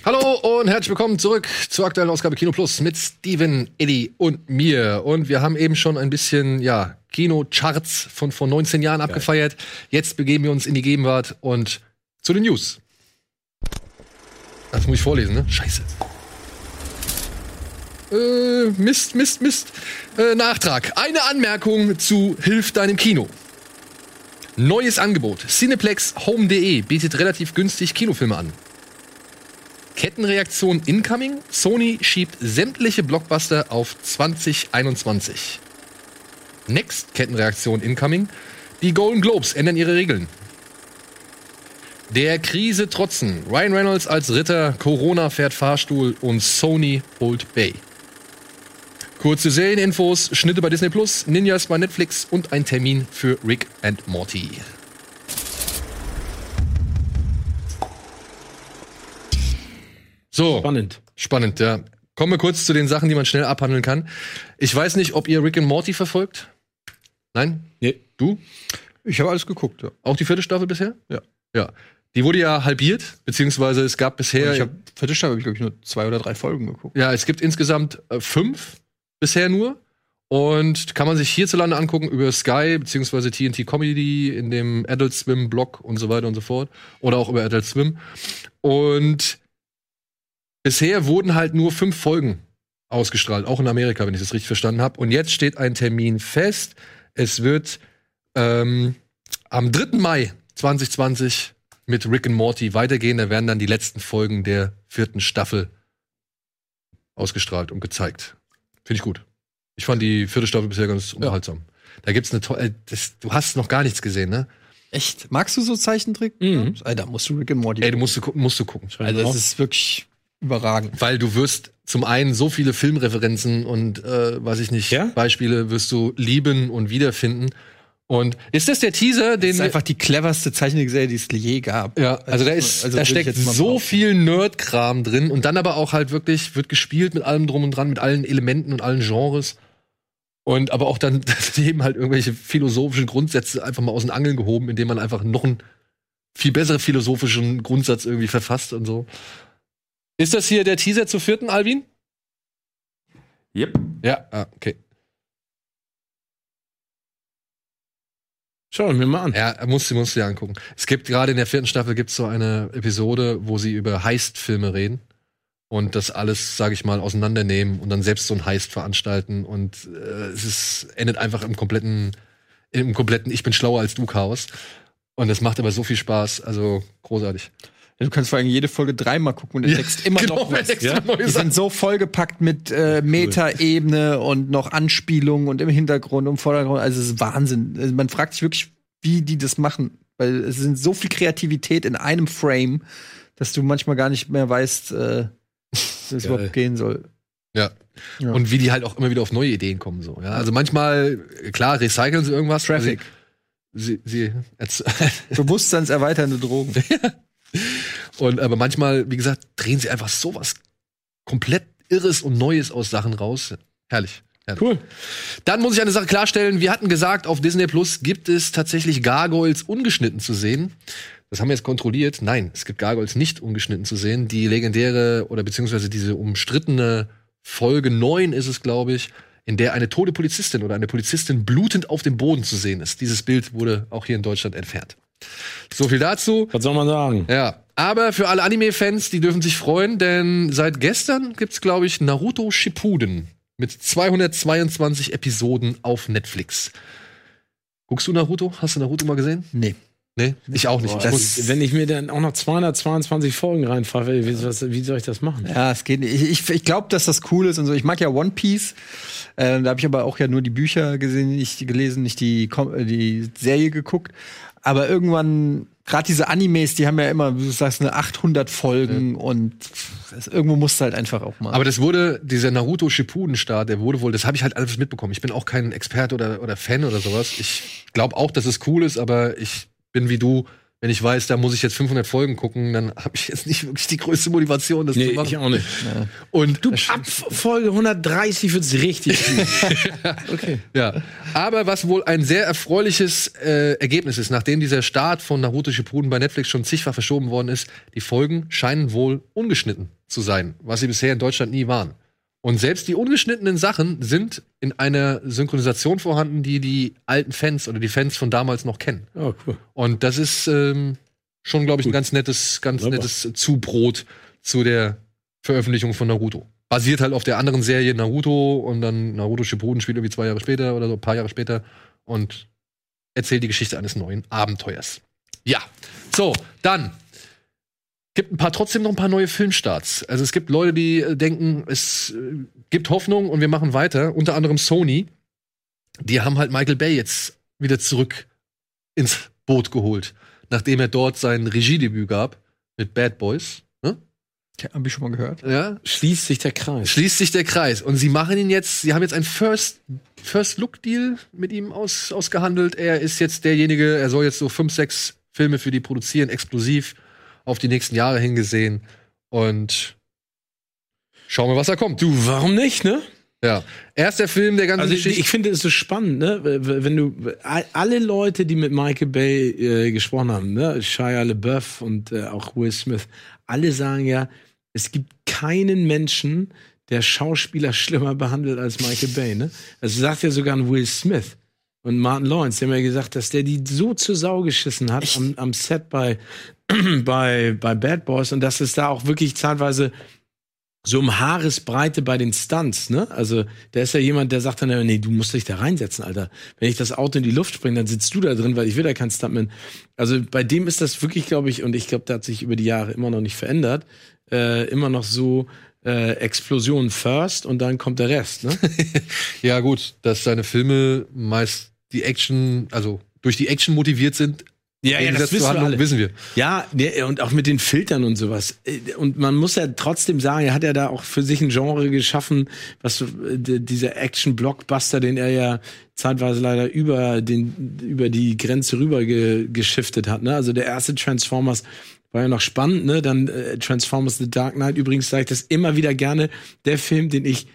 Speaker 1: Hallo und herzlich willkommen zurück zur aktuellen Ausgabe Kino Plus mit Steven, Eddie und mir. Und wir haben eben schon ein bisschen, ja, Kinocharts von vor 19 Jahren abgefeiert. Jetzt begeben wir uns in die Gegenwart und zu den News. Das muss ich vorlesen, ne? Scheiße. Äh, Mist, Mist, Mist. Äh, Nachtrag. Eine Anmerkung zu Hilf deinem Kino. Neues Angebot. Cineplexhome.de bietet relativ günstig Kinofilme an. Kettenreaktion incoming. Sony schiebt sämtliche Blockbuster auf 2021. Next Kettenreaktion incoming. Die Golden Globes ändern ihre Regeln. Der Krise trotzen. Ryan Reynolds als Ritter, Corona fährt Fahrstuhl und Sony holt Bay. Kurze Serieninfos, Schnitte bei Disney Plus, Ninjas bei Netflix und ein Termin für Rick and Morty. So.
Speaker 2: Spannend.
Speaker 1: Spannend, ja. Kommen wir kurz zu den Sachen, die man schnell abhandeln kann. Ich weiß nicht, ob ihr Rick and Morty verfolgt. Nein?
Speaker 2: Nee.
Speaker 1: Du?
Speaker 3: Ich habe alles geguckt, ja.
Speaker 1: Auch die vierte Staffel bisher?
Speaker 3: Ja.
Speaker 1: Ja. Die wurde ja halbiert, beziehungsweise es gab bisher.
Speaker 3: Ich habe für Tisch habe ich glaube ich nur zwei oder drei Folgen geguckt.
Speaker 1: ja, es gibt insgesamt äh, fünf bisher nur. Und kann man sich hierzulande angucken über Sky, beziehungsweise TNT Comedy in dem Adult Swim Blog und so weiter und so fort. Oder auch über Adult Swim. Und bisher wurden halt nur fünf Folgen ausgestrahlt, auch in Amerika, wenn ich das richtig verstanden habe. Und jetzt steht ein Termin fest. Es wird ähm, am 3. Mai 2020 mit Rick and Morty weitergehen. Da werden dann die letzten Folgen der vierten Staffel ausgestrahlt und gezeigt. Finde ich gut. Ich fand die vierte Staffel bisher ganz unterhaltsam. Da gibt's eine tolle. äh, das- Du hast noch gar nichts gesehen, ne?
Speaker 3: Echt? Magst du so Zeichentrick?
Speaker 2: Mhm.
Speaker 3: Ey, da musst du Rick and Morty.
Speaker 1: Ey, du musst, du gu- musst du gucken.
Speaker 3: also es ist wirklich überragend.
Speaker 1: Weil du wirst zum einen so viele Filmreferenzen und äh, weiß ich nicht,
Speaker 2: Ja?
Speaker 1: Beispiele wirst du lieben und wiederfinden. Und ist das der Teaser, den
Speaker 3: Das ist einfach die cleverste Zeichentrickserie, die es je gab.
Speaker 1: Ja, also da ist, da
Speaker 3: würde ich
Speaker 1: steckt
Speaker 3: jetzt mal
Speaker 1: so
Speaker 3: behaupten.
Speaker 1: viel Nerd-Kram drin und dann aber auch halt wirklich wird gespielt mit allem drum und dran, mit allen Elementen und allen Genres. Und aber auch dann [LAUGHS] eben halt irgendwelche philosophischen Grundsätze einfach mal aus den Angeln gehoben, indem man einfach noch einen viel besseren philosophischen Grundsatz irgendwie verfasst und so. Ist das hier der Teaser zur vierten, Alvin?
Speaker 5: Yep.
Speaker 1: Ja, ah, okay.
Speaker 2: Schau ihn mir mal an.
Speaker 1: Ja, musst du, musst du dir angucken. Es gibt gerade in der vierten Staffel gibt's so eine Episode, wo sie über Heist-Filme reden und das alles, sage ich mal, auseinandernehmen und dann selbst so ein Heist veranstalten und äh, es ist, endet einfach im kompletten, im kompletten Ich bin schlauer als du Chaos. Und das macht aber so viel Spaß, also großartig. genau,
Speaker 3: Du kannst vor allem jede Folge dreimal gucken und entdeckst immer noch was.
Speaker 1: extra
Speaker 2: ja?
Speaker 1: neue
Speaker 3: Die
Speaker 1: Sachen.
Speaker 3: sind so vollgepackt mit äh, Meta-Ebene und noch Anspielungen und im Hintergrund und im Vordergrund. Also es ist Wahnsinn. Also man fragt sich wirklich, wie die das machen. Weil es sind so viel Kreativität in einem Frame, dass du manchmal gar nicht mehr weißt, äh, [LAUGHS] wie es überhaupt gehen soll.
Speaker 1: Ja.
Speaker 3: Ja.
Speaker 1: Und wie die halt auch immer wieder auf neue Ideen kommen. So. Ja, also manchmal, klar, recyceln sie irgendwas. Also
Speaker 3: Traffic.
Speaker 1: Sie, sie, [LAUGHS] sie
Speaker 3: Bewusstseinserweiternde Drogen.
Speaker 1: Und aber manchmal, wie gesagt, drehen sie einfach sowas komplett Irres und Neues aus Sachen raus. Herrlich. herrlich.
Speaker 2: Cool.
Speaker 1: Dann muss ich eine Sache klarstellen. Wir hatten gesagt, auf Disney Plus gibt es tatsächlich Gargoyles ungeschnitten zu sehen. Das haben wir jetzt kontrolliert. Nein, es gibt Gargoyles nicht ungeschnitten zu sehen. Die legendäre oder beziehungsweise diese umstrittene Folge 9 ist es, glaube ich, in der eine tote Polizistin oder eine Polizistin blutend auf dem Boden zu sehen ist. Dieses Bild wurde auch hier in Deutschland entfernt. So viel dazu.
Speaker 2: Was soll man sagen?
Speaker 1: Ja, aber für alle Anime-Fans, die dürfen sich freuen, denn seit gestern gibt's, glaube ich, Naruto Shippuden mit 222 Episoden auf Netflix. Guckst du Naruto? Hast du Naruto mal gesehen?
Speaker 3: Nee.
Speaker 1: Nee, ich auch nicht. Ich muss-
Speaker 2: Das, wenn ich mir dann auch noch 222 Folgen reinpfeife, ey, wie, was, wie soll ich das machen?
Speaker 3: Ja, es geht nicht. Ich, ich, ich glaube, dass das cool ist und so. Ich mag ja One Piece. Äh, da habe ich aber auch ja nur die Bücher gesehen, nicht die gelesen, nicht die, Com- äh, die Serie geguckt. Aber irgendwann, gerade diese Animes, die haben ja immer, wie du sagst, eine 800 Folgen und das, irgendwo musst du halt einfach auch mal.
Speaker 1: Aber das wurde, dieser Naruto Shippuden-Start, der wurde wohl, das habe ich halt alles mitbekommen. Ich bin auch kein Experte oder, oder Fan oder sowas. Ich glaube auch, dass es cool ist, aber ich bin wie du, wenn ich weiß, da muss ich jetzt 500 Folgen gucken, dann habe ich jetzt nicht wirklich die größte Motivation, das zu
Speaker 2: Nee,
Speaker 1: machen.
Speaker 2: ich auch nicht.
Speaker 1: Und
Speaker 2: Du, ab Folge 130 wird's richtig [LAUGHS] gut. okay.
Speaker 1: Ja, aber was wohl ein sehr erfreuliches äh, Ergebnis ist, nachdem dieser Start von Naruto Shippuden bei Netflix schon zigfach verschoben worden ist, die Folgen scheinen wohl ungeschnitten zu sein, was sie bisher in Deutschland nie waren. Und selbst die ungeschnittenen Sachen sind in einer Synchronisation vorhanden, die die alten Fans oder die Fans von damals noch kennen.
Speaker 2: Oh, cool.
Speaker 1: Und das ist ähm, schon, glaube ich, ein ganz nettes, ganz
Speaker 2: Wunderbar.
Speaker 1: nettes Zubrot zu der Veröffentlichung von Naruto. Basiert halt auf der anderen Serie Naruto und dann Naruto Shippuden spielt irgendwie zwei Jahre später oder so, ein paar Jahre später und erzählt die Geschichte eines neuen Abenteuers. Ja, so, dann gibt ein paar trotzdem noch ein paar neue Filmstarts. Also es gibt Leute, die äh, denken, es äh, gibt Hoffnung und wir machen weiter. Unter anderem Sony, die haben halt Michael Bay jetzt wieder zurück ins Boot geholt, nachdem er dort sein Regiedebüt gab mit Bad Boys. Ne?
Speaker 3: Hab ich schon mal gehört.
Speaker 1: Ja,
Speaker 2: Schließt sich der Kreis.
Speaker 1: schließt sich der Kreis. Und sie machen ihn jetzt, sie haben jetzt einen First, First Look Deal mit ihm aus, ausgehandelt. Er ist jetzt derjenige, er soll jetzt so fünf, sechs Filme für die produzieren, exklusiv auf die nächsten Jahre hingesehen. Und schauen wir, was da kommt.
Speaker 2: Du, warum nicht, ne?
Speaker 1: Ja. Erster Film der ganzen
Speaker 2: Also ich,
Speaker 1: Geschichte.
Speaker 2: ich finde es so spannend, ne? Wenn du all- alle Leute, die mit Michael Bay äh, gesprochen haben, ne, Shia LaBeouf und äh, auch Will Smith, alle sagen ja, es gibt keinen Menschen, der Schauspieler [LAUGHS] schlimmer behandelt als Michael Bay, ne? Das sagt ja sogar ein Will Smith und Martin Lawrence, die haben ja gesagt, dass der die so zur Sau geschissen hat am, am Set bei, [CLEARS THROAT] bei, bei Bad Boys und dass es da auch wirklich zeitweise so um Haaresbreite bei den Stunts, ne? Also, da ist ja jemand, der sagt dann, immer, nee, du musst dich da reinsetzen, Alter. Wenn ich das Auto in die Luft springe, dann sitzt du da drin, weil ich will da kein Stuntman. Also, bei dem ist das wirklich, glaube ich, und ich glaube, der hat sich über die Jahre immer noch nicht verändert, äh, immer noch so äh, Explosion first und dann kommt der Rest, ne?
Speaker 1: Ja, gut, dass seine Filme meist die Action, also durch die Action motiviert sind.
Speaker 2: [LAUGHS] Ja,
Speaker 1: Im
Speaker 2: ja,
Speaker 1: Gegensatz
Speaker 2: das
Speaker 1: zur
Speaker 2: wissen wir
Speaker 1: Handlung,
Speaker 2: alle.
Speaker 1: wissen wir.
Speaker 2: Ja, der, und auch mit den Filtern und sowas. Äh, Und man muss ja trotzdem sagen, er hat ja da auch für sich ein Genre geschaffen, was so, äh, d- dieser Action-Blockbuster, den er ja zeitweise leider über, den, über die Grenze rüber ge, geschiftet hat. Ne? Also der erste Transformers war ja noch spannend, ne? Dann äh, Transformers The Dark Knight. Übrigens sage ich das immer wieder gerne. Der Film, den ich,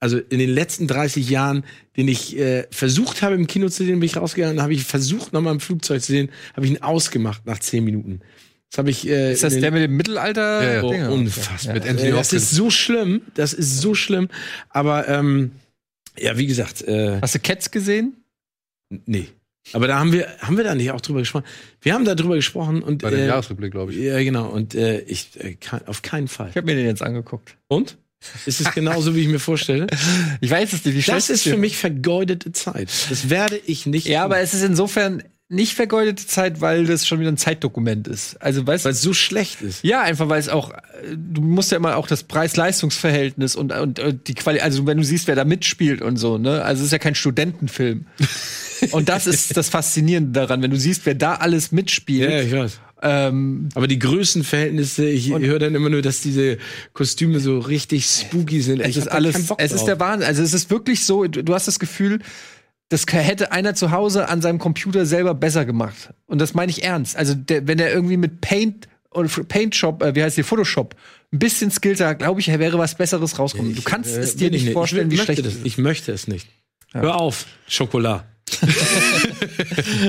Speaker 2: also in den letzten 30 Jahren, den ich äh, versucht habe im Kino zu sehen, bin ich rausgegangen, habe ich versucht, nochmal im Flugzeug zu sehen, habe ich ihn ausgemacht nach 10 Minuten. Das habe ich. Äh,
Speaker 3: Ist das
Speaker 2: in den-
Speaker 3: der mit dem Mittelalter?
Speaker 1: Ja, ja.
Speaker 2: Oh,
Speaker 3: Dinger?
Speaker 2: unfassbar.
Speaker 1: Mit Anthony
Speaker 2: Äh, das
Speaker 1: Hopkins.
Speaker 2: ist so schlimm. Das ist so schlimm. Aber ähm, ja, wie gesagt, äh,
Speaker 3: Hast du Cats gesehen?
Speaker 2: nee. Aber da haben wir, haben wir da nicht auch drüber gesprochen? Wir haben da drüber gesprochen und
Speaker 1: Bei dem
Speaker 2: äh,
Speaker 1: Jahresrückblick, glaube ich.
Speaker 2: ja genau. Und äh, ich äh, kann, auf keinen Fall.
Speaker 3: Ich habe mir den jetzt angeguckt.
Speaker 2: Und? Ist es genauso, wie ich mir vorstelle?
Speaker 3: Ich weiß es nicht, wie
Speaker 2: Das
Speaker 3: schlecht
Speaker 2: ist
Speaker 3: es
Speaker 2: für mich vergeudete Zeit. Das werde ich nicht.
Speaker 3: Ja,
Speaker 2: tun.
Speaker 3: aber es ist insofern nicht vergeudete Zeit, weil das schon wieder ein Zeitdokument ist. Also, weißt du,
Speaker 2: weil es so schlecht ist.
Speaker 3: ja, einfach weil es auch, äh, du musst ja immer auch das Preis-Leistungs-Verhältnis und, und, äh, die Quali, also wenn du siehst, wer da mitspielt und so, ne? Also es ist ja kein Studentenfilm. und das ist das Faszinierende daran, wenn du siehst, wer da alles mitspielt.
Speaker 2: weiß.
Speaker 3: ähm,
Speaker 2: Aber die Größenverhältnisse, ich höre dann immer nur, dass diese Kostüme so richtig spooky sind.
Speaker 3: es
Speaker 2: Ich
Speaker 3: ist
Speaker 2: hab da keinen
Speaker 3: alles,
Speaker 2: Bock
Speaker 3: es ist
Speaker 2: drauf.
Speaker 3: der Wahnsinn. Also es ist wirklich so, du, du hast das Gefühl, das k- hätte einer zu Hause an seinem Computer selber besser gemacht. Und das meine ich ernst. Also der, wenn er irgendwie mit Paint oder F- Paint Shop, äh, wie heißt die Photoshop, ein bisschen skillter, glaube ich, wäre was Besseres rausgekommen. Du kannst es dir
Speaker 2: Will ich
Speaker 3: nicht vorstellen,
Speaker 2: ich
Speaker 3: wie
Speaker 2: möchte
Speaker 3: schlecht
Speaker 2: das.
Speaker 3: das ist.
Speaker 2: Ich möchte es nicht. Hör auf, Schokolade.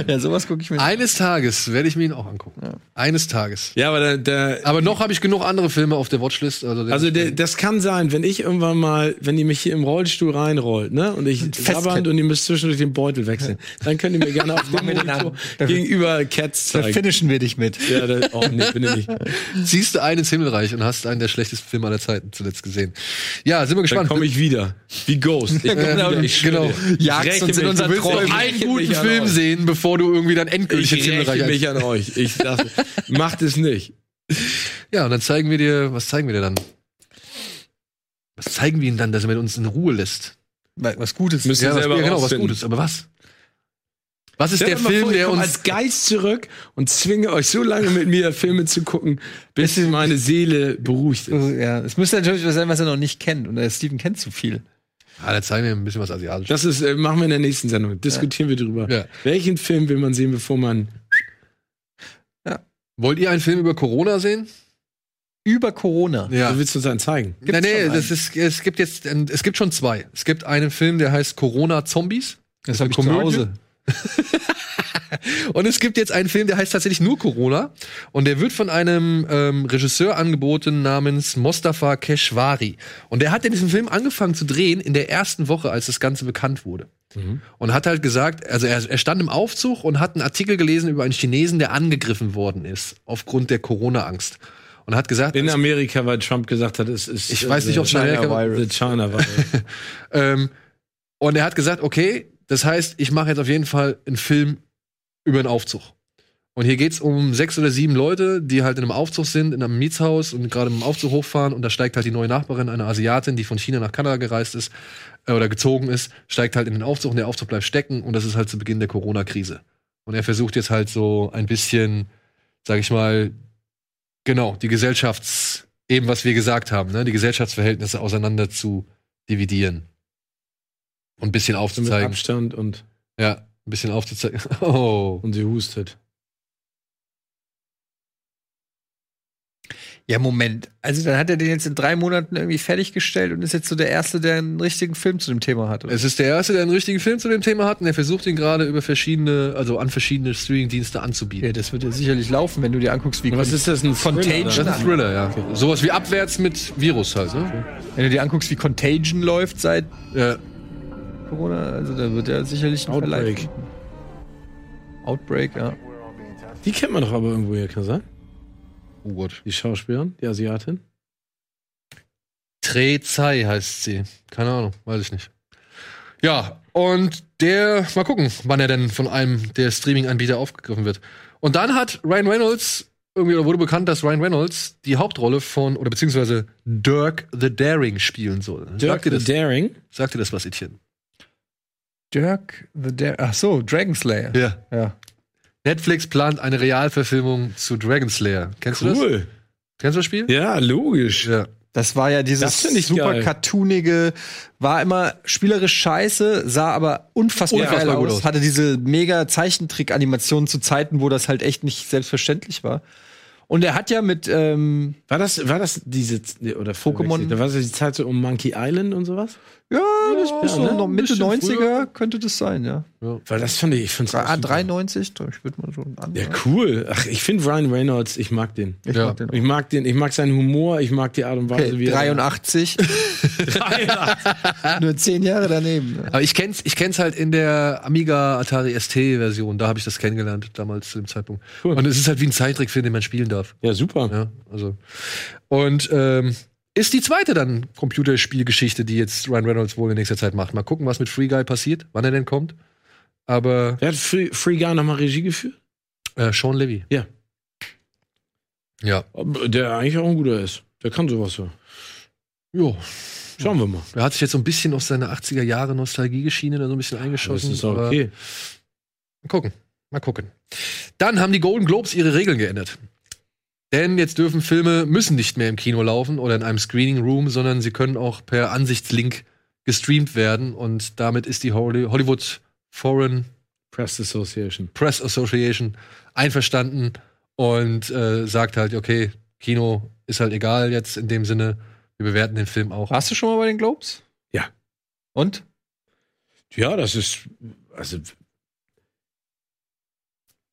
Speaker 3: Ja, sowas gucke ich mir
Speaker 1: Eines Tages werde ich mir ihn auch angucken. Eines Tages.
Speaker 2: Ja, aber der, der,
Speaker 1: Aber noch habe ich genug andere Filme auf der Watchlist. Also, der-
Speaker 2: also der, das kann sein, wenn ich irgendwann mal, wenn ihr mich hier im Rollstuhl reinrollt, ne, und ich
Speaker 3: festketten.
Speaker 2: sabbernd und ihr müsst zwischendurch den Beutel wechseln, dann könnt ihr mir gerne [LAUGHS] auf dem
Speaker 3: wir den
Speaker 2: Monitor
Speaker 3: an.
Speaker 2: gegenüber Cats
Speaker 3: Da
Speaker 2: zeigen.
Speaker 3: finishen wir dich mit.
Speaker 2: Ja, da, oh, nee, bin ich nicht.
Speaker 1: siehst du einen ins Himmelreich und hast einen der schlechtesten Filme aller Zeiten zuletzt gesehen. Ja, sind wir
Speaker 2: Dann
Speaker 1: gespannt.
Speaker 2: komme ich wieder. Wie Ghost. Ich,
Speaker 1: Äh,
Speaker 2: [LAUGHS] komm wieder, ich schwöre
Speaker 1: genau.
Speaker 2: dir. Ich
Speaker 3: Jagst
Speaker 2: räche
Speaker 3: uns in
Speaker 2: mich.
Speaker 3: unseren
Speaker 2: Du willst-
Speaker 3: Träumen.
Speaker 2: Ich
Speaker 1: einen
Speaker 2: räche
Speaker 1: guten
Speaker 2: mich an
Speaker 1: Film
Speaker 2: euch.
Speaker 1: sehen, bevor du irgendwie dann endgültig
Speaker 2: Ich
Speaker 1: ins Himmelreich
Speaker 2: räche
Speaker 1: ein-
Speaker 2: mich an euch. Ich sag, macht es nicht.
Speaker 1: Ja, und dann zeigen wir dir, was zeigen wir dir dann? Was zeigen wir ihm dann, dass er mit uns in Ruhe lässt?
Speaker 3: Was Gutes.
Speaker 2: Müssen
Speaker 1: was,
Speaker 2: selber
Speaker 1: genau, was
Speaker 2: rausfinden.
Speaker 1: Gutes, aber was? Was ist
Speaker 2: Stellt
Speaker 1: der
Speaker 2: euch mal
Speaker 1: Film,
Speaker 2: vor, ich
Speaker 1: der
Speaker 2: komm
Speaker 1: uns.
Speaker 2: als Geist zurück und zwinge euch so lange mit mir Filme zu gucken, bis meine Seele beruhigt ist.
Speaker 3: Also, ja, es müsste natürlich was sein, was er noch nicht kennt. Und der Steven kennt zu viel.
Speaker 1: Ah, da zeigen wir ihm ein bisschen was Asiatisches.
Speaker 2: Das ist, äh, machen wir in der nächsten Sendung. Diskutieren wir drüber.
Speaker 1: Ja.
Speaker 2: Welchen Film will man sehen, bevor man.
Speaker 1: Wollt ihr einen Film über Corona sehen?
Speaker 3: Über Corona.
Speaker 2: Du willst uns einen zeigen.
Speaker 1: Nein, nee,
Speaker 3: schon
Speaker 1: das ist, es gibt jetzt, ein- es gibt schon zwei. Es gibt einen Film, der heißt Corona Zombies.
Speaker 3: Das habe ich
Speaker 1: Komödie?
Speaker 3: zu Hause.
Speaker 1: [LAUGHS] Und es gibt jetzt einen Film, der heißt tatsächlich nur Corona. Und der wird von einem ähm, Regisseur angeboten namens Mostafa Keshvari. Und der hat in diesem Film angefangen zu drehen in der ersten Woche, als das Ganze bekannt wurde.
Speaker 3: Mhm.
Speaker 1: Und hat halt gesagt, also er, er stand im Aufzug und hat einen Artikel gelesen über einen Chinesen, der angegriffen worden ist aufgrund der Corona-Angst. Und hat gesagt,
Speaker 2: In Amerika, weil Trump gesagt hat, es ist.
Speaker 1: Ich weiß nicht, ob's in Amerika-
Speaker 2: The China Virus. [LAUGHS]
Speaker 1: Ähm, und er hat gesagt, okay, das heißt, ich mache jetzt auf jeden Fall einen Film über einen Aufzug. Und hier geht's um sechs oder sieben Leute, die halt in einem Aufzug sind, in einem Mietshaus und gerade im Aufzug hochfahren und da steigt halt die neue Nachbarin, eine Asiatin, die von China nach Kanada gereist ist äh, oder gezogen ist, steigt halt in den Aufzug und der Aufzug bleibt stecken und das ist halt zu Beginn der Corona-Krise. Und er versucht jetzt halt so ein bisschen, sag ich mal, genau, die Gesellschafts-, eben was wir gesagt haben, ne, die Gesellschaftsverhältnisse auseinander zu dividieren. Und ein bisschen
Speaker 2: So Mit
Speaker 1: aufzuzeigen.
Speaker 2: Abstand und,
Speaker 1: Ja, ein bisschen aufzuzeigen. [LAUGHS] Oh.
Speaker 2: und sie hustet.
Speaker 3: Ja, Moment. Also dann hat er den jetzt in drei Monaten irgendwie fertiggestellt und ist jetzt so der Erste, der einen richtigen Film zu dem Thema hat. oder?
Speaker 1: Es ist der erste, der einen richtigen Film zu dem Thema hat und der versucht ihn gerade über verschiedene, also an verschiedene Streaming-Dienste
Speaker 3: Ja,
Speaker 1: anzubieten.
Speaker 3: das wird ja sicherlich laufen, wenn du dir anguckst, wie
Speaker 2: Was ist das? Ein
Speaker 3: Contagion?
Speaker 1: Das ist ein Thriller, ja. Sowas wie abwärts mit Virus halt, ne?
Speaker 3: wenn du dir anguckst, wie Contagion läuft seit äh,
Speaker 1: Ja.
Speaker 3: Corona, also da wird ja sicherlich ein
Speaker 2: Outbreak.
Speaker 3: Verleih- Outbreak, ja.
Speaker 2: Die kennt man doch aber irgendwo hier, kann sein?
Speaker 1: Oh Gott.
Speaker 2: Die Schauspielerin, die Asiatin.
Speaker 1: Trezai heißt sie. Keine Ahnung, weiß ich nicht. Ja, und der, mal gucken, wann er denn von einem der Streaming-Anbieter aufgegriffen wird. Und dann hat Ryan Reynolds, irgendwie oder wurde bekannt, dass Ryan Reynolds die Hauptrolle von, oder beziehungsweise Dirk the Daring spielen soll.
Speaker 2: Dirk
Speaker 1: sagt, dir
Speaker 2: the
Speaker 1: das,
Speaker 2: Daring.
Speaker 1: sagt dir das was, Etienne?
Speaker 3: Dirk the Dare. Ach so, Dragon Slayer.
Speaker 1: Ja.
Speaker 3: Ja.
Speaker 1: Netflix plant eine Realverfilmung zu Dragon Slayer. Kennst du das?
Speaker 2: Cool.
Speaker 1: Kennst du das Spiel?
Speaker 2: Ja, logisch.
Speaker 1: Ja.
Speaker 3: Das war ja
Speaker 2: Das
Speaker 3: dieses
Speaker 2: find ich
Speaker 3: super
Speaker 2: geil.
Speaker 3: cartoonige, war immer spielerisch scheiße, sah aber unfassbar,
Speaker 1: Unfassbar
Speaker 3: geil
Speaker 1: gut
Speaker 3: aus.
Speaker 1: aus.
Speaker 3: Hatte diese mega Zeichentrick-Animationen zu Zeiten, wo das halt echt nicht selbstverständlich war. Und er hat ja mit, ähm,
Speaker 2: War das, war das diese, nee, oder
Speaker 3: Pokémon?
Speaker 2: Da war das die Zeit so um Monkey Island und sowas?
Speaker 3: ja, das
Speaker 1: Ja,
Speaker 3: ist so
Speaker 1: ne?
Speaker 3: noch Mitte
Speaker 1: Bisschen
Speaker 3: 90er,
Speaker 1: früher.
Speaker 3: könnte das sein, ja.
Speaker 2: Weil das fand ich, ich find's
Speaker 3: Ah,
Speaker 2: auch super.
Speaker 3: 93, ich würde mal so an.
Speaker 2: Ja, cool. Ach, ich finde Ryan Reynolds, ich mag den.
Speaker 3: Ich
Speaker 1: Ja.
Speaker 3: mag den auch.
Speaker 2: Ich mag den, ich mag seinen Humor, ich mag die Art und Weise,
Speaker 3: Okay,
Speaker 2: wie er.
Speaker 3: 83, nur zehn Jahre daneben. ne?
Speaker 1: Aber ich kenn's, ich kenn's halt in der Amiga Atari ST Version. Da habe ich das kennengelernt, damals zu dem Zeitpunkt.
Speaker 2: Cool.
Speaker 1: Und es ist halt wie ein Zeittrickfilm, den man spielen darf.
Speaker 2: Ja, super.
Speaker 1: Ja, also. Und ähm, ist die zweite dann Computerspielgeschichte, die jetzt Ryan Reynolds wohl in nächster Zeit macht. Mal gucken, was mit Free Guy passiert, wann er denn kommt. Aber
Speaker 2: Wer hat Free, Free Guy nochmal Regie geführt?
Speaker 1: äh, Sean Levy.
Speaker 2: Ja.
Speaker 1: Ja.
Speaker 2: Der eigentlich auch ein guter ist. Der kann sowas so.
Speaker 1: Jo.
Speaker 2: Schauen wir mal.
Speaker 1: Er hat sich jetzt so ein bisschen auf seine 80er Jahre Nostalgie-Geschiene da so ein bisschen
Speaker 2: Das
Speaker 1: eingeschossen.
Speaker 2: ist
Speaker 1: aber-
Speaker 2: auch okay.
Speaker 1: Mal gucken, mal gucken. Dann haben die Golden Globes ihre Regeln geändert. Denn jetzt dürfen Filme müssen nicht mehr im Kino laufen oder in einem Screening Room, sondern sie können auch per Ansichtslink gestreamt werden und damit ist die Holly- Hollywood Foreign
Speaker 2: Press Association.
Speaker 1: Press Association einverstanden und äh, sagt halt, okay, Kino ist halt egal jetzt in dem Sinne, wir bewerten den Film auch.
Speaker 3: Warst du schon mal bei den Globes?
Speaker 2: Ja.
Speaker 3: Und?
Speaker 2: Ja, das ist. Also.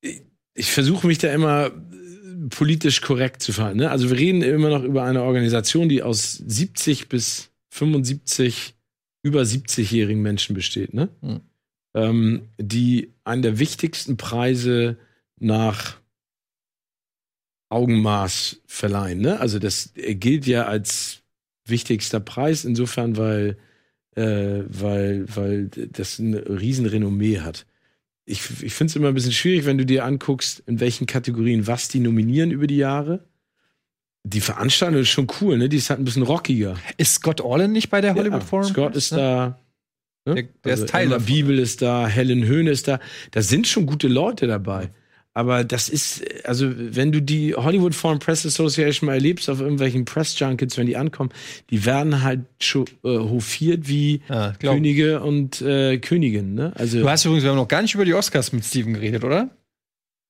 Speaker 2: Ich, ich versuche mich da immer äh, politisch korrekt zu verhalten. Ne? Also, wir reden immer noch über eine Organisation, die aus 70 bis 75, über 70-jährigen Menschen besteht, ne?
Speaker 3: Hm.
Speaker 2: Ähm, die einen der wichtigsten Preise nach Augenmaß verleihen. Ne? Also, das gilt ja als wichtigster Preis, insofern, weil äh, weil, weil das ein riesen Renommee hat. Ich, ich finde es immer ein bisschen schwierig, wenn du dir anguckst, in welchen Kategorien was die nominieren über die Jahre. Die Veranstaltung ist schon cool, ne? Die ist halt ein bisschen rockiger.
Speaker 3: Ist Scott Orland nicht bei der Hollywood
Speaker 2: ja,
Speaker 3: Forum?
Speaker 2: Scott ist da. Ne?
Speaker 3: Der- der ist Teil
Speaker 2: Emma
Speaker 3: davon.
Speaker 2: Bibel ist da, Helen Höhne ist da. Da sind schon gute Leute dabei. Aber das ist, äh, also wenn du die Hollywood Foreign Press Association mal erlebst auf irgendwelchen Press Junkets, wenn die ankommen, die werden halt schon äh, hofiert wie
Speaker 3: Ah, glaub-
Speaker 2: Könige und äh, Königin. Ne? Also
Speaker 3: Du hast übrigens, wir haben noch gar nicht über die Oscars mit Steven geredet, oder?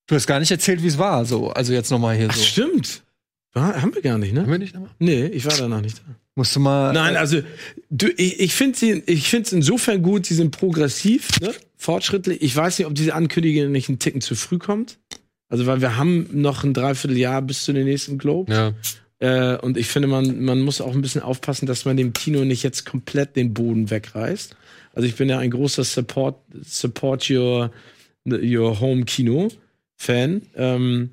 Speaker 3: Du hast gar nicht erzählt, wie es war. So, also jetzt nochmal hier
Speaker 2: Ach,
Speaker 3: so.
Speaker 2: stimmt. War, haben wir gar nicht,
Speaker 1: Haben
Speaker 2: ne?
Speaker 1: wir nicht nochmal?
Speaker 2: Nee, ich war danach nicht da.
Speaker 3: Musst du mal.
Speaker 2: Äh, Nein, also du, ich, ich finde sie, ich finde es insofern gut. Sie sind progressiv, ne? fortschrittlich. Ich weiß nicht, ob diese Ankündigung nicht einen Ticken zu früh kommt. Also weil wir haben noch ein Dreivierteljahr bis zu den nächsten Globe.
Speaker 1: Ja.
Speaker 2: Äh, und ich finde, man, man muss auch ein bisschen aufpassen, dass man dem Kino nicht jetzt komplett den Boden wegreißt. Also ich bin ja ein großer Support, Support Your, your Home Kino Fan. Ähm,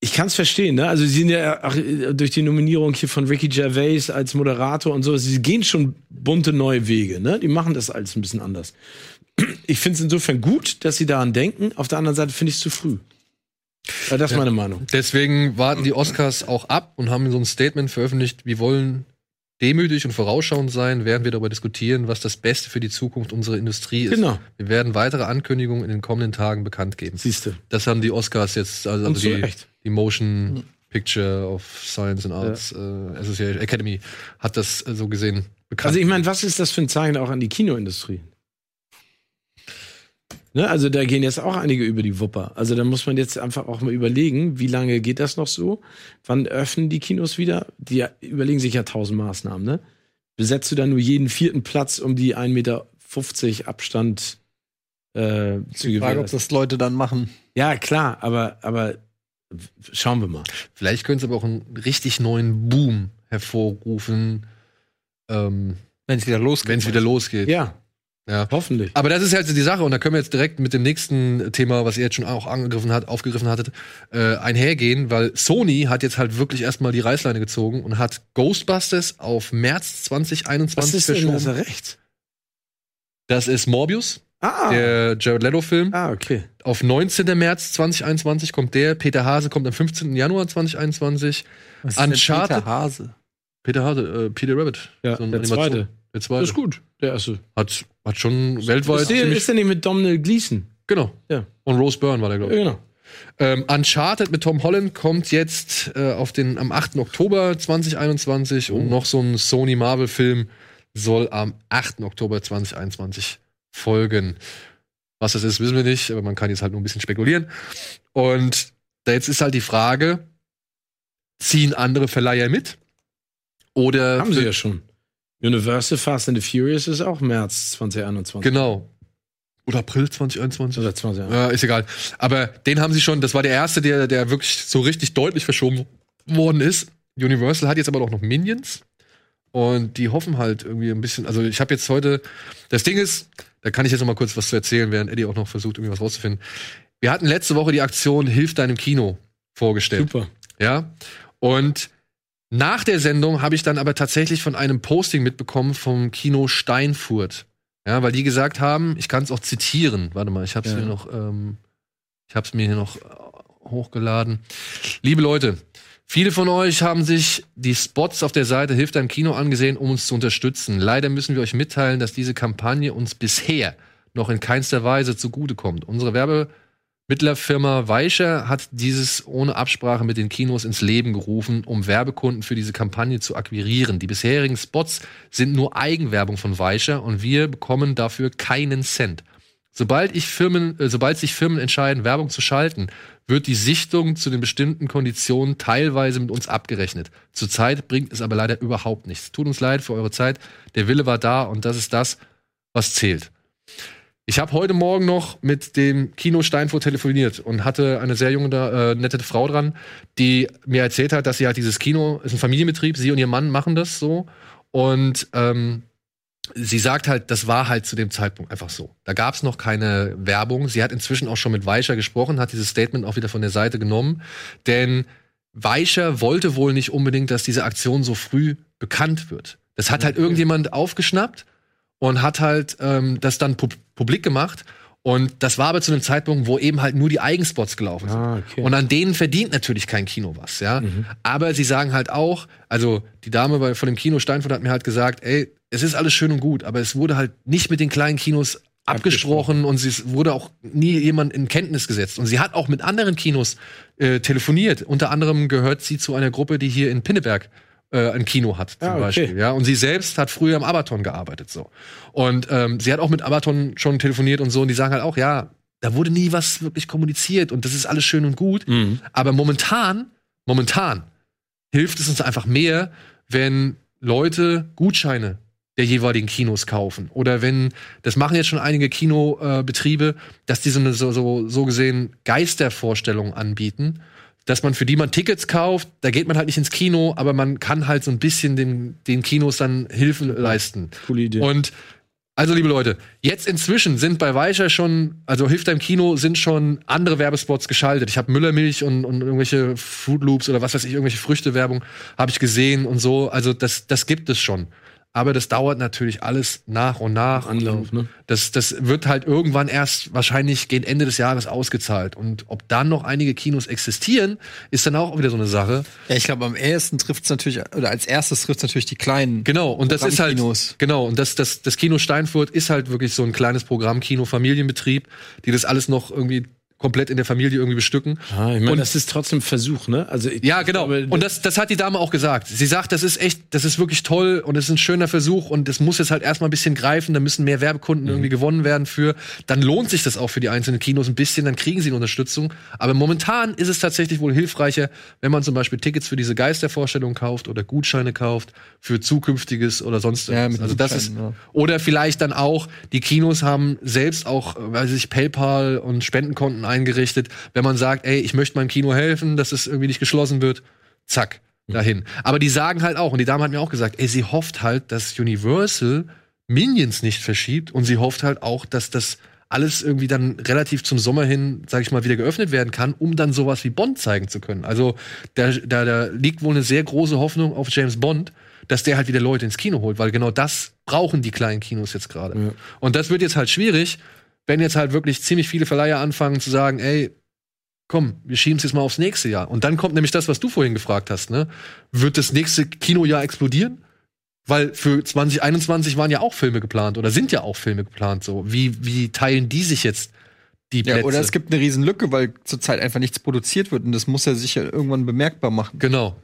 Speaker 2: ich kann es verstehen, ne? Also sie sind ja auch äh, durch die Nominierung hier von Ricky Gervais als Moderator und so, sie gehen schon bunte neue Wege, ne? Die machen das alles ein bisschen anders. Ich finde es insofern gut, dass sie daran denken. Auf der anderen Seite finde ich es zu früh. Ja, das ist meine Meinung.
Speaker 1: Deswegen warten die Oscars auch ab und haben so ein Statement veröffentlicht, wir wollen demütig und vorausschauend sein, während wir darüber diskutieren, was das Beste für die Zukunft unserer Industrie ist.
Speaker 2: Genau.
Speaker 1: Wir werden weitere Ankündigungen in den kommenden Tagen bekannt geben.
Speaker 2: Siehst du.
Speaker 1: Das haben die Oscars jetzt, also,
Speaker 2: Und
Speaker 1: also
Speaker 2: zu
Speaker 1: die,
Speaker 2: Recht.
Speaker 1: die Motion Picture of Science and Arts äh, Association Academy hat das äh, so gesehen bekannt.
Speaker 2: Also ich meine, was ist das für ein Zeichen auch an die Kinoindustrie? Ne, also da gehen jetzt auch einige über die Wupper. Also da muss man jetzt einfach auch mal überlegen, wie lange geht das noch so? Wann öffnen die Kinos wieder? Die überlegen sich ja tausend Maßnahmen. Ne? Besetzt du dann nur jeden vierten Platz, um die 1,50 Meter Abstand äh, zu
Speaker 3: die Frage, ob
Speaker 2: gewährleisten?
Speaker 3: das Leute dann machen.
Speaker 2: Ja, klar, aber, aber schauen wir mal.
Speaker 1: Vielleicht könnte es aber auch einen richtig neuen Boom hervorrufen, ähm,
Speaker 3: Wenn es wieder losgeht.
Speaker 1: wenn es wieder losgeht.
Speaker 2: Ja,
Speaker 1: Ja.
Speaker 2: hoffentlich.
Speaker 1: Aber das ist halt so die Sache, und da können wir jetzt direkt mit dem nächsten Thema, was ihr jetzt schon auch angegriffen hat, aufgegriffen hattet, äh, einhergehen, weil Sony hat jetzt halt wirklich erstmal die Reißleine gezogen und hat Ghostbusters auf März 2021
Speaker 2: Was ist denn
Speaker 1: verschoben.
Speaker 2: das rechts?
Speaker 1: Das ist Morbius,
Speaker 2: Ah,
Speaker 1: der Jared Leto-Film.
Speaker 2: ah, okay.
Speaker 1: Auf 19. März 2021 kommt der. Peter Hase kommt am 15. Januar 2021.
Speaker 3: Was ist
Speaker 1: Uncharted-
Speaker 3: Denn Peter Hase.
Speaker 1: Peter Hase, äh, Peter Rabbit.
Speaker 2: Ja,
Speaker 1: ein
Speaker 2: der
Speaker 1: Animation-
Speaker 2: zweite.
Speaker 1: Der zweite.
Speaker 2: Das ist gut, der erste.
Speaker 1: Hat, hat schon weltweit
Speaker 2: Ist der,
Speaker 1: ziemlich.
Speaker 2: ist der nicht mit Domhnall Gleeson?
Speaker 1: Genau.
Speaker 2: Ja.
Speaker 1: Und Rose Byrne war der, glaube ich.
Speaker 2: Genau.
Speaker 1: Ähm, Uncharted mit Tom Holland kommt jetzt äh, auf den, am 8. Oktober 2021
Speaker 2: Oh.
Speaker 1: und noch so ein Sony Marvel-Film soll am 8. Oktober 2021 folgen. Was das ist, wissen wir nicht, aber man kann jetzt halt nur ein bisschen spekulieren. Und da jetzt ist halt die Frage, ziehen andere Verleiher mit? Oder
Speaker 2: Haben sie ja schon. Universal Fast and the Furious ist auch März 2021.
Speaker 1: genau. Oder April 2021?
Speaker 2: Oder 2021.
Speaker 1: Ja, ist egal. Aber den haben sie schon, das war der erste, der, der wirklich so richtig deutlich verschoben worden ist. Universal hat jetzt aber auch noch Minions. Und die hoffen halt irgendwie ein bisschen. Also, ich habe jetzt heute. Das Ding ist, da kann ich jetzt noch mal kurz was zu erzählen, während Eddie auch noch versucht, irgendwie was rauszufinden. Wir hatten letzte Woche die Aktion Hilf deinem Kino vorgestellt.
Speaker 2: Super.
Speaker 1: Ja. Und nach der Sendung habe ich dann aber tatsächlich von einem Posting mitbekommen vom Kino Steinfurt. Ja, weil die gesagt haben, ich kann es auch zitieren. Warte mal, ich habe es
Speaker 2: Ja.
Speaker 1: mir noch, ähm, ich habe es mir hier noch äh, hochgeladen. Liebe Leute, viele von euch haben sich die Spots auf der Seite Hilft einem Kino angesehen, um uns zu unterstützen. Leider müssen wir euch mitteilen, dass diese Kampagne uns bisher noch in keinster Weise zugutekommt. Unsere Werbe Mittlerfirma Weischer hat dieses ohne Absprache mit den Kinos ins Leben gerufen, um Werbekunden für diese Kampagne zu akquirieren. Die bisherigen Spots sind nur Eigenwerbung von Weischer und wir bekommen dafür keinen Cent. Sobald, ich Firmen, äh, sobald sich Firmen entscheiden, Werbung zu schalten, wird die Sichtung zu den bestimmten Konditionen teilweise mit uns abgerechnet. Zurzeit bringt es aber leider überhaupt nichts. Tut uns leid für eure Zeit. Der Wille war da und das ist das, was zählt. Ich habe heute Morgen noch mit dem Kino Steinfurt telefoniert und hatte eine sehr junge, da- äh, nette Frau dran, die mir erzählt hat, dass sie halt dieses Kino, ist ein Familienbetrieb, sie und ihr Mann machen das so. Und ähm, sie sagt halt, das war halt zu dem Zeitpunkt einfach so. Da gab es noch keine Werbung. Sie hat inzwischen auch schon mit Weischer gesprochen, hat dieses Statement auch wieder von der Seite genommen. Denn Weischer wollte wohl nicht unbedingt, dass diese Aktion so früh bekannt wird. Das hat halt irgendjemand aufgeschnappt und hat halt ähm, das dann pub publik gemacht. Und das war aber zu einem Zeitpunkt, wo eben halt nur die Eigenspots gelaufen sind.
Speaker 2: Ah, okay. Mhm.
Speaker 1: Und an denen verdient natürlich kein Kino was, ja. Aber sie sagen halt auch, also die Dame bei, von dem Kino Steinfurt hat mir halt gesagt, ey, es ist alles schön und gut, aber es wurde halt nicht mit den kleinen Kinos abgesprochen und sie es wurde auch nie jemand in Kenntnis gesetzt. Und sie hat auch mit anderen Kinos äh, telefoniert. Unter anderem gehört sie zu einer Gruppe, die hier in Pinneberg äh, ein Kino hat, zum
Speaker 2: Ah, okay.
Speaker 1: Beispiel. Ja, und sie selbst hat früher am Abaton gearbeitet, so. Und ähm, sie hat auch mit Abaton schon telefoniert und so, und die sagen halt auch, ja, da wurde nie was wirklich kommuniziert und das ist alles schön und gut.
Speaker 2: Mhm.
Speaker 1: Aber momentan, momentan hilft es uns einfach mehr, wenn Leute Gutscheine der jeweiligen Kinos kaufen. Oder wenn, das machen jetzt schon einige Kinobetriebe, äh, Betriebe, dass die so, eine, so, so, so gesehen Geistervorstellungen anbieten, dass man für die man Tickets kauft, da geht man halt nicht ins Kino, aber man kann halt so ein bisschen den, den Kinos dann Hilfen leisten.
Speaker 2: Coole Idee.
Speaker 1: Und also, liebe Leute, jetzt inzwischen sind bei Weicher schon, also Hilft im Kino sind schon andere Werbespots geschaltet. Ich habe Müllermilch und, und irgendwelche Food Loops oder was weiß ich, irgendwelche Früchtewerbung habe ich gesehen und so. Also, das, das gibt es schon. Aber das dauert natürlich alles nach und nach.
Speaker 2: Anlauf,
Speaker 1: und
Speaker 2: ne?
Speaker 1: das, das wird halt irgendwann erst wahrscheinlich gegen Ende des Jahres ausgezahlt. Und ob dann noch einige Kinos existieren, ist dann auch wieder so eine Sache.
Speaker 3: Ja, ich glaube, am ehesten trifft es natürlich, oder als erstes trifft es natürlich die Kleinen.
Speaker 1: Genau, und das ist halt
Speaker 3: Programmkinos.
Speaker 1: genau, und das, das, das Kino Steinfurt ist halt wirklich so ein kleines Programmkino, Familienbetrieb, die das alles noch irgendwie komplett in der Familie irgendwie bestücken.
Speaker 2: Ah, ich meine,
Speaker 1: Und-
Speaker 2: das ist trotzdem Versuch, ne? Also ich,
Speaker 1: Ja, genau.
Speaker 2: Ich glaube,
Speaker 1: Und das, das hat die Dame auch gesagt. Sie sagt, das ist echt, das ist wirklich toll und es ist ein schöner Versuch und das muss jetzt halt erstmal ein bisschen greifen, da müssen mehr Werbekunden irgendwie gewonnen werden für. Dann lohnt sich das auch für die einzelnen Kinos ein bisschen, dann kriegen sie eine Unterstützung. Aber momentan ist es tatsächlich wohl hilfreicher, wenn man zum Beispiel Tickets für diese Geistervorstellung kauft oder Gutscheine kauft für zukünftiges oder sonst
Speaker 3: Ja,
Speaker 1: irgendwas.
Speaker 3: mit
Speaker 1: also das ist,
Speaker 3: Gutscheinen, ja.
Speaker 1: oder vielleicht dann auch, die Kinos haben selbst auch, äh, weiß ich, PayPal und Spendenkonten eingerichtet, wenn man sagt, ey, ich möchte meinem Kino helfen, dass es irgendwie nicht geschlossen wird, zack,
Speaker 3: Mhm.
Speaker 1: dahin. Aber die sagen halt auch, und die Dame hat mir auch gesagt, ey, sie hofft halt, dass Universal Minions nicht verschiebt und sie hofft halt auch, dass das alles irgendwie dann relativ zum Sommer hin, sag ich mal, wieder geöffnet werden kann, um dann sowas wie Bond zeigen zu können. Also da, da, da liegt wohl eine sehr große Hoffnung auf James Bond, dass der halt wieder Leute ins Kino holt, weil genau das brauchen die kleinen Kinos jetzt gerade. Und das wird jetzt halt schwierig, wenn jetzt halt wirklich ziemlich viele Verleiher anfangen zu sagen, ey, komm, wir schieben es jetzt mal aufs nächste Jahr. Und dann kommt nämlich das, was du vorhin gefragt hast, ne? Wird das nächste Kinojahr explodieren? Weil für 2021 waren ja auch Filme geplant oder sind ja auch Filme geplant so. Wie, wie teilen die sich jetzt die Plätze?
Speaker 3: Ja, oder es gibt eine riesen Lücke, weil zurzeit einfach nichts produziert wird und das muss ja sich ja irgendwann bemerkbar machen,
Speaker 1: genau.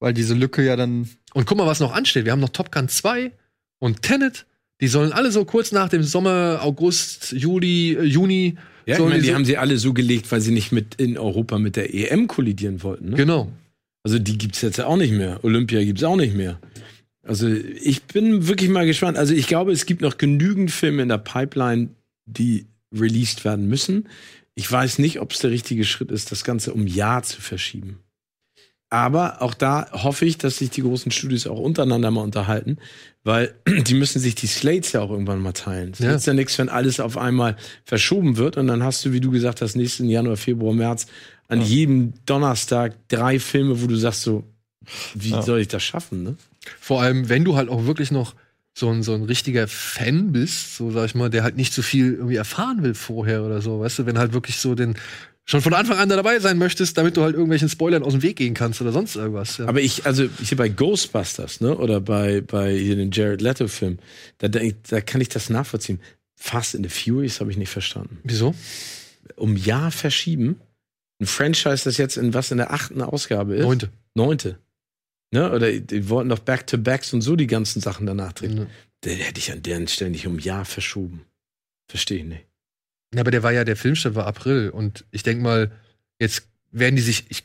Speaker 3: weil diese Lücke ja dann
Speaker 1: Und guck mal, was noch ansteht. Wir haben noch Top Gun 2 und Tenet. Die sollen alle so kurz nach dem Sommer, August, Juli, äh, Juni.
Speaker 2: ja, ich
Speaker 1: sollen
Speaker 2: meine, die
Speaker 1: so-
Speaker 2: haben sie alle so gelegt, weil sie nicht mit in Europa mit der EM kollidieren wollten. Ne?
Speaker 1: Genau.
Speaker 2: Also die gibt's jetzt ja auch nicht mehr. Olympia gibt's auch nicht mehr. Also ich bin wirklich mal gespannt. Also ich glaube, es gibt noch genügend Filme in der Pipeline, die released werden müssen. Ich weiß nicht, ob es der richtige Schritt ist, das Ganze um ein Jahr zu verschieben. Aber auch da hoffe ich, dass sich die großen Studios auch untereinander mal unterhalten, weil [CLEARS THROAT] die müssen sich die Slates ja auch irgendwann mal teilen. Es
Speaker 1: Ja.
Speaker 2: nützt ja nichts, wenn alles auf einmal verschoben wird und dann hast du, wie du gesagt hast, nächsten Januar, Februar, März an jedem Donnerstag drei Filme, wo du sagst so, wie soll ich das schaffen? Ne?
Speaker 1: Vor allem, wenn du halt auch wirklich noch so ein, so ein richtiger Fan bist, so sag ich mal, der halt nicht so viel irgendwie erfahren will vorher oder so, weißt du, wenn halt wirklich so den schon von Anfang an da dabei sein möchtest, damit du halt irgendwelchen Spoilern aus dem Weg gehen kannst oder sonst irgendwas. Ja.
Speaker 2: Aber ich, also hier bei Ghostbusters, ne, oder bei, bei hier den Jared Leto-Film, da, denk ich- da kann ich das nachvollziehen. Fast in the Furious habe ich nicht verstanden.
Speaker 1: Wieso?
Speaker 2: Um ein Jahr verschieben, ein Franchise, das jetzt in was in der achten Ausgabe ist.
Speaker 1: Neunte.
Speaker 2: Neunte. Ne? Oder die wollten doch Back-to-Backs und so die ganzen Sachen danach drehen.
Speaker 1: Ja.
Speaker 2: Der hätte ich an deren Stelle nicht um ein Jahr verschoben. Verstehe ich nicht.
Speaker 1: Ja, aber der war ja, der Filmstart war April und ich denke mal, jetzt werden die sich, ich,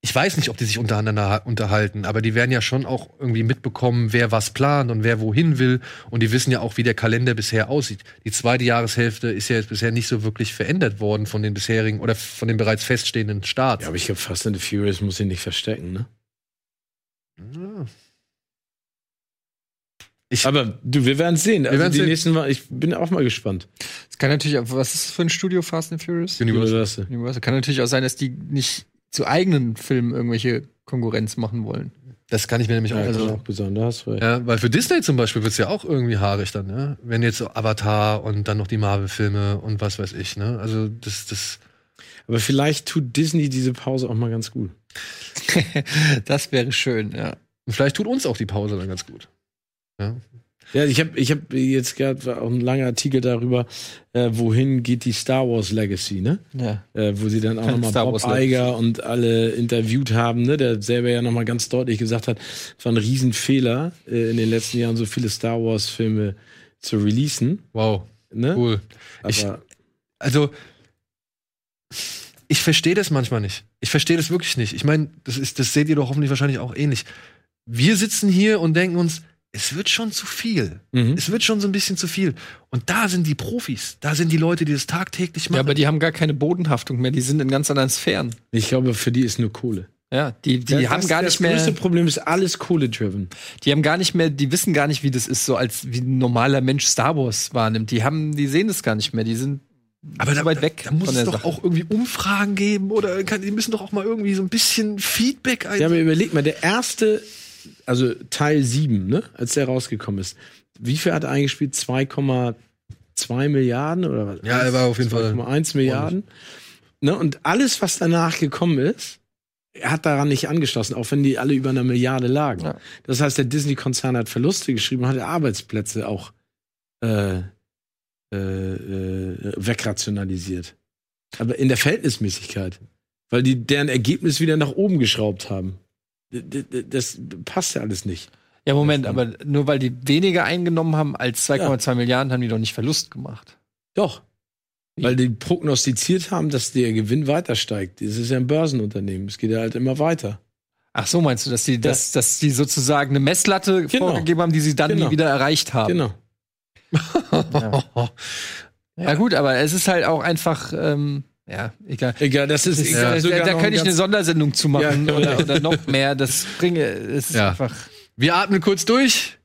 Speaker 1: ich weiß nicht, ob die sich untereinander unterhalten, aber die werden ja schon auch irgendwie mitbekommen, wer was plant und wer wohin will und die wissen ja auch, wie der Kalender bisher aussieht. Die zweite Jahreshälfte ist ja jetzt bisher nicht so wirklich verändert worden von den bisherigen oder von den bereits feststehenden Starts.
Speaker 2: Ja, aber ich glaube, Fast and the Furious muss ich nicht verstecken, ne?
Speaker 1: Ja.
Speaker 2: Aber du, wir werden sehen. Also
Speaker 1: werden's
Speaker 2: die
Speaker 1: sehen.
Speaker 2: nächsten Mal, ich bin auch mal gespannt.
Speaker 3: Es kann natürlich, auch- was ist das für ein Studio Fast and Furious?
Speaker 1: Universal.
Speaker 2: Universal.
Speaker 3: Universal. Kann natürlich auch sein, dass die nicht zu eigenen Filmen irgendwelche Konkurrenz machen wollen.
Speaker 1: Das kann ich mir nämlich auch
Speaker 2: das ist
Speaker 1: also,
Speaker 2: auch besonders. Weil
Speaker 1: ja, Weil für Disney zum Beispiel wird's ja auch irgendwie haarig dann, ne? Wenn jetzt so Avatar und dann noch die Marvel-Filme und was weiß ich, ne? Also das, das.
Speaker 2: Aber vielleicht tut Disney diese Pause auch mal ganz gut.
Speaker 3: das wäre schön, ja.
Speaker 1: Und vielleicht tut uns auch die Pause dann ganz gut.
Speaker 2: Ja, ich habe ich hab jetzt gerade auch einen langen Artikel darüber, äh, wohin geht die Star Wars Legacy, ne?
Speaker 3: ja.
Speaker 2: Äh, wo sie dann auch
Speaker 3: Keine
Speaker 2: nochmal
Speaker 3: Star
Speaker 2: Bob
Speaker 3: Wars
Speaker 2: Iger und alle interviewt haben, ne? Der selber ja nochmal ganz deutlich gesagt hat, es war ein Riesenfehler, äh, in den letzten Jahren so viele Star Wars Filme zu releasen,
Speaker 1: Wow,
Speaker 2: ne?
Speaker 1: cool.
Speaker 2: Aber
Speaker 1: Ich- Also, ich verstehe das manchmal nicht. Ich verstehe das wirklich nicht. Ich meine, das, ist, das seht ihr doch hoffentlich wahrscheinlich auch ähnlich. Wir sitzen hier und denken uns, es wird schon zu viel.
Speaker 2: mhm.
Speaker 1: Es wird schon so ein bisschen zu viel. Und da sind die Profis. Da sind die Leute, die das tagtäglich machen.
Speaker 3: ja, aber die haben gar keine Bodenhaftung mehr, die sind in ganz anderen Sphären.
Speaker 2: ich glaube, für die ist nur Kohle.
Speaker 3: Ja, die, die
Speaker 2: Das-
Speaker 3: haben
Speaker 2: das,
Speaker 3: gar
Speaker 2: das
Speaker 3: nicht mehr.
Speaker 2: größte Problem ist alles Kohle-driven.
Speaker 3: Die haben gar nicht mehr, die wissen gar nicht, wie das ist, so als wie ein normaler Mensch Star Wars wahrnimmt. Die haben, die sehen das gar nicht mehr. Die sind
Speaker 1: aber
Speaker 3: weit weg
Speaker 1: Da muss
Speaker 3: von
Speaker 1: es
Speaker 3: der
Speaker 1: doch
Speaker 3: Sache.
Speaker 1: auch irgendwie Umfragen geben oder kann, die müssen doch auch mal irgendwie so ein bisschen Feedback ein.
Speaker 2: Ja, aber überleg mal, der erste, also Teil 7, ne, als der rausgekommen ist, wie viel hat er eingespielt? 2,2 Milliarden oder was?
Speaker 1: Ja, er war auf jeden Fall
Speaker 2: 2,1 Milliarden. Ne, und alles, was danach gekommen ist, er hat daran nicht angeschlossen, auch wenn die alle über einer Milliarde lagen.
Speaker 3: Ja.
Speaker 2: Das heißt, der Disney-Konzern hat Verluste geschrieben, hat Arbeitsplätze auch äh, äh, äh, wegrationalisiert. Aber in der Verhältnismäßigkeit. Weil die deren Ergebnis wieder nach oben geschraubt haben. D- d- d- Das passt ja alles nicht.
Speaker 3: Ja, Moment, aber nur weil die weniger eingenommen haben als 2,2 Milliarden, haben die doch nicht Verlust gemacht.
Speaker 2: Doch. Weil die prognostiziert haben, dass der Gewinn weiter steigt. Es ist ja ein Börsenunternehmen. Es geht ja halt immer weiter.
Speaker 3: Ach so, meinst du, dass die, dass, dass die sozusagen eine Messlatte
Speaker 2: Genau.
Speaker 3: vorgegeben haben, die sie dann
Speaker 2: Genau.
Speaker 3: nie wieder erreicht haben?
Speaker 2: Genau.
Speaker 1: Oh,
Speaker 3: Ja, gut, aber es ist halt auch einfach, ähm, ja, egal.
Speaker 2: Egal, das ist
Speaker 3: Ja, genau.
Speaker 2: egal.
Speaker 3: da da könnte ich eine Sondersendung zu machen
Speaker 2: Ja,
Speaker 3: oder, oder noch mehr. Das bringe, es ist
Speaker 1: Ja.
Speaker 3: einfach.
Speaker 1: Wir atmen kurz durch,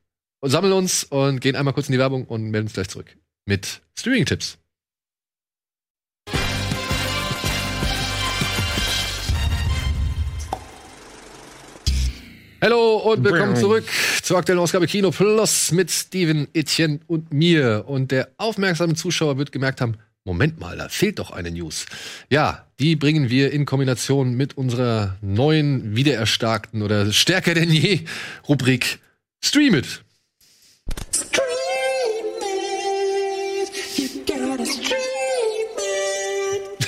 Speaker 1: sammeln uns und gehen einmal kurz in die Werbung und melden uns gleich zurück mit Streaming-Tipps. Hallo und willkommen zurück zur aktuellen Ausgabe Kino Plus mit Steven, Etienne und mir. Und der aufmerksame Zuschauer wird gemerkt haben, Moment mal, da fehlt doch eine News. Ja, die bringen wir in Kombination mit unserer neuen, wiedererstarkten oder stärker denn je Rubrik Stream It.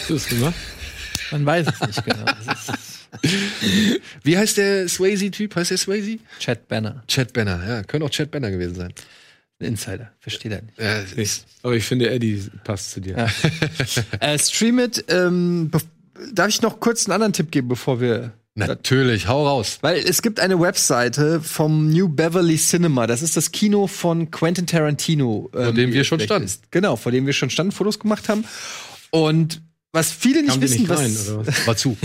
Speaker 2: Sondersendung.
Speaker 3: Man weiß es nicht genau. Das ist
Speaker 1: Wie heißt der Swayze-Typ? Heißt der Swayze?
Speaker 3: Chad Banner,
Speaker 1: Chad Banner, ja, könnte auch Chad Banner gewesen sein.
Speaker 3: ein Insider, versteht er nicht.
Speaker 1: Äh,
Speaker 2: Aber ich finde, Eddie passt zu dir.
Speaker 3: Äh, stream it. Ähm, bef- darf ich noch kurz einen anderen Tipp geben, bevor wir
Speaker 1: natürlich, hau raus.
Speaker 3: Weil es gibt eine Webseite vom New Beverly Cinema. Das ist das Kino von Quentin Tarantino. ähm,
Speaker 1: dem
Speaker 3: wie
Speaker 1: wir
Speaker 3: er
Speaker 1: schon
Speaker 3: schlecht
Speaker 1: standen.
Speaker 3: ist. Genau, vor dem wir schon standen, Fotos gemacht haben. Und was viele nicht
Speaker 2: Kamen die
Speaker 3: wissen,
Speaker 2: nicht
Speaker 3: was,
Speaker 2: rein, oder was?
Speaker 1: War zu.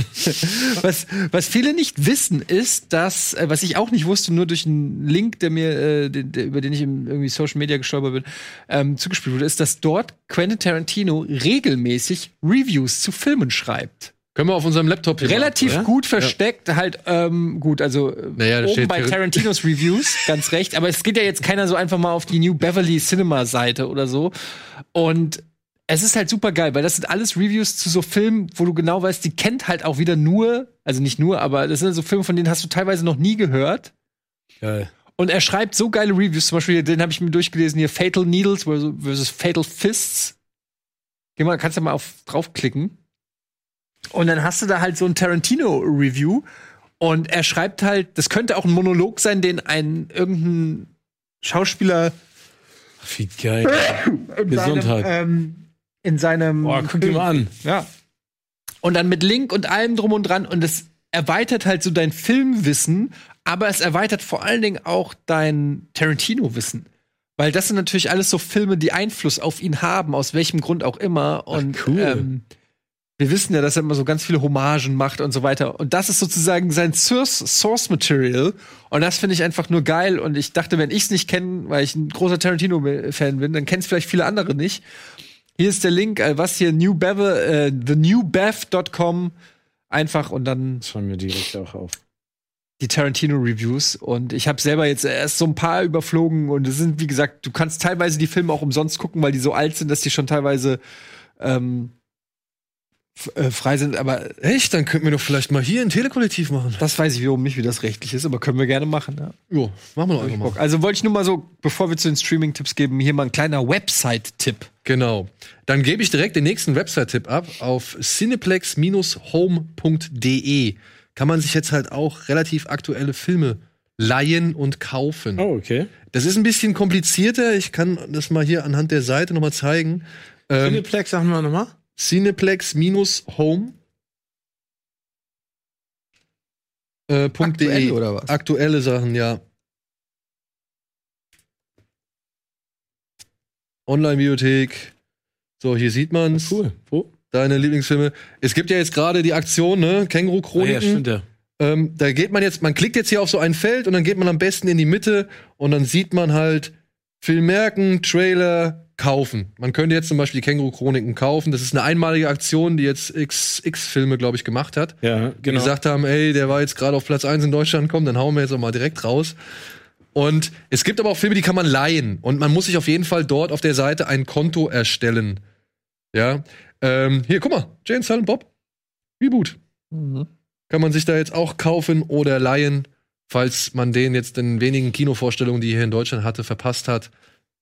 Speaker 3: was, was viele nicht wissen, ist, dass, äh, was ich auch nicht wusste, nur durch einen Link, der mir, äh, der, der, über den ich im, irgendwie Social Media gestolpert bin, ähm, zugespielt wurde, ist, dass dort Quentin Tarantino regelmäßig Reviews zu Filmen schreibt.
Speaker 1: Können wir auf unserem Laptop hier
Speaker 3: Relativ
Speaker 1: machen, oder?
Speaker 3: gut versteckt, halt ähm, gut, also äh,
Speaker 1: Naja, da
Speaker 3: oben
Speaker 1: steht
Speaker 3: bei
Speaker 1: Tar-
Speaker 3: Tarantinos
Speaker 1: [LAUGHS]
Speaker 3: Reviews, ganz recht, aber es geht ja jetzt keiner so einfach mal auf die New Beverly Cinema Seite oder so. Und es ist halt super geil, weil das sind alles Reviews zu so Filmen, wo du genau weißt, die kennt halt auch wieder nur, also nicht nur, aber das sind so Filme, von denen hast du teilweise noch nie gehört.
Speaker 2: Geil.
Speaker 3: Und er schreibt so geile Reviews, zum Beispiel, den habe ich mir durchgelesen hier, Fatal Needles versus, versus Fatal Fists. Geh mal, kannst du mal auf draufklicken. Und dann hast du da halt so ein Tarantino-Review. Und er schreibt halt, das könnte auch ein Monolog sein, den ein irgendein Schauspieler
Speaker 2: Ach, wie geil.
Speaker 3: in
Speaker 2: Gesundheit.
Speaker 3: seinem, ähm, in seinem
Speaker 2: Boah, guck dir mal an.
Speaker 3: ja. Und dann mit Link und allem drum und dran. Und es erweitert halt so dein Filmwissen, aber es erweitert vor allen Dingen auch dein Tarantino-Wissen. Weil das sind natürlich alles so Filme, die Einfluss auf ihn haben, aus welchem Grund auch immer. Und
Speaker 2: cool.
Speaker 3: ähm, wir wissen ja, dass er immer so ganz viele Hommagen macht und so weiter. Und das ist sozusagen sein Source, Source Material. Und das finde ich einfach nur geil. Und ich dachte, wenn ich es nicht kenne, weil ich ein großer Tarantino-Fan bin, dann kennen es vielleicht viele andere nicht. Hier ist der Link, äh, was hier, newbev, äh, thenewbev.com. Einfach und dann
Speaker 2: Das fallen mir direkt auch auf.
Speaker 3: die Tarantino-Reviews und ich habe selber jetzt erst so ein paar überflogen und es sind, wie gesagt, du kannst teilweise die Filme auch umsonst gucken, weil die so alt sind, dass die schon teilweise ähm, f- äh, frei sind, aber
Speaker 1: Echt? Dann könnten wir doch vielleicht mal hier ein Telekollektiv machen.
Speaker 3: das weiß ich wiederum nicht, wie das rechtlich ist, aber können wir gerne machen. Ja.
Speaker 1: Jo, machen wir doch
Speaker 3: Hab ich
Speaker 1: einfach mal.
Speaker 3: Bock. Also wollte ich nur mal so, bevor wir zu den Streaming-Tipps geben, hier mal ein kleiner Website-Tipp.
Speaker 1: Genau. Dann gebe ich direkt den nächsten Website-Tipp ab auf cineplex-home.de. Kann man sich jetzt halt auch relativ aktuelle Filme leihen und kaufen.
Speaker 2: Oh, okay.
Speaker 1: Das ist ein bisschen komplizierter. Ich kann das mal hier anhand der Seite nochmal zeigen. Ähm,
Speaker 2: Cineplex sagen wir nochmal.
Speaker 1: Cineplex-home. Äh, Punkt .de.
Speaker 3: Aktuell oder was?
Speaker 1: Aktuelle Sachen, ja. Online-Bibliothek. So, hier sieht man's.
Speaker 2: Cool. Wo?
Speaker 1: Deine Lieblingsfilme. Es gibt ja jetzt gerade die Aktion, ne?
Speaker 2: Ah,
Speaker 1: Känguru-Chroniken.
Speaker 2: ja, stimmt ja.
Speaker 1: Ähm, da geht man jetzt, man klickt jetzt hier auf so ein Feld und dann geht man am besten in die Mitte und dann sieht man halt Film merken, Trailer, kaufen. Man könnte jetzt zum Beispiel die Känguru-Chroniken kaufen. Das ist eine einmalige Aktion, die jetzt XX-Filme, glaube ich, gemacht hat.
Speaker 2: Ja,
Speaker 1: Die
Speaker 2: genau.
Speaker 1: gesagt haben, ey, der war jetzt gerade auf Platz 1 in Deutschland, komm, dann hauen wir jetzt auch mal direkt raus. Und es gibt aber auch Filme, die kann man leihen. Und man muss sich auf jeden Fall dort auf der Seite ein Konto erstellen. Ja. Ähm, hier, guck mal, Jane Silent Bob. Reboot kann man sich da jetzt auch kaufen oder leihen. Falls man den jetzt in wenigen Kinovorstellungen, die er hier in Deutschland hatte, verpasst hat,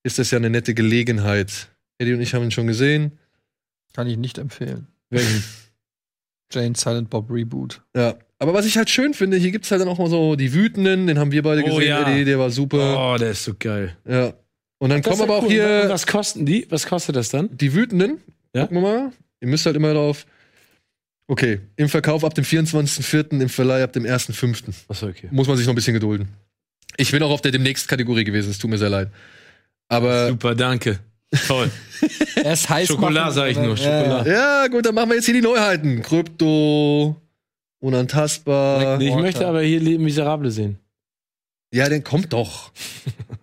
Speaker 1: ist das ja eine nette Gelegenheit. Eddie und ich haben ihn schon gesehen.
Speaker 3: Kann ich nicht empfehlen.
Speaker 1: Wegen-
Speaker 3: [LAUGHS] Jane Silent Bob Reboot.
Speaker 1: Ja. Aber was ich halt schön finde, hier gibt es halt dann auch mal so die Wütenden, den haben wir beide
Speaker 2: Oh,
Speaker 1: gesehen,
Speaker 2: ja.
Speaker 1: Eddie, der war super.
Speaker 2: Oh, der ist so geil.
Speaker 1: Ja. Und dann kommen äh, aber auch
Speaker 2: Und
Speaker 1: hier
Speaker 2: Was kosten die? Was kostet das dann?
Speaker 1: die Wütenden.
Speaker 2: Ja.
Speaker 1: Gucken wir mal. Ihr müsst halt immer drauf. Okay, im Verkauf ab dem 24.04., im Verleih ab dem 1.05.
Speaker 2: Achso, okay.
Speaker 1: muss man sich noch ein bisschen gedulden. Ich bin auch auf der demnächst Kategorie gewesen, es tut mir sehr leid. Aber
Speaker 2: Äh, Super, danke. Toll.
Speaker 3: Er ist heiß.
Speaker 2: Schokolade,
Speaker 3: machen,
Speaker 2: sag ich nur,
Speaker 3: aber-
Speaker 2: Schokolade.
Speaker 1: ja, gut, dann machen wir jetzt hier die Neuheiten. Krypto, unantastbar.
Speaker 2: Nee, ich
Speaker 3: Orta.
Speaker 2: möchte aber hier Les Miserables sehen.
Speaker 1: Ja, dann kommt
Speaker 3: [LAUGHS]
Speaker 1: doch.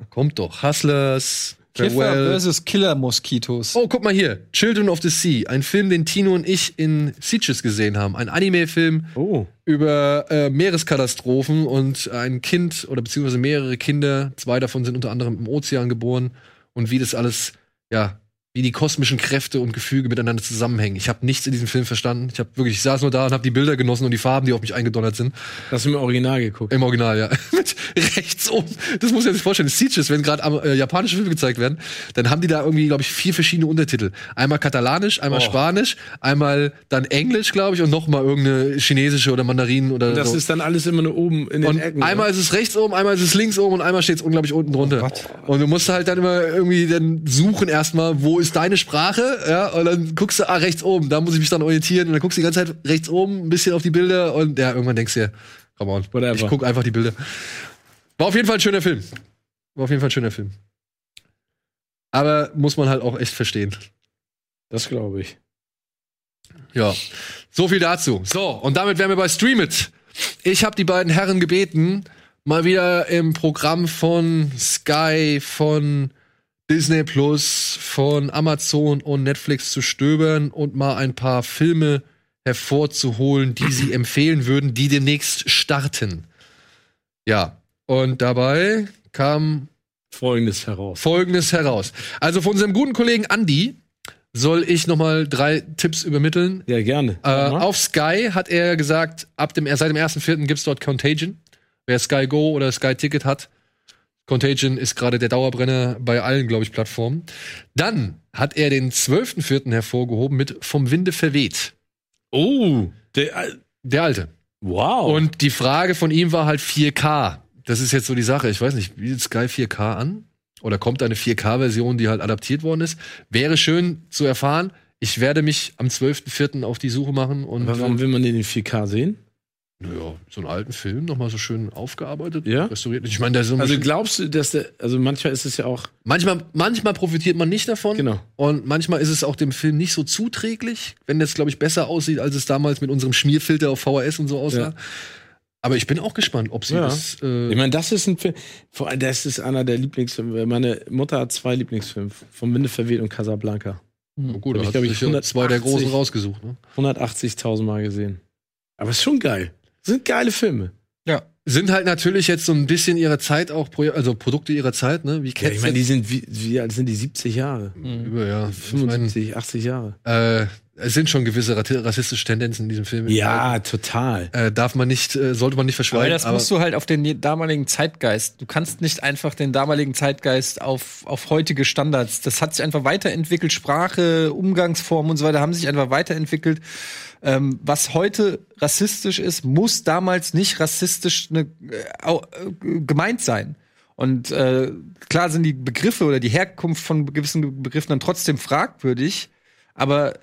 Speaker 1: kommt doch. Hustlers,
Speaker 3: Kiffer
Speaker 1: Farewell.
Speaker 3: versus Killer Moskitos.
Speaker 1: Oh, guck mal hier. Children of the Sea, ein Film, den Tino und ich in Sieges gesehen haben. Ein Anime-Film
Speaker 2: Oh.
Speaker 1: über äh, Meereskatastrophen und ein Kind oder beziehungsweise mehrere Kinder, zwei davon sind unter anderem im Ozean geboren und wie das alles, ja, wie die kosmischen Kräfte und Gefüge miteinander zusammenhängen. Ich habe nichts in diesem Film verstanden. Ich habe wirklich, ich saß nur da und habe die Bilder genossen und die Farben, die auf mich eingedonnert sind.
Speaker 2: Hast du im Original geguckt?
Speaker 1: Im Original, ja. [LAUGHS] Mit rechts oben. Das muss man sich vorstellen. Sieges, wenn gerade am- äh, japanische Filme gezeigt werden, dann haben die da irgendwie, glaube ich, vier verschiedene Untertitel. Einmal katalanisch, einmal
Speaker 2: Oh.
Speaker 1: spanisch, einmal dann englisch, glaube ich, und nochmal irgendeine chinesische oder Mandarin oder
Speaker 2: Das
Speaker 1: so.
Speaker 2: ist dann alles immer nur oben in den
Speaker 1: Und
Speaker 2: Ecken. ne?
Speaker 1: einmal ist es rechts oben, einmal ist es links oben und einmal steht es unglaublich unten
Speaker 2: Oh
Speaker 1: drunter. und du musst halt dann immer irgendwie dann suchen erstmal, wo ist deine Sprache? Ja, und dann guckst du, ah, rechts oben, da muss ich mich dann orientieren. Und dann guckst du die ganze Zeit rechts oben ein bisschen auf die Bilder und ja, irgendwann denkst du dir, come on,
Speaker 2: Whatever.
Speaker 1: ich guck einfach die Bilder. War auf jeden Fall ein schöner Film. War auf jeden Fall ein schöner Film. Aber muss man halt auch echt verstehen.
Speaker 2: Das glaube ich.
Speaker 1: Ja, so viel dazu. So, und damit wären wir bei Streamit. Ich habe die beiden Herren gebeten, mal wieder im Programm von Sky, von Disney Plus, von Amazon und Netflix zu stöbern und mal ein paar Filme hervorzuholen, die sie empfehlen würden, die demnächst starten. Ja, und dabei kam
Speaker 2: Folgendes heraus.
Speaker 1: Folgendes heraus. Also von unserem guten Kollegen Andy soll ich noch mal drei Tipps übermitteln,
Speaker 2: Ja, gerne.
Speaker 1: äh, auf Sky hat er gesagt, ab dem, seit dem 1.4. gibt es dort Contagion. Wer Sky Go oder Sky Ticket hat, Contagion ist gerade der Dauerbrenner bei allen, glaube ich, Plattformen. Dann hat er den 12.4. hervorgehoben mit Vom Winde verweht.
Speaker 2: oh. Der,
Speaker 1: Der alte.
Speaker 2: wow.
Speaker 1: Und die Frage von ihm war halt 4K. Das ist jetzt so die Sache. Ich weiß nicht, bietet Sky 4K an? Oder kommt eine 4K-Version, die halt adaptiert worden ist? Wäre schön zu erfahren. Ich werde mich am 12.04. auf die Suche machen und.
Speaker 2: Aber warum will man den in 4K sehen?
Speaker 1: Naja, so einen alten Film nochmal so schön aufgearbeitet,
Speaker 2: Ja?
Speaker 1: restauriert. Ich meine, da sind
Speaker 2: Also glaubst du, dass der, also manchmal ist es ja auch,
Speaker 1: manchmal, manchmal profitiert man nicht davon
Speaker 2: genau.
Speaker 1: und manchmal ist es auch dem Film nicht so zuträglich, wenn das, glaube ich, besser aussieht, als es damals mit unserem Schmierfilter auf VHS und so aussah.
Speaker 2: Ja.
Speaker 1: Aber ich bin auch gespannt, ob sie
Speaker 2: Ja.
Speaker 1: das. Äh,
Speaker 2: Ich meine, das ist ein Film, vor allem, das ist einer der Lieblingsfilme. Meine Mutter hat zwei Lieblingsfilme, vom Winde verweht und Casablanca.
Speaker 1: oh gut,
Speaker 2: hab
Speaker 1: da
Speaker 2: ich,
Speaker 1: hat
Speaker 2: glaub
Speaker 1: sich
Speaker 2: ich,
Speaker 1: ja zwei der
Speaker 2: 180.
Speaker 1: großen rausgesucht. Ne?
Speaker 2: 180.000 Mal gesehen. Aber ist schon geil. Sind geile Filme.
Speaker 3: Ja.
Speaker 1: sind halt natürlich jetzt so ein bisschen ihrer Zeit auch, Pro also Produkte ihrer Zeit, ne? Wie
Speaker 2: Ja,
Speaker 1: Cats
Speaker 2: ich meine, die sind Mhm. wie, wie alt sind die? 70 Jahre.
Speaker 1: über, ja. Ich mein,
Speaker 2: 75, 80 Jahre.
Speaker 1: äh, es sind schon gewisse rati- rassistische Tendenzen in diesem Film.
Speaker 2: Ja, total.
Speaker 1: Äh, darf man nicht, äh, sollte man nicht verschweigen.
Speaker 3: Weil das musst du halt auf den damaligen Zeitgeist. Du kannst nicht einfach den damaligen Zeitgeist auf, auf heutige Standards. Das hat sich einfach weiterentwickelt. Sprache, Umgangsformen und so weiter haben sich einfach weiterentwickelt. Ähm, was heute rassistisch ist, muss damals nicht rassistisch ne, äh, au- äh, gemeint sein. Und äh, klar sind die Begriffe oder die Herkunft von gewissen Begriffen dann trotzdem fragwürdig, aber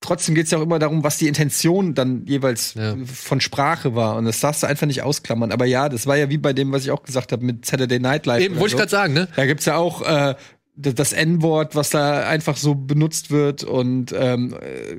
Speaker 3: trotzdem geht es ja auch immer darum, was die Intention dann jeweils
Speaker 1: Ja.
Speaker 3: äh, von Sprache war. Und das darfst du einfach nicht ausklammern. Aber ja, das war ja wie bei dem, was ich auch gesagt habe mit Saturday Night
Speaker 1: Eben,
Speaker 3: Live. halt oder
Speaker 1: wollte
Speaker 3: so.
Speaker 1: ich gerade sagen, ne?
Speaker 3: Da gibt's ja auch äh, d- das N-Wort, was da einfach so benutzt wird und ähm, äh,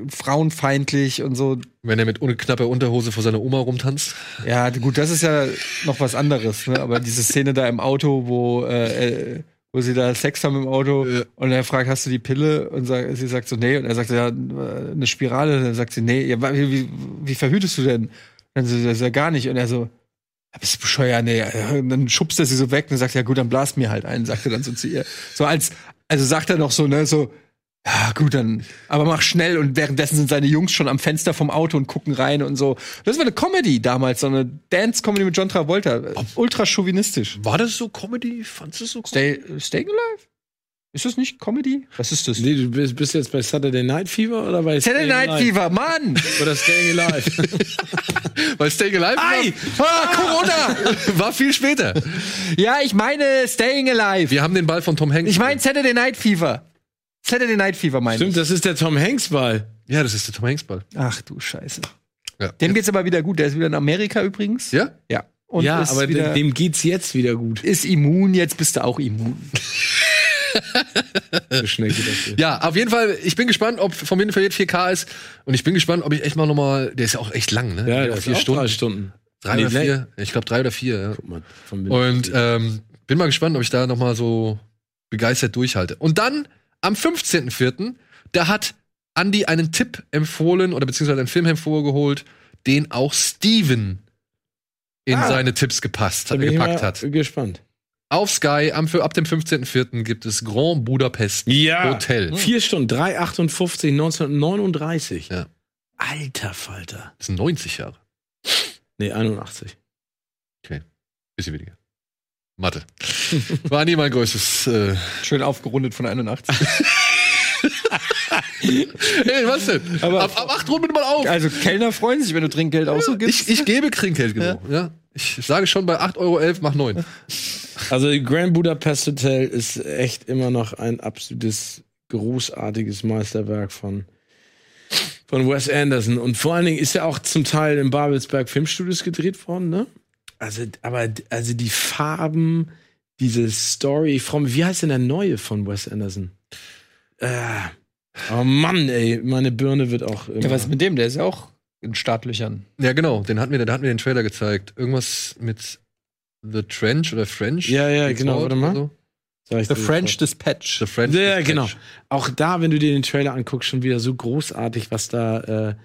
Speaker 3: frauenfeindlich und so.
Speaker 1: Wenn er mit un knapper Unterhose vor seiner Oma rumtanzt. [LAUGHS]
Speaker 3: Ja, gut, das ist ja noch was anderes, ne? Aber diese Szene da im Auto, wo, äh, äh, wo sie da Sex haben im Auto und er fragt, hast du die Pille? Und sa- sie sagt so, nee. Und er sagt, ja, äh, eine Spirale. Und dann sagt sie, nee, ja, wa- wie, wie, wie verhütest du denn? Und dann so, das ist ja gar nicht. Und er so, "Ja, bist du bescheuert, nee. Und dann schubst er sie so weg und sagt, ja gut, dann blas mir halt ein, sagt er dann so zu ihr. So als, also sagt er noch so, ne, so, ja, gut, dann, aber mach schnell. Und währenddessen sind seine Jungs schon am Fenster vom Auto und gucken rein und so. Das war eine Comedy damals, so eine Dance-Comedy mit John Travolta. Ultra chauvinistisch.
Speaker 1: War das so Comedy? Fandst du es so Comedy?
Speaker 3: Stay, staying Alive? Ist das nicht Comedy? Was ist das?
Speaker 2: Nee, du bist, bist jetzt bei Saturday Night Fever oder bei
Speaker 3: Saturday
Speaker 2: Staying
Speaker 3: Night
Speaker 2: Alive?
Speaker 3: Fever, Mann!
Speaker 2: Oder Staying Alive.
Speaker 1: Weil Stay Alive
Speaker 3: Ei! Ah, Corona!
Speaker 1: war, war viel später.
Speaker 3: Ja, ich meine Staying Alive.
Speaker 1: Wir haben den Ball von Tom Hanks.
Speaker 3: Ich meine Saturday Night Fever. Saturday Night Fever meine
Speaker 2: Stimmt,
Speaker 3: ich.
Speaker 2: das ist der Tom Hanks Ball.
Speaker 1: Ja, das ist der Tom Hanks Ball.
Speaker 3: Ach du Scheiße.
Speaker 1: Ja.
Speaker 3: Dem geht's aber wieder gut. Der ist wieder in Amerika übrigens.
Speaker 1: Ja?
Speaker 3: Ja. Und
Speaker 2: ja,
Speaker 3: ist
Speaker 2: aber
Speaker 3: wieder
Speaker 2: dem, dem geht's jetzt wieder gut.
Speaker 3: ist immun, jetzt bist du auch immun.
Speaker 2: So schnell geht das hier.
Speaker 1: Ja, auf jeden Fall, ich bin gespannt, ob von mir verliert 4K ist. Und ich bin gespannt, ob ich echt mal nochmal. Der ist ja auch echt lang, ne?
Speaker 2: Ja,
Speaker 1: Der
Speaker 2: ja
Speaker 1: hat
Speaker 2: vier Stunden. Drei Stunden.
Speaker 1: Drei
Speaker 2: Nee,
Speaker 1: oder
Speaker 2: nee.
Speaker 1: vier. Ich glaube drei oder vier, ja.
Speaker 2: Guck mal, von mir.
Speaker 1: Und ähm, bin mal gespannt, ob ich da nochmal so begeistert durchhalte. Und dann am 15.04., da hat Andy einen Tipp empfohlen oder beziehungsweise einen Film hervorgeholt, den auch Steven in seine Tipps gepasst,
Speaker 2: Da bin ich
Speaker 1: gepackt
Speaker 2: mal
Speaker 1: hat.
Speaker 2: Gespannt.
Speaker 1: Auf Sky am, ab dem 15.04. gibt es Grand Budapest
Speaker 2: Ja. Hm.
Speaker 1: Hotel.
Speaker 2: Vier Stunden, 3,58, 1939.
Speaker 1: Ja.
Speaker 2: Alter Falter.
Speaker 1: Das sind 90 Jahre.
Speaker 2: Nee, 81.
Speaker 1: Bisschen weniger. Mathe. War nie mein größtes. Äh
Speaker 3: Schön aufgerundet von [LAUGHS] 81.
Speaker 1: hey, was denn?
Speaker 3: Aber-
Speaker 1: ab, ab 8 rundet man auf.
Speaker 3: Also Kellner freuen sich, wenn du Trinkgeld ausgibst.
Speaker 1: Ich, ich gebe Trinkgeld genug. Ja. Ich sage schon bei 8,11 Euro, mach 9.
Speaker 2: Also Grand Budapest Hotel ist echt immer noch ein absolutes großartiges Meisterwerk von von Wes Anderson und vor allen Dingen ist ja auch zum Teil in Babelsberg Filmstudios gedreht worden, ne? Also aber also die Farben, diese Story vom wie heißt denn der neue von Wes Anderson? Äh, oh Mann, ey, meine Birne wird auch immer.
Speaker 3: Ja, was ist mit dem? Der ist ja auch in Startlöchern.
Speaker 1: Ja, genau. Den hatten wir, da hatten wir den Trailer gezeigt. Irgendwas mit The Trench oder French.
Speaker 2: Ja, ja,
Speaker 1: It's
Speaker 2: genau,
Speaker 1: called
Speaker 2: warte mal.
Speaker 1: oder So.
Speaker 2: Sag ich
Speaker 3: The
Speaker 2: dir
Speaker 3: French
Speaker 2: sofort.
Speaker 3: Dispatch.
Speaker 1: The French.
Speaker 2: Ja,
Speaker 1: Dispatch.
Speaker 2: genau. Auch da, wenn du dir den Trailer anguckst, schon wieder so großartig, was da. Äh,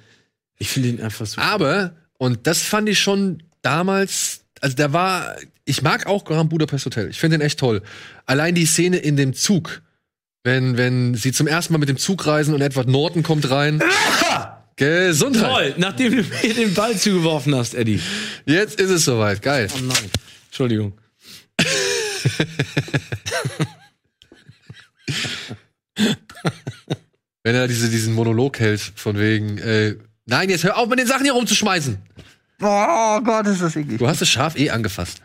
Speaker 2: ich finde ihn einfach so.
Speaker 1: Aber, und das fand ich schon damals, also da war, ich mag auch Grand Budapest Hotel. Ich finde den echt toll. Allein die Szene in dem Zug, wenn, wenn sie zum ersten Mal mit dem Zug reisen und Edward Norton kommt rein. Gesundheit.
Speaker 2: Ah! Toll, nachdem du mir den Ball zugeworfen hast, Eddie.
Speaker 1: Jetzt ist es soweit. Geil.
Speaker 2: Oh nein. Entschuldigung.
Speaker 1: Wenn er diese, diesen Monolog hält, von wegen, äh, nein, jetzt hör auf mit den Sachen hier rumzuschmeißen.
Speaker 3: Oh Gott, ist das eklig.
Speaker 1: Du hast das Schaf eh angefasst.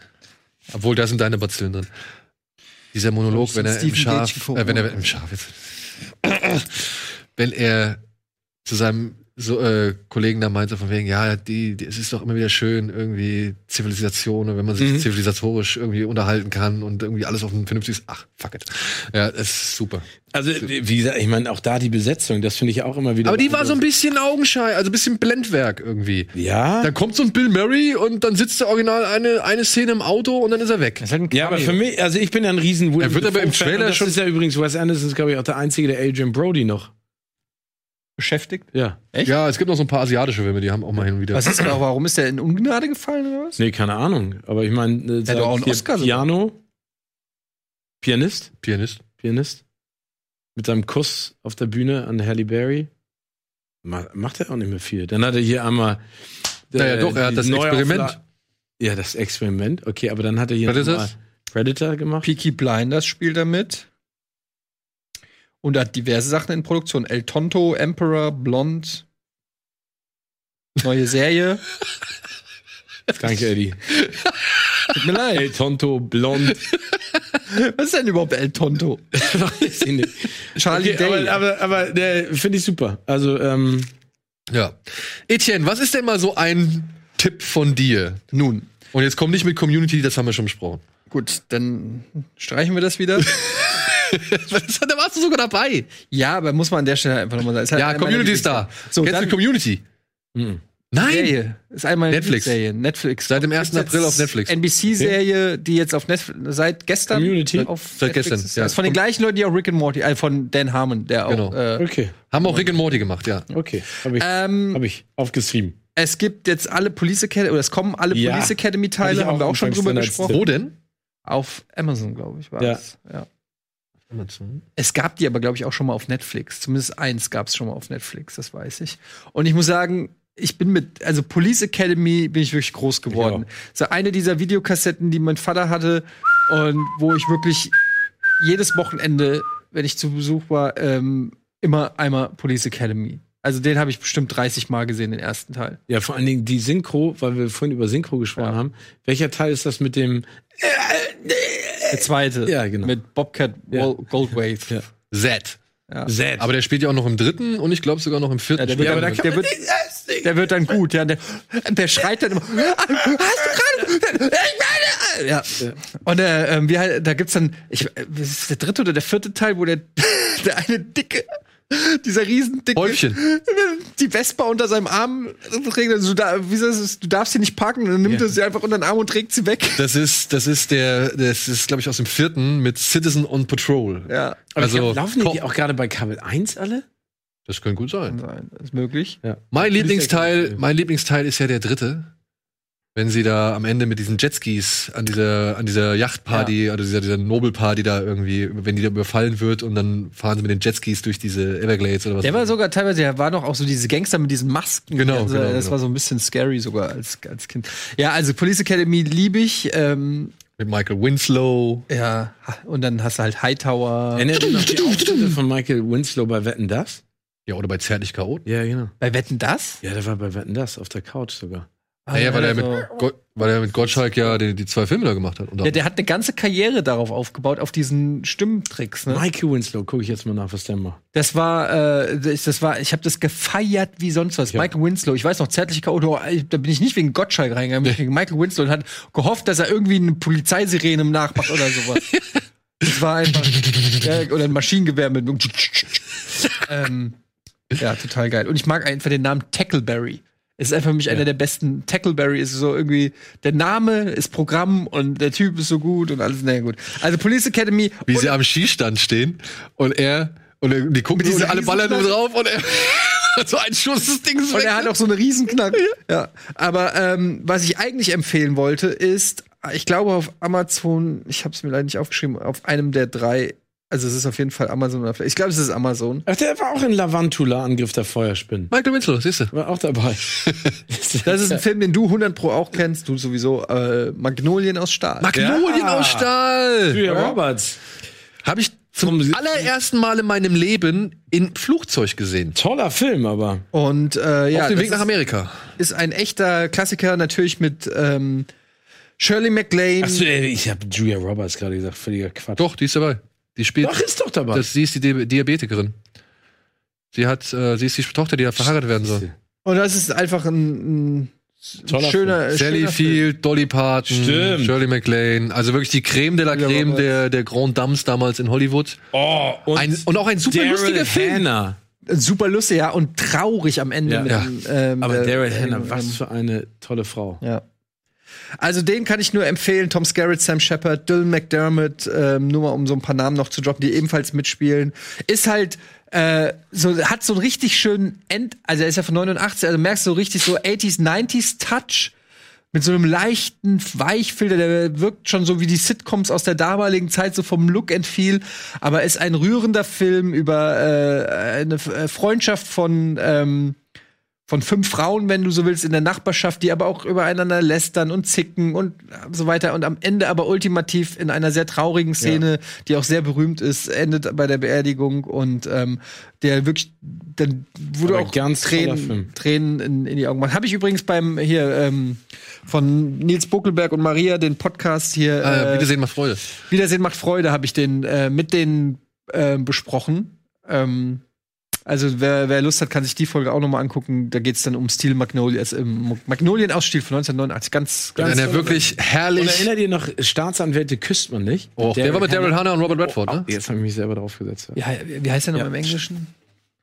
Speaker 1: Obwohl, da sind deine Bazillen drin. Dieser Monolog, wenn er im
Speaker 3: Stephen
Speaker 1: Schaf,
Speaker 3: Gage
Speaker 1: äh, wenn er im Schaf jetzt, wenn er zu seinem so, äh, Kollegen da meinte von wegen, ja, die, die, es ist doch immer wieder schön, irgendwie Zivilisation und wenn man sich zivilisatorisch irgendwie unterhalten kann und irgendwie alles auf ein vernünftiges, ach, fuck it. Ja, das ist super.
Speaker 2: Also, wie gesagt, ich meine, auch da die Besetzung, das finde ich auch immer wieder.
Speaker 1: Aber die war so ein bisschen Augenschei, also ein bisschen Blendwerk irgendwie.
Speaker 2: Ja.
Speaker 1: Dann kommt so ein Bill Murray und dann sitzt der Original eine, eine Szene im Auto und dann ist er weg.
Speaker 2: Ja, aber für mich, also ich bin ja ein riesen Willem
Speaker 1: Er wird aber im
Speaker 2: Dafoe-Fan und
Speaker 1: Trailer
Speaker 2: das
Speaker 1: schon-
Speaker 2: ist ja übrigens, Wes Anderson ist, glaube ich, auch der Einzige, der Adrian Brody noch
Speaker 3: beschäftigt?
Speaker 2: Ja.
Speaker 3: Echt?
Speaker 1: Ja, es gibt noch so ein paar asiatische Filme, die haben auch mal hin und wieder.
Speaker 3: Was ist denn auch, warum ist der in Ungnade gefallen oder was?
Speaker 2: Nee, keine Ahnung. Aber ich meine, äh,
Speaker 3: hat doch auch einen
Speaker 2: hier
Speaker 3: Oscar sogar.
Speaker 2: Piano, Pianist,
Speaker 1: Pianist.
Speaker 2: Pianist, mit seinem Kuss auf der Bühne an Halle Berry. Ma- Macht er auch nicht mehr viel. Dann hat er hier einmal. äh,
Speaker 1: Naja, doch, er hat
Speaker 2: die
Speaker 1: das
Speaker 2: Neuaufla-
Speaker 1: Experiment.
Speaker 2: Ja, das Experiment. Okay, aber dann hat er hier
Speaker 1: Predators?
Speaker 2: nochmal Predator gemacht.
Speaker 3: Peaky Blinders spielt er mit. Und hat diverse Sachen in Produktion. El Tonto, Emperor, Blond. Neue Serie.
Speaker 2: Danke, Eddie.
Speaker 3: Tut mir leid.
Speaker 2: El
Speaker 1: [LAUGHS]
Speaker 2: Tonto, blond.
Speaker 3: Was ist denn überhaupt El Tonto?
Speaker 2: Weiß ich nicht.
Speaker 3: Charlie
Speaker 2: Okay,
Speaker 3: Day.
Speaker 2: aber aber, aber der finde ich super. Also, ähm,
Speaker 1: Ja. Etienne, was ist denn mal so ein Tipp von dir?
Speaker 3: Nun,
Speaker 1: Und jetzt komm nicht mit Community, das haben wir schon besprochen.
Speaker 3: gut, dann streichen wir das wieder.
Speaker 1: [LAUGHS] Was, da warst du sogar dabei.
Speaker 3: ja, aber muss man an der Stelle einfach nochmal sagen. Ist halt
Speaker 1: Ja,
Speaker 3: eine meiner
Speaker 1: Community ist da.
Speaker 3: Lieblingsserien.
Speaker 1: So,
Speaker 3: So,
Speaker 1: Kennst du
Speaker 3: dann
Speaker 1: Community?
Speaker 2: mhm.
Speaker 1: Nein.
Speaker 3: Serie. Ist einmal
Speaker 1: Netflix.
Speaker 3: Serie. Netflix.
Speaker 1: Seit dem 1.
Speaker 3: Gibt's jetzt
Speaker 1: April auf Netflix.
Speaker 3: NBC-Serie, die jetzt auf Netflix, seit gestern.
Speaker 2: Community?
Speaker 3: Auf
Speaker 1: Seit
Speaker 3: Netflix
Speaker 1: gestern,
Speaker 3: ist.
Speaker 1: ja.
Speaker 3: Ist von den gleichen Leuten, die auch Rick and Morty, äh, von Dan Harmon, der auch.
Speaker 1: Genau.
Speaker 3: Äh,
Speaker 2: okay,
Speaker 1: Haben auch Rick and Morty gemacht, ja.
Speaker 2: okay. Habe ich,
Speaker 3: ähm,
Speaker 2: hab ich aufgeschrieben.
Speaker 3: es gibt jetzt alle Police Academy, oder es kommen alle
Speaker 2: Ja.
Speaker 3: Police
Speaker 2: Hab ich
Speaker 3: Academy-Teile,
Speaker 2: auch
Speaker 3: haben wir auch schon
Speaker 2: anfangs
Speaker 3: drüber
Speaker 2: dann als
Speaker 3: gesprochen.
Speaker 1: Wo denn?
Speaker 3: Auf Amazon, glaube ich, war
Speaker 2: Ja.
Speaker 3: es. Ja. Es gab die aber, glaube ich, auch schon mal auf Netflix. Zumindest eins gab es schon mal auf Netflix, das weiß ich. Und ich muss sagen, ich bin mit, also Police Academy bin ich wirklich groß geworden. So eine dieser Videokassetten, die mein Vater hatte und wo ich wirklich jedes Wochenende, wenn ich zu Besuch war, ähm, immer einmal Police Academy. Also den habe ich bestimmt 30 Mal gesehen, den ersten Teil.
Speaker 2: Ja, vor allen Dingen die Synchro, weil wir vorhin über Synchro gesprochen
Speaker 3: Ja.
Speaker 2: haben. Welcher Teil ist das mit dem?
Speaker 3: Der zweite.
Speaker 2: Ja, genau.
Speaker 3: Mit Bobcat
Speaker 2: Ja.
Speaker 3: Wal- Goldthwait.
Speaker 2: Ja.
Speaker 1: Z.
Speaker 2: Zed.
Speaker 1: Aber der spielt ja auch noch im dritten und ich glaube sogar noch im vierten.
Speaker 3: Ja, der
Speaker 1: spielt
Speaker 3: wird
Speaker 1: er
Speaker 3: dann-
Speaker 1: mit.
Speaker 3: der wird- Der wird dann gut, ja. Der, der schreit dann immer, hast du gerade, ich meine, ja. Und äh, ähm, wie, halt- da gibt's dann, ich, äh, was ist der dritte oder der vierte Teil, wo der, [LAUGHS] der eine dicke, dieser riesen dicke,
Speaker 1: Häufchen.
Speaker 3: die Vespa unter seinem Arm trägt, also, du, da, wie ist das, du darfst sie nicht parken, dann nimmt
Speaker 2: Ja.
Speaker 3: er sie einfach unter den Arm und trägt sie weg.
Speaker 1: Das ist, das ist der, das ist, glaube ich, aus dem vierten mit Citizen on Patrol.
Speaker 3: Ja,
Speaker 2: Aber ich
Speaker 1: also,
Speaker 2: glaub, laufen die,
Speaker 1: Cop.
Speaker 2: die auch gerade bei Kabel 1 alle?
Speaker 1: Das könnte gut sein.
Speaker 3: nein, ist möglich.
Speaker 1: Mein
Speaker 2: Police
Speaker 1: Lieblingsteil,
Speaker 2: Academy.
Speaker 1: mein Lieblingsteil ist ja der dritte. Wenn sie da am Ende mit diesen Jetskis an dieser, an dieser Yachtparty oder dieser, dieser Nobelparty da irgendwie, wenn die da überfallen wird und dann fahren sie mit den Jetskis durch diese Everglades oder was.
Speaker 3: Der war sogar teilweise, der war noch auch so diese Gangster mit diesen Masken.
Speaker 1: Genau,
Speaker 3: also,
Speaker 1: genau,
Speaker 3: Das
Speaker 1: genau.
Speaker 3: war so ein bisschen scary sogar als, als Kind. Ja, also Police Academy liebe ich. Ähm,
Speaker 1: mit Michael Winslow.
Speaker 3: ja, und dann hast du halt Hightower.
Speaker 2: Erinnert ihr
Speaker 1: [CLEARS THROAT]
Speaker 2: noch die Auftritte von Michael Winslow bei Wetten Das?
Speaker 1: Ja, oder bei Zärtlich Chaoten.
Speaker 2: Ja, genau.
Speaker 3: Bei Wetten das?
Speaker 2: Ja, der war bei Wetten Das auf der Couch sogar.
Speaker 1: Naja, weil er
Speaker 3: Also-
Speaker 1: mit, Go weil er mit Gottschalk ja die, die zwei Filme da gemacht hat. Und
Speaker 3: ja, der hat eine ganze Karriere darauf aufgebaut, auf diesen Stimmtricks. Ne?
Speaker 2: Michael Winslow, gucke ich jetzt mal nach, was der macht.
Speaker 3: Das war, äh, das das war, ich habe das gefeiert wie sonst was.
Speaker 2: Ja.
Speaker 3: Michael Winslow, ich weiß noch, zärtlich Auto, da bin ich nicht wegen Gottschalk reingegangen, bin ich wegen Michael Winslow und hat gehofft, dass er irgendwie eine Polizeisirene nachmacht oder sowas. das war einfach, ja, oder ein Maschinengewehr mit ähm, Ja, total geil. Und ich mag einfach den Namen Tackleberry. Es ist einfach für mich einer der besten. Tackleberry ist so irgendwie, der Name ist Programm und der Typ ist so gut und alles, naja, gut. Also Police Academy.
Speaker 1: wie
Speaker 3: und-
Speaker 1: sie am Schießstand stehen und er und er- die gucken
Speaker 3: Mit
Speaker 1: so und
Speaker 3: dieser
Speaker 1: alle ballern nur
Speaker 3: Riesenflasche.
Speaker 1: drauf und er [LAUGHS] so ein Schuss des Dings
Speaker 3: Und er hat auch so eine Riesenknarre. ja. Aber ähm, was ich eigentlich empfehlen wollte, ist, ich glaube auf Amazon, ich habe es mir leider nicht aufgeschrieben, auf einem der drei, also es ist auf jeden Fall Amazon oder vielleicht, ich glaube, es ist Amazon.
Speaker 2: Ach, der war auch in Lavantula, Angriff der Feuerspinnen.
Speaker 1: Michael Winslow, siehst du.
Speaker 2: War
Speaker 1: [LAUGHS]
Speaker 2: auch dabei.
Speaker 3: Das ist ein Film, den du 100 Pro auch kennst, du sowieso, äh, Magnolien aus Stahl.
Speaker 1: Magnolien
Speaker 2: Ja.
Speaker 1: aus Stahl.
Speaker 2: Julia Roberts.
Speaker 1: Habe ich zum
Speaker 2: Vom-
Speaker 1: allerersten Mal in meinem Leben in Flugzeug gesehen.
Speaker 2: Toller Film, aber.
Speaker 1: Um
Speaker 3: Und äh, ja,
Speaker 1: Auf dem
Speaker 3: das
Speaker 1: Weg nach
Speaker 3: ist-
Speaker 1: Amerika.
Speaker 3: ist ein echter Klassiker, natürlich mit ähm, Shirley MacLaine.
Speaker 2: Achso, ich habe Julia Roberts gerade gesagt, völliger Quatsch.
Speaker 1: Doch, die ist dabei. Die spielt.
Speaker 2: Doch, ist doch dabei.
Speaker 1: das, sie ist die Di- Diabetikerin. Sie hat, äh, sie ist die Tochter, die da verheiratet werden soll.
Speaker 3: Und das ist einfach ein, ein
Speaker 2: Toller
Speaker 3: schöner,
Speaker 1: Sally
Speaker 3: schöner Film.
Speaker 1: Field, Dolly Parton,
Speaker 2: Stimmt.
Speaker 1: Shirley MacLaine, also wirklich die Creme de la
Speaker 3: Ja,
Speaker 1: Creme
Speaker 3: Robert.
Speaker 1: der, der Grand Dames damals in Hollywood.
Speaker 2: Oh, und,
Speaker 1: Ein, und auch ein super
Speaker 2: Daryl
Speaker 1: lustiger Film.
Speaker 2: Hannah.
Speaker 3: super lustig, ja, und traurig am Ende.
Speaker 2: Ja.
Speaker 3: mit
Speaker 1: Ja.
Speaker 3: dem, ähm,
Speaker 2: Aber
Speaker 3: äh,
Speaker 2: Daryl
Speaker 3: ähm,
Speaker 2: Hannah, was für eine tolle Frau.
Speaker 3: Ja. Also den kann ich nur empfehlen. Tom Skerritt, Sam Shepard, Dylan McDermott, ähm, nur mal um so ein paar Namen noch zu droppen, die ebenfalls mitspielen. Ist halt äh, so, hat so einen richtig schönen End, also er ist ja von 89, also merkst du so richtig so 80s, 90s Touch mit so einem leichten Weichfilter, der wirkt schon so wie die Sitcoms aus der damaligen Zeit, so vom Look and Feel, aber ist ein rührender Film über äh, eine F- äh, Freundschaft von, ähm, von fünf Frauen, wenn du so willst, in der Nachbarschaft, die aber auch übereinander lästern und zicken und so weiter und am Ende aber ultimativ in einer sehr traurigen Szene, die auch sehr berühmt ist, endet bei der Beerdigung und ähm, der wirklich, dann wurde
Speaker 2: Aber
Speaker 3: auch
Speaker 2: ganz toller Film.
Speaker 3: Tränen, Tränen in, in die Augen gemacht. Habe ich übrigens beim hier ähm, von Nils Buckelberg und Maria den Podcast hier
Speaker 1: Äh,
Speaker 3: äh,
Speaker 1: Wiedersehen macht Freude.
Speaker 3: Wiedersehen macht Freude, habe ich den äh, mit denen äh, besprochen. Ähm, also wer, wer Lust hat, kann sich die Folge auch nochmal angucken. Da geht es dann um Stil Magnolias im Magnolien aus Stil von 1989. Ganz, ganz
Speaker 1: Wenn er wirklich
Speaker 2: Und
Speaker 1: herrlich.
Speaker 2: erinnert ihr noch, Staatsanwälte küsst man nicht?
Speaker 1: Oh, der war mit Daryl Hannah und Robert Redford,
Speaker 2: Oh,
Speaker 1: ne?
Speaker 2: jetzt habe ich mich selber draufgesetzt. Ja.
Speaker 3: ja, wie heißt der nochmal im Englischen?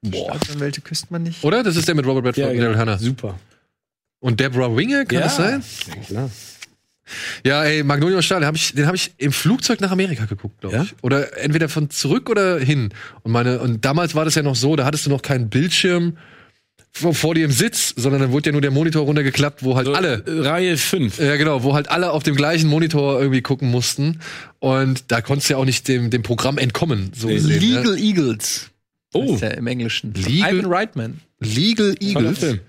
Speaker 3: Boah. Staatsanwälte küsst man nicht.
Speaker 1: Oder? Das ist der mit Robert Redford
Speaker 2: Ja,
Speaker 1: und
Speaker 2: genau.
Speaker 1: Daryl Hannah.
Speaker 2: Super.
Speaker 1: Und Deborah Winger, kann
Speaker 2: Ja.
Speaker 1: das sein?
Speaker 2: Klar.
Speaker 1: Ja, ey, Magnolia und Stahl, den habe ich, den hab ich im Flugzeug nach Amerika geguckt, glaube ich.
Speaker 2: Ja?
Speaker 1: Oder entweder von zurück oder hin. Und, meine, und damals war das ja noch so, da hattest du noch keinen Bildschirm vor, vor dir im Sitz, sondern dann wurde ja nur der Monitor runtergeklappt, wo halt alle
Speaker 2: Äh, Reihe 5.
Speaker 1: Ja, genau, wo halt alle auf dem gleichen Monitor irgendwie gucken mussten. Und da konntest du ja auch nicht dem, dem Programm entkommen, so gesehen. Ne?
Speaker 3: Legal Eagles.
Speaker 2: Oh,
Speaker 3: Ist der im Englischen.
Speaker 1: Legal-
Speaker 3: Ivan Reitman.
Speaker 1: Legal
Speaker 2: toller
Speaker 1: Eagles.
Speaker 2: Film.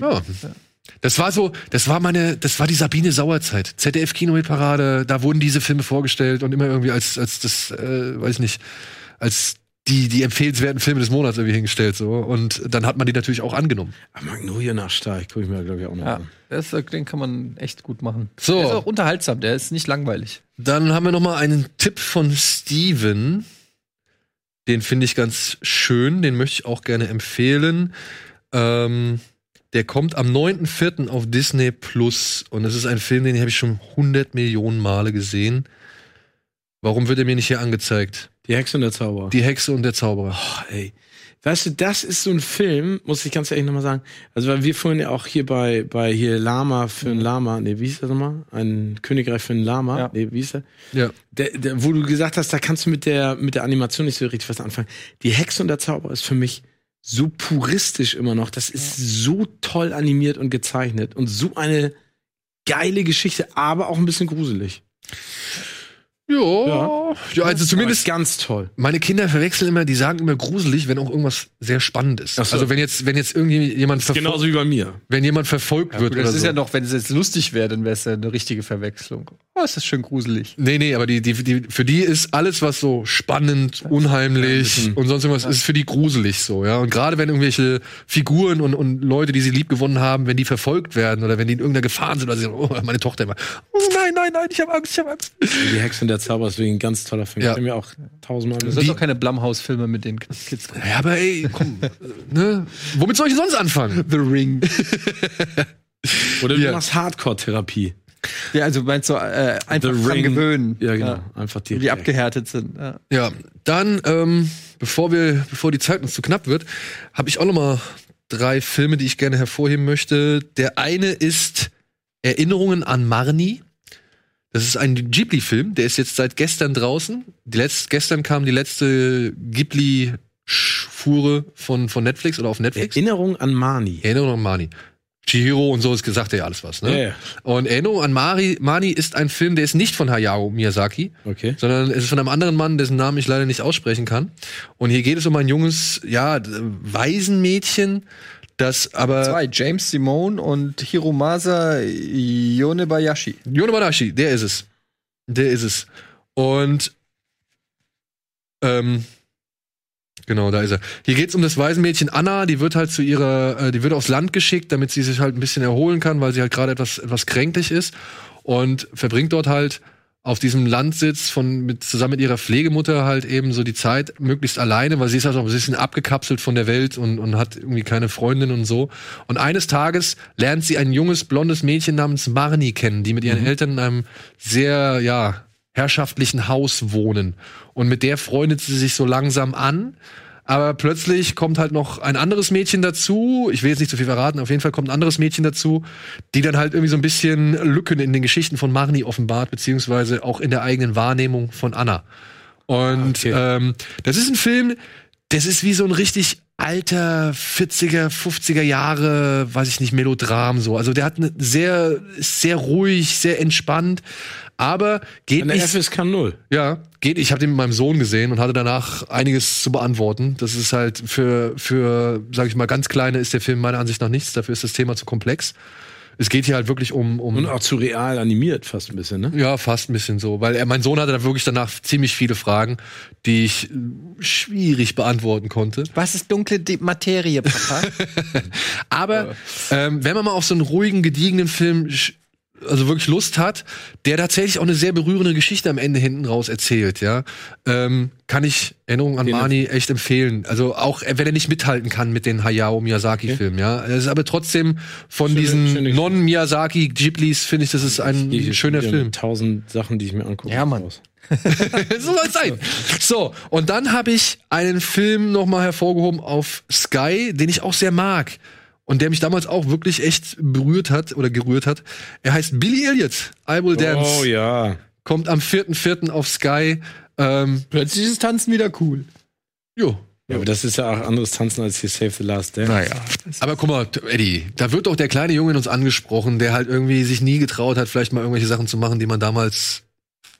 Speaker 1: Ja. Das war so, das war meine, das war die Sabine Sauerzeit. ZDF Kinohitparade, da wurden diese Filme vorgestellt und immer irgendwie als, als das, äh, weiß nicht, als die, die empfehlenswerten Filme des Monats irgendwie hingestellt, so. Und dann hat man die natürlich auch angenommen.
Speaker 2: Ah, Magnolia nach Stark, gucke ich mir, glaube ich, auch noch
Speaker 3: Ja,
Speaker 2: an.
Speaker 3: das, äh, den kann man echt gut machen.
Speaker 1: So.
Speaker 3: Der ist auch unterhaltsam, der ist nicht langweilig.
Speaker 1: Dann haben wir noch mal einen Tipp von Steven. Den finde ich ganz schön, den möchte ich auch gerne empfehlen. Ähm, der kommt am 9.4. auf Disney Plus und das ist ein Film, den habe ich schon 100 Millionen Male gesehen. Warum wird er mir nicht hier angezeigt?
Speaker 2: Die Hexe und der Zauberer.
Speaker 1: Die Hexe und der Zauberer.
Speaker 2: Boah, ey. Weißt du, das ist so ein Film, muss ich ganz ehrlich nochmal sagen. Also, weil wir vorhin ja auch hier bei, bei hier Lama für ein Lama, nee, wie hieß das nochmal? Ein Königreich für ein Lama,
Speaker 3: Ja.
Speaker 2: nee, wie hieß der?
Speaker 1: Ja.
Speaker 2: Der, der? Wo du gesagt hast, da kannst du mit der, mit der Animation nicht so richtig was anfangen. Die Hexe und der Zauberer ist für mich so puristisch immer noch. Das ist so toll animiert und gezeichnet und so eine geile Geschichte, aber auch ein bisschen gruselig.
Speaker 1: Jo.
Speaker 2: Ja.
Speaker 1: Ja. also zumindest
Speaker 2: Aber ganz toll.
Speaker 1: Meine Kinder verwechseln immer, die sagen immer gruselig, wenn auch irgendwas sehr spannend ist.
Speaker 2: Ach so. genau-
Speaker 1: Also wenn jetzt, wenn jetzt irgendjemand verfol-
Speaker 2: Genauso wie bei mir.
Speaker 1: wenn jemand verfolgt wird oder
Speaker 3: das ist
Speaker 1: so.
Speaker 3: ja noch, wenn es jetzt lustig wäre, dann wäre es ja eine richtige Verwechslung. Oh, ist das schön gruselig.
Speaker 1: Nee, nee, aber die, die, die, für die ist alles, was so spannend, unheimlich und sonst irgendwas, ist für die gruselig so, ja. Und gerade wenn irgendwelche Figuren und, und Leute, die sie lieb gewonnen haben, wenn die verfolgt werden oder wenn die in irgendeiner Gefahr sind oder sie, oh, meine Tochter immer, oh nein, nein, nein, ich habe Angst, ich habe Angst.
Speaker 2: Die Hexe und der Zauberer ist wegen ein ganz toller Film.
Speaker 1: Ja.
Speaker 2: Ich habe mir auch tausendmal
Speaker 3: Du sollst auch keine Blumhouse-Filme mit den Kids gucken.
Speaker 1: Ja, aber ey, komm, [LAUGHS] ne? Womit soll ich denn sonst anfangen?
Speaker 3: The Ring.
Speaker 2: Oder du
Speaker 1: Ja.
Speaker 2: machst Hardcore-Therapie.
Speaker 3: [LAUGHS] Ja, also meinst du äh, einfach
Speaker 2: The
Speaker 3: dran
Speaker 2: Ring.
Speaker 3: gewöhnen.
Speaker 2: Ja, genau. Einfach die.
Speaker 3: Wie abgehärtet sind. Ja.
Speaker 1: Ja, dann, ähm, bevor wir, bevor die Zeit uns zu knapp wird, habe ich auch noch mal drei Filme, die ich gerne hervorheben möchte. Der eine ist Erinnerungen an Marnie. Das ist ein Ghibli-Film, der ist jetzt seit gestern draußen. Die letzt, gestern kam die letzte Ghibli-Fuhre von, von Netflix oder auf Netflix.
Speaker 2: Erinnerung an Mani.
Speaker 1: Erinnerung an Marnie. Chihiro und so, es sagt ja alles was, ne?
Speaker 2: Ja, ja.
Speaker 1: Und Erinnerung an Mari, Marnie ist ein Film, der ist nicht von Hayao Miyazaki,
Speaker 2: Okay.
Speaker 1: sondern es ist von einem anderen Mann, dessen Namen ich leider nicht aussprechen kann. Und hier geht es um ein junges, ja, d- Waisenmädchen, das aber
Speaker 3: Zwei, James Simone und Hiromasa Yonebayashi.
Speaker 1: Yonobadashi, der ist es. Der ist es. Und ähm, genau, da ist er. Hier geht's um das Waisenmädchen Anna, die wird halt zu ihrer, äh, die wird aufs Land geschickt, damit sie sich halt ein bisschen erholen kann, weil sie halt gerade etwas, etwas kränklich ist und verbringt dort halt auf diesem Landsitz von mit, zusammen mit ihrer Pflegemutter halt eben so die Zeit möglichst alleine, weil sie ist halt auch ein bisschen abgekapselt von der Welt und, und hat irgendwie keine Freundin und so. Und eines Tages lernt sie ein junges blondes Mädchen namens Marnie kennen, die mit ihren Eltern in einem sehr ja herrschaftlichen Haus wohnen. Und mit der freundet sie sich so langsam an. Aber plötzlich kommt halt noch ein anderes Mädchen dazu. Ich will jetzt nicht zu viel verraten. Auf jeden Fall kommt ein anderes Mädchen dazu, die dann halt irgendwie so ein bisschen Lücken in den Geschichten von Marnie offenbart, beziehungsweise auch in der eigenen Wahrnehmung von Anna. Und ähm, das ist ein Film, das ist wie so ein richtig alter 40er, 50er Jahre, weiß ich nicht, Melodram so. Also der hat eine sehr, ist sehr ruhig, sehr entspannt, aber geht
Speaker 2: Eine
Speaker 1: nicht.
Speaker 2: FSK 0.
Speaker 1: Ja, geht. Ich habe den mit meinem Sohn gesehen und hatte danach einiges zu beantworten. Das ist halt für, für sage ich mal, ganz Kleine ist der Film meiner Ansicht nach nichts. Dafür ist das Thema zu komplex. Es geht hier halt wirklich um,
Speaker 2: Und
Speaker 1: um
Speaker 2: auch zu real animiert fast ein bisschen, ne?
Speaker 1: ja, fast ein bisschen so. Weil er, mein Sohn hatte da wirklich danach ziemlich viele Fragen, die ich äh, schwierig beantworten konnte.
Speaker 3: Was ist dunkle De- Materie, Papa?
Speaker 1: Aber ähm, wenn man mal auf so einen ruhigen, gediegenen Film sch- also wirklich Lust hat, der tatsächlich auch eine sehr berührende Geschichte am Ende hinten raus erzählt, ja, ähm, kann ich Erinnerung an Mani echt empfehlen. Also auch äh, wenn er nicht mithalten kann mit den Hayao Miyazaki-Filmen, ja. Es ist aber trotzdem von
Speaker 2: Schöne-
Speaker 1: diesen
Speaker 2: schöne Geschichte.
Speaker 1: Non-Miyazaki-Ghiblis finde ich, das ist ein
Speaker 2: Ich- ich-
Speaker 1: schöner
Speaker 2: ich-
Speaker 1: Film.
Speaker 2: Tausend Sachen, die ich mir angucke.
Speaker 3: Ja, Mann.
Speaker 1: so soll es sein. So, und dann habe ich einen Film nochmal hervorgehoben auf Sky, den ich auch sehr mag. Und der mich damals auch wirklich echt berührt hat oder gerührt hat. Er heißt Billy Elliot, I Will Dance.
Speaker 2: Oh ja.
Speaker 1: Kommt am 4.4. auf Sky. Ähm,
Speaker 3: [LAUGHS] Plötzlich ist Tanzen wieder cool.
Speaker 1: jo.
Speaker 2: ja. Aber das ist ja auch anderes Tanzen als hier Save the Last Dance.
Speaker 3: Naja.
Speaker 1: Aber guck mal, Eddie, da wird doch der kleine Junge in uns angesprochen, der halt irgendwie sich nie getraut hat, vielleicht mal irgendwelche Sachen zu machen, die man damals,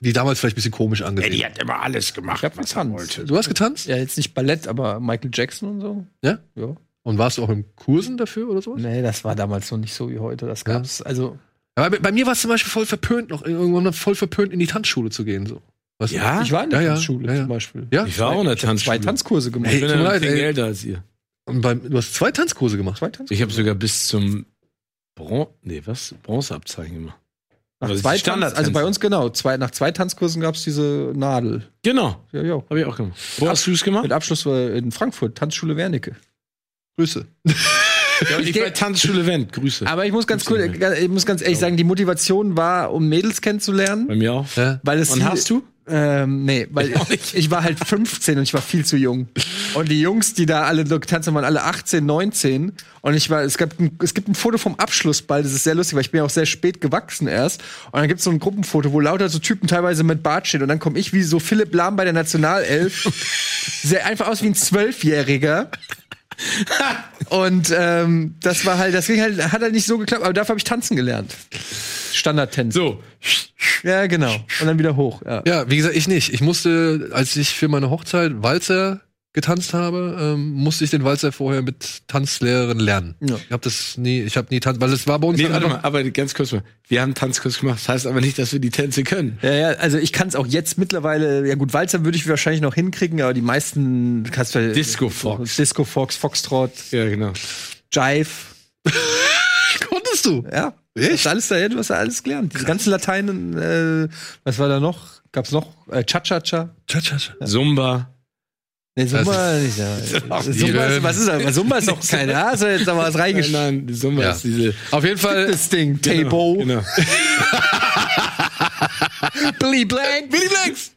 Speaker 1: die damals vielleicht ein bisschen komisch angesehen
Speaker 5: hat immer alles gemacht,
Speaker 3: hab was er getanzt. wollte.
Speaker 1: Du hast getanzt?
Speaker 3: Ja, jetzt nicht Ballett, aber Michael Jackson und so.
Speaker 1: Ja?
Speaker 3: Ja.
Speaker 1: Und warst du auch in Kursen dafür oder sowas?
Speaker 3: Nee, das war damals noch nicht so wie heute. Das gab's. Also,
Speaker 1: Aber bei, bei mir war es zum Beispiel voll verpönt, noch irgendwann noch voll verpönt in die Tanzschule zu gehen. So. Was?
Speaker 2: Ja?
Speaker 3: ich war in der
Speaker 1: Ja, ja,
Speaker 3: Tanzschule
Speaker 1: ja, ja.
Speaker 3: zum Beispiel.
Speaker 1: Ja?
Speaker 2: Ich war auch in der
Speaker 3: Ich hab zwei
Speaker 2: Tanzschule.
Speaker 3: Tanzkurse gemacht.
Speaker 2: Ich bin
Speaker 1: tut mir
Speaker 2: ja ein
Speaker 1: leid,
Speaker 2: bisschen
Speaker 1: ey.
Speaker 2: älter als ihr.
Speaker 1: Und beim, du hast zwei Tanzkurse gemacht.
Speaker 3: Zwei Tanzkurse.
Speaker 2: Ich habe sogar bis zum Bron nee, was? Bronzeabzeichen gemacht.
Speaker 3: Nach
Speaker 2: Also
Speaker 3: zwei
Speaker 2: die
Speaker 3: Tanz, also bei
Speaker 2: Standardtänze.
Speaker 3: uns genau. Zwei, nach zwei Tanzkursen gab's diese Nadel.
Speaker 2: Genau,
Speaker 3: Ja, ja.
Speaker 2: habe ich auch gemacht. Wo hast du es
Speaker 3: Mit
Speaker 2: gemacht?
Speaker 3: Abschluss war in Frankfurt, Tanzschule Wernicke. Grüße.
Speaker 2: Ja, ich bei Tanzschule Wendt. Grüße.
Speaker 3: Aber ich muss ganz cool, ich muss ganz ehrlich sagen, die Motivation war, um Mädels kennenzulernen.
Speaker 2: bei mir auch.
Speaker 1: Ja?
Speaker 3: Weil es
Speaker 2: Und hast du?
Speaker 3: Ähm, nee, weil ich, ich war halt 15 und ich war viel zu jung. Und die Jungs, die da alle getanzt haben, waren alle 18, 19. Und ich war, es, gab ein, es gibt ein Foto vom Abschlussball, das ist sehr lustig, weil ich bin ja auch sehr spät gewachsen erst. Und dann gibt es so ein Gruppenfoto, wo lauter so Typen teilweise mit Bart stehen. Und dann komme ich wie so Philipp Lahm bei
Speaker 2: [LAUGHS]
Speaker 3: der Nationalelf. sehr einfach aus wie ein Zwölfjähriger. und ähm, das war halt, das ging halt, hat halt nicht so geklappt, aber dafür habe ich tanzen gelernt. Standardtänze.
Speaker 2: So,
Speaker 3: Ja, genau. Und dann wieder hoch. Ja.
Speaker 1: ja, wie gesagt, ich nicht. Ich musste, als ich für meine Hochzeit Walzer getanzt habe, ähm, musste ich den Walzer vorher mit Tanzlehrerin lernen.
Speaker 3: Ja.
Speaker 1: Ich habe das nie, ich habe nie tanzt, weil es war bei uns
Speaker 2: nee,
Speaker 1: dann
Speaker 2: warte
Speaker 1: einfach-
Speaker 2: mal, aber ganz kurz mal. Wir haben einen Tanzkurs gemacht, das heißt aber nicht, dass wir die Tänze können.
Speaker 3: Ja, ja, also ich kann es auch jetzt mittlerweile, ja gut, Walzer würde ich wahrscheinlich noch hinkriegen, aber die meisten kannst du
Speaker 2: Disco Fox.
Speaker 3: Disco Fox, Foxtrot,
Speaker 2: Ja, genau.
Speaker 3: Jive,
Speaker 1: konntest du.
Speaker 3: ja. Echt? Alles da, ja, du hast ja alles gelernt. Diese ganzen Lateinen, äh, was war da noch? Gab's noch? Äh, Cha-Cha-Cha?
Speaker 1: Tja, tja, tja.
Speaker 2: Sumba.
Speaker 3: Nee, Sumba,
Speaker 1: Das
Speaker 3: nicht, ja. Sumba
Speaker 1: Liebe.
Speaker 3: ist, was ist das? Sumba ist doch kein, da hast du jetzt aber was
Speaker 2: Nein,
Speaker 3: reingeschickt.
Speaker 2: nein, Sumba
Speaker 1: Ja.
Speaker 2: ist diese.
Speaker 1: Auf jeden
Speaker 3: [LAUGHS]
Speaker 1: Fall,
Speaker 3: Das Ding,
Speaker 2: Genau,
Speaker 3: Tabo,
Speaker 2: Genau.
Speaker 3: Billy Blank, Billy Blanks.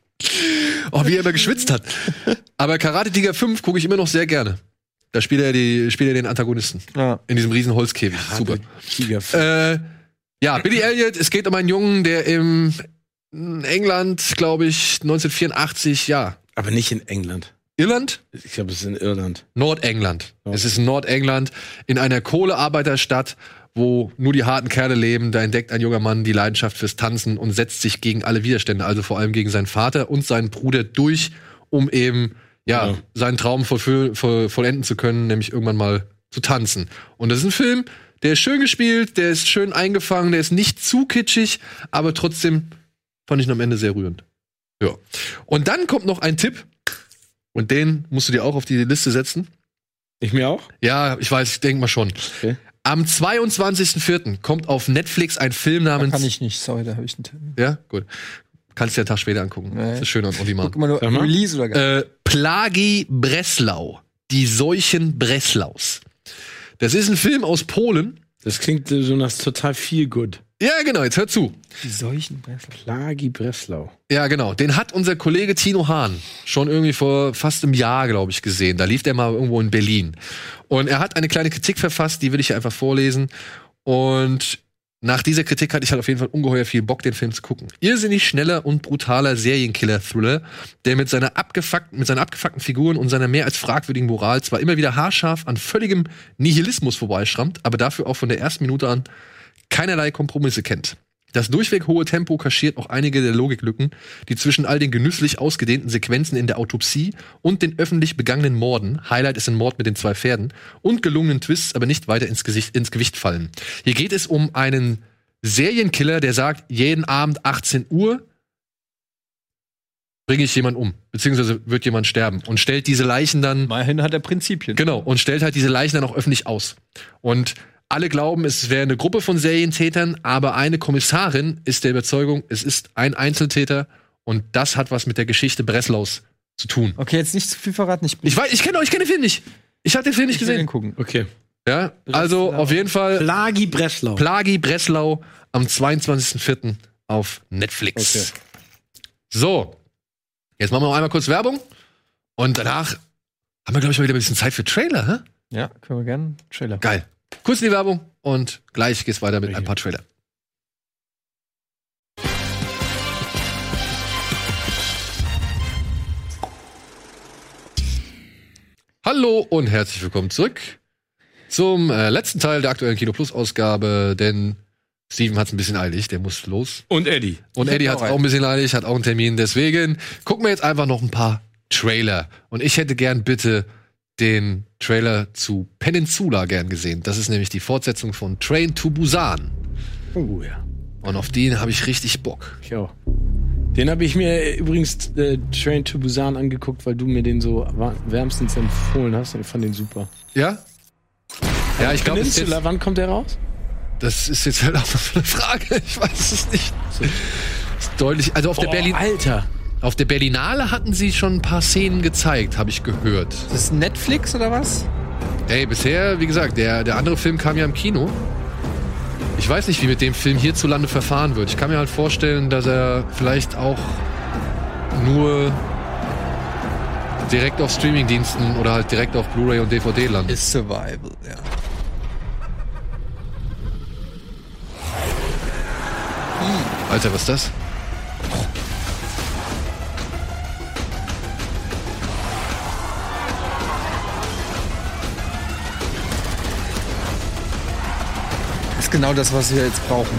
Speaker 1: oh, wie er immer geschwitzt hat. Aber Karate Tiger 5 gucke ich immer noch sehr gerne. Da spielt er, die, spielt er den Antagonisten.
Speaker 3: Ja.
Speaker 1: In diesem riesen Holzkäfig. Super.
Speaker 2: Tiger.
Speaker 1: äh, ja, Billy Elliot, es geht um einen Jungen, der im England, glaube ich, 1984, ja,
Speaker 2: Aber nicht in England.
Speaker 1: Irland?
Speaker 2: Ich glaube, es ist in Irland.
Speaker 1: Nordengland.
Speaker 2: Ja.
Speaker 1: Es ist in Nordengland, in einer Kohlearbeiterstadt, wo nur die harten Kerle leben. Da entdeckt ein junger Mann die Leidenschaft fürs Tanzen und setzt sich gegen alle Widerstände, also vor allem gegen seinen Vater und seinen Bruder durch, um eben, ja,
Speaker 2: Ja.
Speaker 1: seinen Traum vollfü- voll, vollenden zu können, nämlich irgendwann mal zu tanzen. Und das ist ein Film, der ist schön gespielt, der ist schön eingefangen, der ist nicht zu kitschig, aber trotzdem fand ich ihn am Ende sehr rührend. Ja. Und dann kommt noch ein Tipp. Und den musst du dir auch auf die Liste setzen.
Speaker 2: Ich mir auch?
Speaker 1: Ja, ich weiß, ich denke mal schon.
Speaker 2: Okay.
Speaker 1: Am 22.04. kommt auf Netflix ein Film namens.
Speaker 3: Kann ich nicht, sorry, da habe ich einen Termin.
Speaker 1: Ja, gut. Kannst du ja einen Tag später angucken.
Speaker 3: Nee.
Speaker 1: Das ist schön und
Speaker 3: Guck
Speaker 1: on
Speaker 3: immer nur
Speaker 2: Sag mal.
Speaker 3: Release oder gar
Speaker 1: äh, Plagi Breslau. Die Seuchen Breslaus. Das ist ein Film aus Polen.
Speaker 2: Das klingt äh, so nach total viel good.
Speaker 1: Ja, genau, jetzt hör zu.
Speaker 3: Die Seuchen, Breslau.
Speaker 2: Plagi Breslau.
Speaker 1: Ja, genau. Den hat unser Kollege Tino Hahn schon irgendwie vor fast einem Jahr, glaube ich, gesehen. Da lief der mal irgendwo in Berlin. Und er hat eine kleine Kritik verfasst, die will ich hier einfach vorlesen. Und Nach dieser Kritik hatte ich halt auf jeden Fall ungeheuer viel Bock, den Film zu gucken. Irrsinnig schneller und brutaler Serienkiller-Thriller, der mit, seiner abgefuckten, mit seinen abgefuckten Figuren und seiner mehr als fragwürdigen Moral zwar immer wieder haarscharf an völligem Nihilismus vorbeischrammt, aber dafür auch von der ersten Minute an keinerlei Kompromisse kennt. Das durchweg hohe Tempo kaschiert auch einige der Logiklücken, die zwischen all den genüsslich ausgedehnten Sequenzen in der Autopsie und den öffentlich begangenen Morden, Highlight ist ein Mord mit den zwei Pferden, und gelungenen Twists aber nicht weiter ins, Gesicht, ins Gewicht fallen. Hier geht es um einen Serienkiller, der sagt, jeden Abend 18 Uhr bringe ich jemand um, beziehungsweise wird jemand sterben und stellt diese Leichen dann
Speaker 3: Immerhin hat er Prinzipien.
Speaker 1: Genau, und stellt halt diese Leichen dann auch öffentlich aus. Und alle glauben, es wäre eine Gruppe von Serientätern, aber eine Kommissarin ist der Überzeugung, es ist ein Einzeltäter und das hat was mit der Geschichte Breslaus zu tun.
Speaker 3: Okay, jetzt nicht zu viel verraten. Ich bin
Speaker 1: Ich weiß, ich kenne ich kenne den Film nicht. Ich habe den Film nicht
Speaker 3: ich will den
Speaker 1: gesehen.
Speaker 3: gucken.
Speaker 2: Okay.
Speaker 1: Ja, also auf jeden Fall
Speaker 2: Plagi Breslau.
Speaker 1: Plagi Breslau am 22.04. auf Netflix. So, jetzt machen wir noch einmal kurz Werbung und danach haben wir glaube ich mal wieder ein bisschen Zeit für Trailer, hä?
Speaker 3: Ja, können wir gerne. Trailer.
Speaker 1: Geil. Kurz in die Werbung und gleich geht's weiter mit ein paar Trailer. Hallo und herzlich willkommen zurück zum äh, letzten Teil der aktuellen Kino Plus Ausgabe, denn Steven hat's ein bisschen eilig, der muss los.
Speaker 2: Und Eddie.
Speaker 1: Und Eddie hat's auch ein bisschen eilig, hat auch einen Termin, deswegen gucken wir jetzt einfach noch ein paar Trailer. Und ich hätte gern bitte den Trailer zu Peninsula gern gesehen. Das ist nämlich die Fortsetzung von Train to Busan.
Speaker 2: Oh ja.
Speaker 1: Und auf den habe ich richtig Bock.
Speaker 2: Ich auch. Den habe ich mir übrigens äh, Train to Busan angeguckt, weil du mir den so wa- wärmstens empfohlen hast. Ich fand den super.
Speaker 1: Ja? Ja, ich glaube, das, ist
Speaker 2: Peninsula,
Speaker 1: jetzt-
Speaker 2: wann kommt der raus?
Speaker 1: das ist jetzt halt auch noch eine Frage. [LAUGHS] Ich weiß es nicht. Ist deutlich. Also auf der, Berlin,
Speaker 2: Oh, Alter.
Speaker 1: auf der Berlinale hatten sie schon ein paar Szenen gezeigt, habe ich gehört.
Speaker 3: Das ist Netflix oder was?
Speaker 1: Ey, bisher, wie gesagt, der, der andere Film kam ja im Kino. Ich weiß nicht, wie mit dem Film hierzulande verfahren wird. Ich kann mir halt vorstellen, dass er vielleicht auch nur direkt auf Streamingdiensten oder halt direkt auf Blu-ray und DVD landet.
Speaker 3: Ist Survival, ja.
Speaker 1: Alter, was ist das?
Speaker 3: Ist genau das, was wir jetzt brauchen.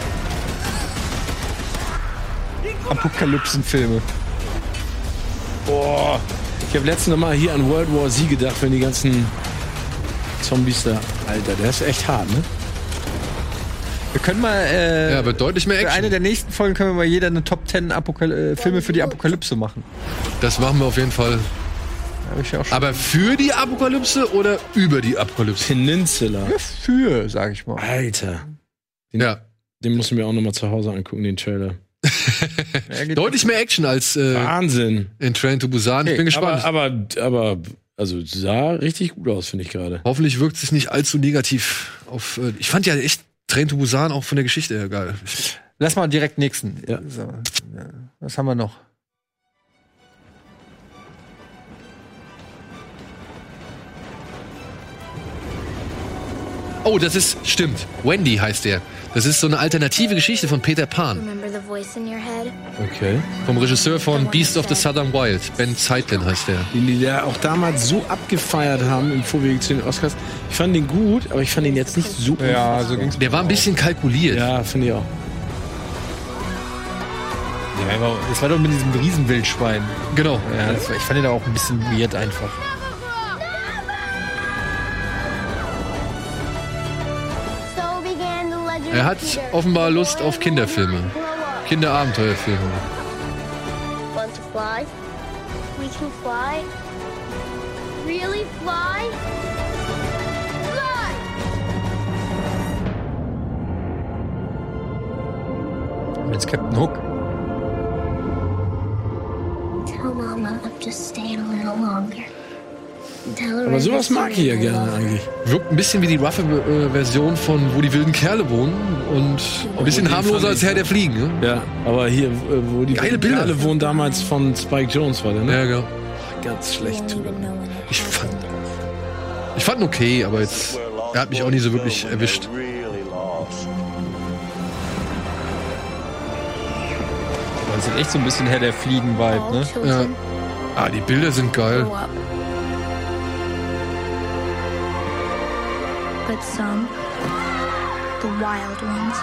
Speaker 3: Apokalypsenfilme.
Speaker 2: Boah. Ich habe letztens noch mal hier an World War Z gedacht, wenn die ganzen Zombies da. Alter, der ist echt hart, ne?
Speaker 3: Wir können mal. Äh,
Speaker 1: Ja, wird deutlich mehr
Speaker 3: für eine
Speaker 1: Action.
Speaker 3: der nächsten Folgen können wir mal jeder eine Top 10 Apokal äh, Filme für die Apokalypse machen.
Speaker 1: Das machen wir auf jeden Fall.
Speaker 3: Habe ich ja auch schon.
Speaker 1: Aber für die Apokalypse oder über die Apokalypse?
Speaker 2: Peninsula.
Speaker 3: Für, sag ich mal.
Speaker 2: Alter.
Speaker 1: Ja.
Speaker 2: Den muss ich mir auch noch mal zu Hause angucken, den Trailer.
Speaker 1: Deutlich mehr Action als äh,
Speaker 2: Wahnsinn.
Speaker 1: in Train to Busan. Ich bin gespannt.
Speaker 2: Aber, aber, aber, also sah richtig gut aus, finde ich gerade.
Speaker 1: Hoffentlich wirkt es nicht allzu negativ auf. Äh, ich fand ja echt Train to Busan auch von der Geschichte her geil.
Speaker 3: Lass mal direkt nächsten.
Speaker 2: Ja.
Speaker 3: So, ja. was haben wir noch?
Speaker 1: Oh, das ist stimmt. Wendy heißt der. Das ist so eine alternative Geschichte von Peter Pan,
Speaker 7: Remember the voice in your head?
Speaker 2: Okay.
Speaker 1: vom Regisseur von Beast of the Southern Wild. Ben Zeitlin heißt der.
Speaker 2: Den die da auch damals so abgefeiert haben im Vorweg zu den Oscars. Ich fand den gut, aber ich fand ihn jetzt nicht so
Speaker 3: Ja, so ging's.
Speaker 1: Der war ein bisschen kalkuliert.
Speaker 2: Ja, finde ich auch.
Speaker 3: Das war doch mit diesem Riesenwildschwein.
Speaker 1: Genau.
Speaker 3: Ja, das war, ich fand den auch ein bisschen weird einfach.
Speaker 1: Er hat offenbar Lust auf Kinderfilme. Kinderabenteuerfilme.
Speaker 7: Want to fly? We can fly. Really fly? Fly!
Speaker 3: Und jetzt Captain Hook.
Speaker 7: Tell Mama I'm just staying a little longer. Tell her
Speaker 2: Aber
Speaker 7: I'm
Speaker 2: sowas
Speaker 7: just
Speaker 2: mag ich ja
Speaker 7: staying a little
Speaker 2: gerne
Speaker 7: longer.
Speaker 2: eigentlich.
Speaker 1: Wirkt ein bisschen wie die roughe äh, Version von Wo die wilden Kerle wohnen und
Speaker 3: Oh,
Speaker 1: ein bisschen harmloser als Herr der Fliegen. Ne?
Speaker 2: Ja, aber hier, äh, wo die
Speaker 1: Geile Bilder.
Speaker 2: alle wohnen damals von Spike Jones, war der, ne?
Speaker 1: Ja, genau.
Speaker 2: ganz schlecht.
Speaker 1: Ich fand, ich fand ihn okay, aber jetzt, er hat mich auch nie so wirklich erwischt.
Speaker 3: Das hat echt so ein bisschen Herr der Fliegen-Vibe,
Speaker 7: All
Speaker 3: ne?
Speaker 7: children
Speaker 1: Ah, die Bilder sind geil.
Speaker 7: grow up. But some, the wild ones,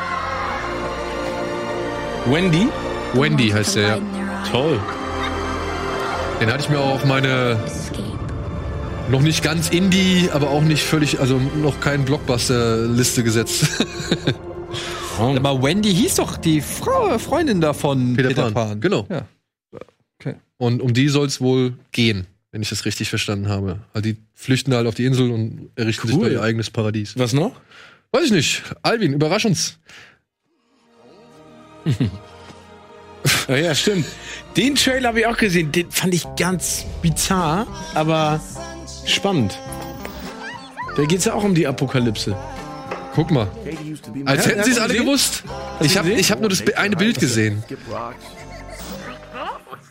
Speaker 2: Wendy?
Speaker 1: Wendy heißt
Speaker 7: the
Speaker 1: der,
Speaker 7: light
Speaker 1: ja.
Speaker 7: in their eyes
Speaker 2: Toll.
Speaker 1: Den hatte ich mir auch auf meine
Speaker 7: escape.
Speaker 1: noch nicht ganz Indie, aber auch nicht völlig, also noch kein Blockbuster-Liste
Speaker 2: [LAUGHS]
Speaker 1: gesetzt.
Speaker 2: Oh.
Speaker 3: Aber Wendy hieß doch die Frau, Freundin da von
Speaker 1: Peter
Speaker 3: Peter,
Speaker 1: Pan.
Speaker 3: Pan.
Speaker 1: Genau.
Speaker 3: Ja. Okay.
Speaker 1: Und um die soll es wohl gehen, wenn ich das richtig verstanden habe. Also die flüchten halt auf die Insel und errichten sich
Speaker 2: Cool.
Speaker 1: da ihr eigenes Paradies.
Speaker 2: Was noch?
Speaker 1: Weiß ich nicht. Alvin, überrasch uns.
Speaker 2: Ja, Oh ja, stimmt. Den Trailer habe ich auch gesehen. Den fand ich ganz bizarr, aber spannend. Da geht es ja auch um die Apokalypse.
Speaker 1: Guck mal. Als
Speaker 2: Ja,
Speaker 1: hätten
Speaker 2: ja,
Speaker 1: sie es
Speaker 2: komm,
Speaker 1: alle
Speaker 2: sehen.
Speaker 1: gewusst.
Speaker 2: du
Speaker 1: Ich habe
Speaker 2: gesehen?
Speaker 1: ich hab nur das bi- eine Bild gesehen.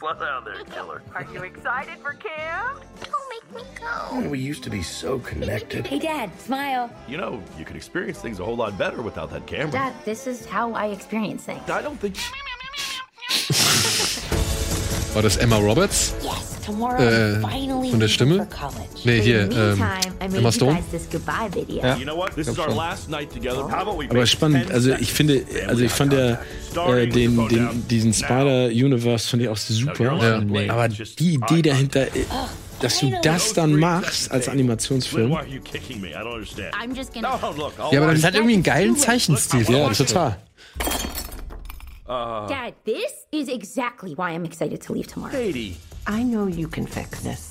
Speaker 9: Are you excited for camp?
Speaker 7: Don't make me go.
Speaker 10: We used to be so connected.
Speaker 8: Hey, Dad, smile.
Speaker 10: You know, you could experience things a whole lot better without that camera.
Speaker 8: Dad, this is how I experience things.
Speaker 10: I don't think.
Speaker 1: War das Emma Roberts?
Speaker 8: Yes, tomorrow
Speaker 1: Äh,
Speaker 8: I'm finally
Speaker 1: von der
Speaker 8: leaving
Speaker 1: Stimme?
Speaker 8: for college.
Speaker 1: Nee,
Speaker 8: But
Speaker 1: hier,
Speaker 8: in the
Speaker 1: ähm,
Speaker 8: meantime, I made
Speaker 1: Emma
Speaker 8: you
Speaker 1: Stone.
Speaker 8: guys this goodbye video.
Speaker 3: Ja.
Speaker 10: You know what? This is our last night together. How about we
Speaker 2: Aber spannend. Also ich finde, also ich fand ja äh, den, den, diesen Spider-Universe fand ich auch super.
Speaker 10: Ja.
Speaker 2: Aber die Idee dahinter, äh, dass du das dann machst als Animationsfilm.
Speaker 10: Why are you kicking me? I don't understand.
Speaker 8: I'm just gonna
Speaker 10: Oh, look. I'll
Speaker 1: Ja, aber
Speaker 3: Das
Speaker 1: dann,
Speaker 3: hat irgendwie einen geilen Zeichenstil.
Speaker 2: Ja, total.
Speaker 8: Dad, this is exactly why I'm excited to leave tomorrow.
Speaker 10: Katie.
Speaker 9: I know you can fix this.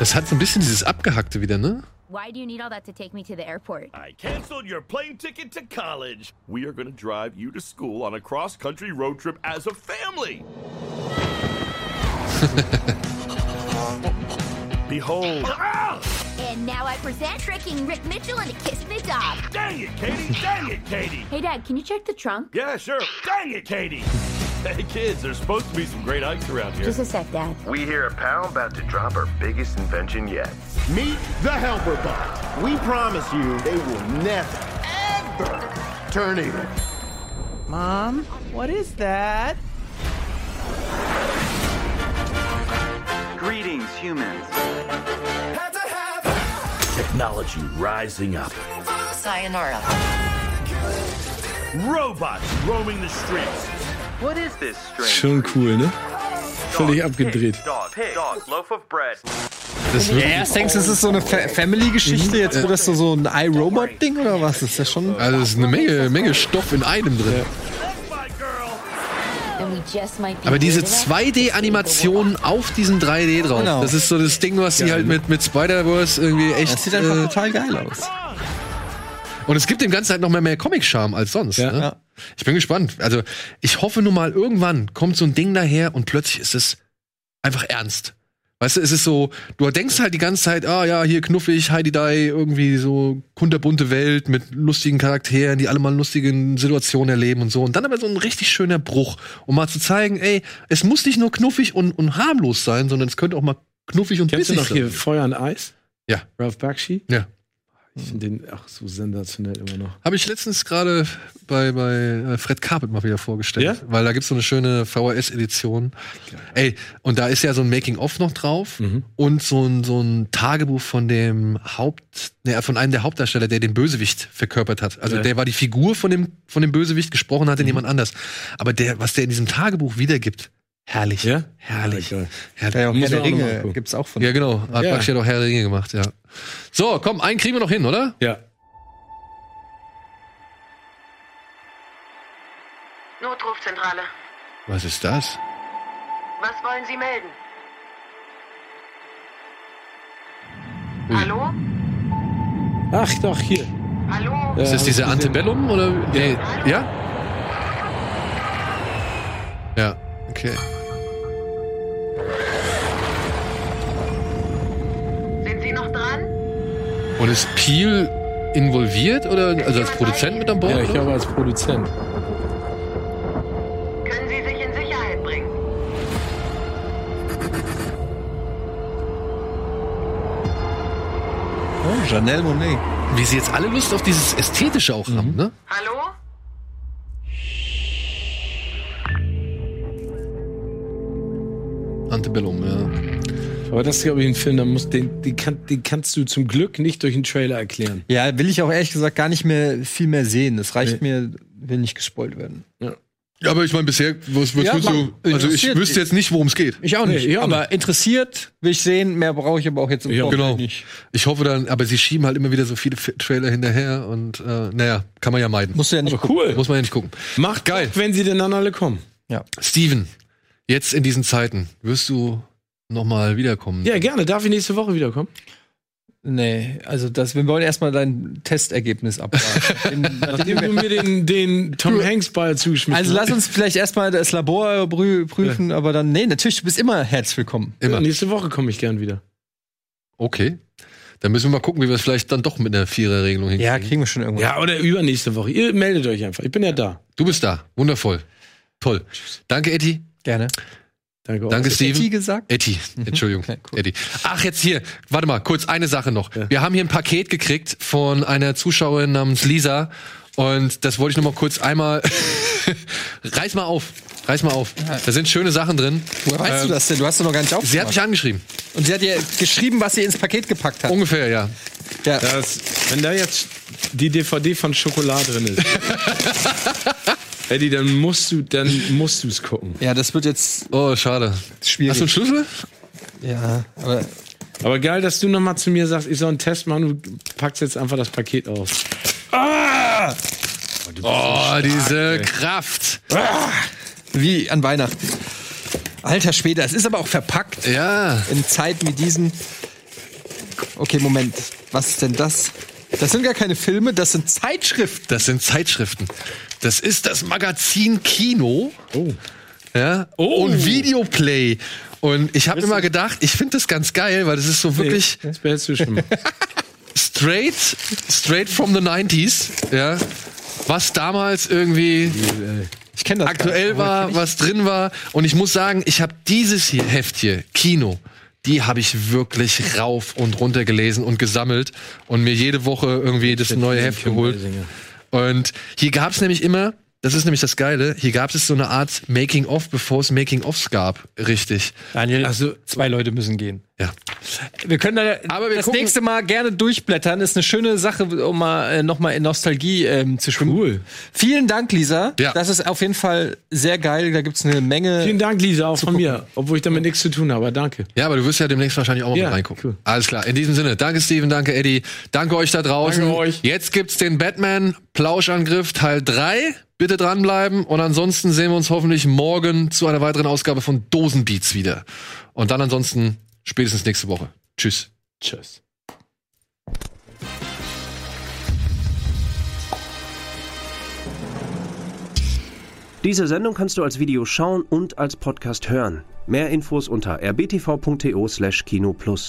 Speaker 1: das hat so ein bisschen dieses Abgehackte wieder, ne?
Speaker 8: Why do you need all that to take me to the airport?
Speaker 10: I canceled your plane ticket to college. We are going to drive you to school on a cross country road trip as a family. Behold. Ah!
Speaker 8: And now I present tricking Rick Mitchell into kissing the dog.
Speaker 10: Dang it, Katie! Dang it, Katie!
Speaker 8: Hey, Dad, can you check the trunk?
Speaker 10: Yeah, sure. Dang it, Katie! Hey, kids, there's supposed to be some great hikes around here.
Speaker 8: Just a sec, Dad.
Speaker 4: We hear a pal about to drop our biggest invention yet.
Speaker 9: Meet the Helper Bot. We promise you they will never, ever turn evil. Mom, what is that?
Speaker 11: Greetings, humans.
Speaker 10: Technology rising up.
Speaker 9: Sayonara.
Speaker 10: Robots roaming the streets.
Speaker 11: What is this strange?
Speaker 2: Schon cool, ne? Völlig abgedreht.
Speaker 11: Dog, pig, dog, loaf of bread.
Speaker 1: Das ist wirklich,
Speaker 3: Erst denkst du, es ist so eine Fa Family-Geschichte, jetzt wird das so, so ein iRobot-Ding oder was? Das ist ja schon.
Speaker 1: also das ist eine Menge, Menge Stoff in einem drin.
Speaker 10: That's my girl!
Speaker 8: And we just might be
Speaker 1: Aber diese
Speaker 8: weird enough-
Speaker 1: 2D-Animationen auf diesem 3D drauf,
Speaker 3: Genau.
Speaker 1: das ist so das Ding, was sie halt
Speaker 2: ne?
Speaker 1: mit, mit Spider-Verse irgendwie echt.
Speaker 3: Das sieht einfach
Speaker 1: äh,
Speaker 3: total geil aus.
Speaker 1: Und es gibt dem Ganzen halt noch mehr, mehr Comic-Charme als sonst.
Speaker 2: Ja.
Speaker 1: ne?
Speaker 3: Ja.
Speaker 1: Ich bin gespannt. Also, ich hoffe nur mal, irgendwann kommt so ein Ding daher und plötzlich ist es einfach ernst. Weißt du, es ist so, du denkst halt die ganze Zeit, ah ja, hier knuffig, Heidi Dai, irgendwie so kunterbunte Welt mit lustigen Charakteren, die alle mal lustige Situationen erleben und so. Und dann aber so ein richtig schöner Bruch, um mal zu zeigen, ey, es muss nicht nur knuffig und, und harmlos sein, sondern es könnte auch mal knuffig und
Speaker 2: Kennst du
Speaker 1: bissig
Speaker 2: noch
Speaker 1: sein.
Speaker 2: hier Feuer und Eis?
Speaker 1: Ja.
Speaker 2: Ralph Bakshi?
Speaker 1: Ja.
Speaker 2: Ich finde den auch so sensationell immer noch.
Speaker 1: Habe ich letztens gerade bei, bei äh, Fred Carpet mal wieder vorgestellt,
Speaker 2: Ja?
Speaker 1: weil da gibt's so eine schöne VHS-Edition. Ey, und da ist ja so ein Making-of noch drauf
Speaker 2: Mhm.
Speaker 1: und so ein, so ein Tagebuch von dem Haupt, ne, von einem der Hauptdarsteller, der den Bösewicht verkörpert hat. Also
Speaker 2: Ja. Mhm.
Speaker 1: der war die Figur von dem, von dem Bösewicht, gesprochen hat in jemand anders. Aber der, was der in diesem Tagebuch wiedergibt, herrlich.
Speaker 2: Ja?
Speaker 1: Herrlich.
Speaker 2: Ja, geil.
Speaker 1: herrlich.
Speaker 2: Muss man auch noch mal gucken.
Speaker 3: gibt's auch von.
Speaker 1: Ja, genau. Hat
Speaker 2: Ja.
Speaker 1: ja. ja doch Herr der Ringe gemacht, ja. So, komm, einen kriegen wir noch hin, oder?
Speaker 2: Ja.
Speaker 9: Notrufzentrale.
Speaker 1: Was ist das?
Speaker 9: Was wollen Sie melden? Hallo?
Speaker 2: Ach doch, hier.
Speaker 9: Hallo?
Speaker 1: Ist das diese Antebellum oder? Nee. Ja? Ja, okay.
Speaker 9: Sind Sie noch dran?
Speaker 1: Und ist Peel involviert oder also als Produzent mit an Bord?
Speaker 2: Ja, ich
Speaker 1: oder?
Speaker 2: glaube als Produzent.
Speaker 9: Können Sie sich in Sicherheit bringen?
Speaker 3: Oh, Janelle Monet.
Speaker 1: Mhm. Wie sie jetzt alle Lust auf dieses Ästhetische auch haben, ne?
Speaker 9: Hallo?
Speaker 1: Antebellum, ja.
Speaker 2: Aber das ist, glaube ich, ein Film, da musst, den, die, kann, die kannst du zum Glück nicht durch einen Trailer erklären.
Speaker 3: Ja, will ich auch ehrlich gesagt gar nicht mehr viel mehr sehen. Das reicht mir, will nicht gespoilt werden.
Speaker 2: Ja.
Speaker 1: Ja, aber ich meine, bisher, was, was
Speaker 3: Ja,
Speaker 1: willst
Speaker 3: man-
Speaker 1: du, also ich
Speaker 3: interessiert-
Speaker 1: wüsste jetzt nicht, worum es geht.
Speaker 3: Ich auch nicht.
Speaker 2: Nee, ich auch
Speaker 3: aber interessiert will ich sehen, mehr brauche ich aber auch jetzt im
Speaker 2: Ja,
Speaker 3: Vorfeld
Speaker 1: genau.
Speaker 3: nicht.
Speaker 1: Ich hoffe dann, aber sie schieben halt immer wieder so viele F Trailer hinterher und, äh, naja, kann man ja meiden.
Speaker 3: Musst du ja nicht gucken.
Speaker 2: Cool.
Speaker 1: Muss man ja nicht gucken.
Speaker 2: Macht
Speaker 1: Geil.
Speaker 2: geil, wenn sie denn dann alle kommen.
Speaker 1: Steven, jetzt in diesen Zeiten wirst du nochmal wiederkommen.
Speaker 2: Ja, gerne. Darf ich nächste Woche wiederkommen?
Speaker 3: Nee, also das, wir wollen erstmal dein Testergebnis abwarten. In- nachdem
Speaker 2: Nachdem
Speaker 3: wir-
Speaker 2: du mir den, den Tom Hanks Ball zuschmissen
Speaker 3: also lass uns vielleicht erstmal das Labor brü- prüfen, aber dann, nee, natürlich, du bist immer herzlich willkommen.
Speaker 1: immer.
Speaker 2: Nächste Woche komme ich gern wieder.
Speaker 1: Okay. Dann müssen wir mal gucken, wie wir es vielleicht dann doch mit einer Vierer-Regelung hinkriegen.
Speaker 3: Ja, kriegen wir schon irgendwann.
Speaker 2: Ja, oder übernächste Woche. Ihr meldet euch einfach. Ich bin ja da.
Speaker 1: Du bist da. Wundervoll. Toll. Danke, Etty.
Speaker 3: Gerne.
Speaker 2: Danke auch.
Speaker 1: Danke, Steven.
Speaker 3: Etty gesagt?
Speaker 1: Etty, Entschuldigung.
Speaker 3: Okay, Mhm. cool.
Speaker 1: Etty. Ach, jetzt hier, warte mal, kurz eine Sache noch. Wir haben hier ein Paket gekriegt von einer Zuschauerin namens Lisa. Und das wollte ich noch mal kurz einmal. [LAUGHS] reiß mal auf, reiß mal auf. Da sind schöne Sachen drin.
Speaker 3: Woher weißt
Speaker 1: Ähm,
Speaker 3: du das denn? Du hast doch noch gar nicht
Speaker 1: Sie hat
Speaker 3: aufgemacht.
Speaker 1: mich angeschrieben.
Speaker 3: Und sie hat dir geschrieben, was sie ins Paket gepackt hat.
Speaker 1: Ungefähr, Um- ja.
Speaker 3: Ja.
Speaker 2: Das, wenn da jetzt die DVD von Schokolade drin ist.
Speaker 1: [LAUGHS]
Speaker 2: Eddie, dann musst du, dann musst du es gucken.
Speaker 3: ja, das wird jetzt
Speaker 1: [LAUGHS] Oh, schade.
Speaker 3: schwierig.
Speaker 1: Hast du einen Schlüssel?
Speaker 3: ja, aber
Speaker 2: Aber geil, dass du nochmal zu mir sagst, ich soll einen Test machen, du packst jetzt einfach das Paket aus.
Speaker 3: Ah!
Speaker 1: Oh, diese Kraft.
Speaker 3: Ah! wie an Weihnachten. Alter Schwede, es ist aber auch verpackt.
Speaker 1: Ja.
Speaker 3: in Zeiten wie diesen. Okay, Moment. Was ist denn das? Das sind gar keine Filme, das sind Zeitschriften.
Speaker 1: Das sind Zeitschriften. Das ist das Magazin Kino.
Speaker 2: Oh.
Speaker 1: Ja?
Speaker 2: Oh.
Speaker 1: Und Videoplay. Und ich habe immer gedacht, ich finde das ganz geil, weil das ist so wirklich
Speaker 2: Das behältst du schon mal.
Speaker 1: straight, straight from the 90s. Ja? Was damals irgendwie
Speaker 3: Ich kenne das.
Speaker 1: aktuell
Speaker 3: gar
Speaker 1: war,
Speaker 3: nicht.
Speaker 1: was drin war. Und ich muss sagen, ich habe dieses hier Heft hier, Kino, die habe ich wirklich rauf und runter gelesen und gesammelt und mir jede Woche irgendwie das neue Heft geholt. Und hier gab es nämlich immer, das ist nämlich das Geile, hier gab es so eine Art Making-of, bevor es Making-ofs gab, richtig.
Speaker 3: Daniel, also zwei Leute müssen gehen.
Speaker 1: Ja.
Speaker 3: Wir können da
Speaker 1: Aber wir
Speaker 3: das
Speaker 1: gucken-
Speaker 3: nächste Mal gerne durchblättern. Ist eine schöne Sache, um mal äh, nochmal in Nostalgie ähm, zu schwimmen. Cool. Vielen Dank, Lisa.
Speaker 1: Ja.
Speaker 3: Das ist auf jeden Fall sehr geil. Da gibt es eine Menge.
Speaker 2: Vielen Dank, Lisa, auch von mir. Obwohl ich damit nichts zu tun habe, aber danke.
Speaker 1: Ja, aber du wirst ja demnächst wahrscheinlich auch mal
Speaker 2: Ja,
Speaker 1: mit reingucken.
Speaker 2: cool.
Speaker 1: Alles klar. In diesem Sinne, danke Steven, danke Eddie, danke euch da draußen.
Speaker 2: Danke euch.
Speaker 1: Jetzt gibt's den Batman Plauschangriff Teil 3. Bitte dranbleiben und ansonsten sehen wir uns hoffentlich morgen zu einer weiteren Ausgabe von Dosenbeats wieder. Und dann ansonsten spätestens nächste Woche. Tschüss.
Speaker 2: Tschüss.
Speaker 12: Diese Sendung kannst du als Video schauen und als Podcast hören. Mehr Infos unter rbtv.to/kinoplus.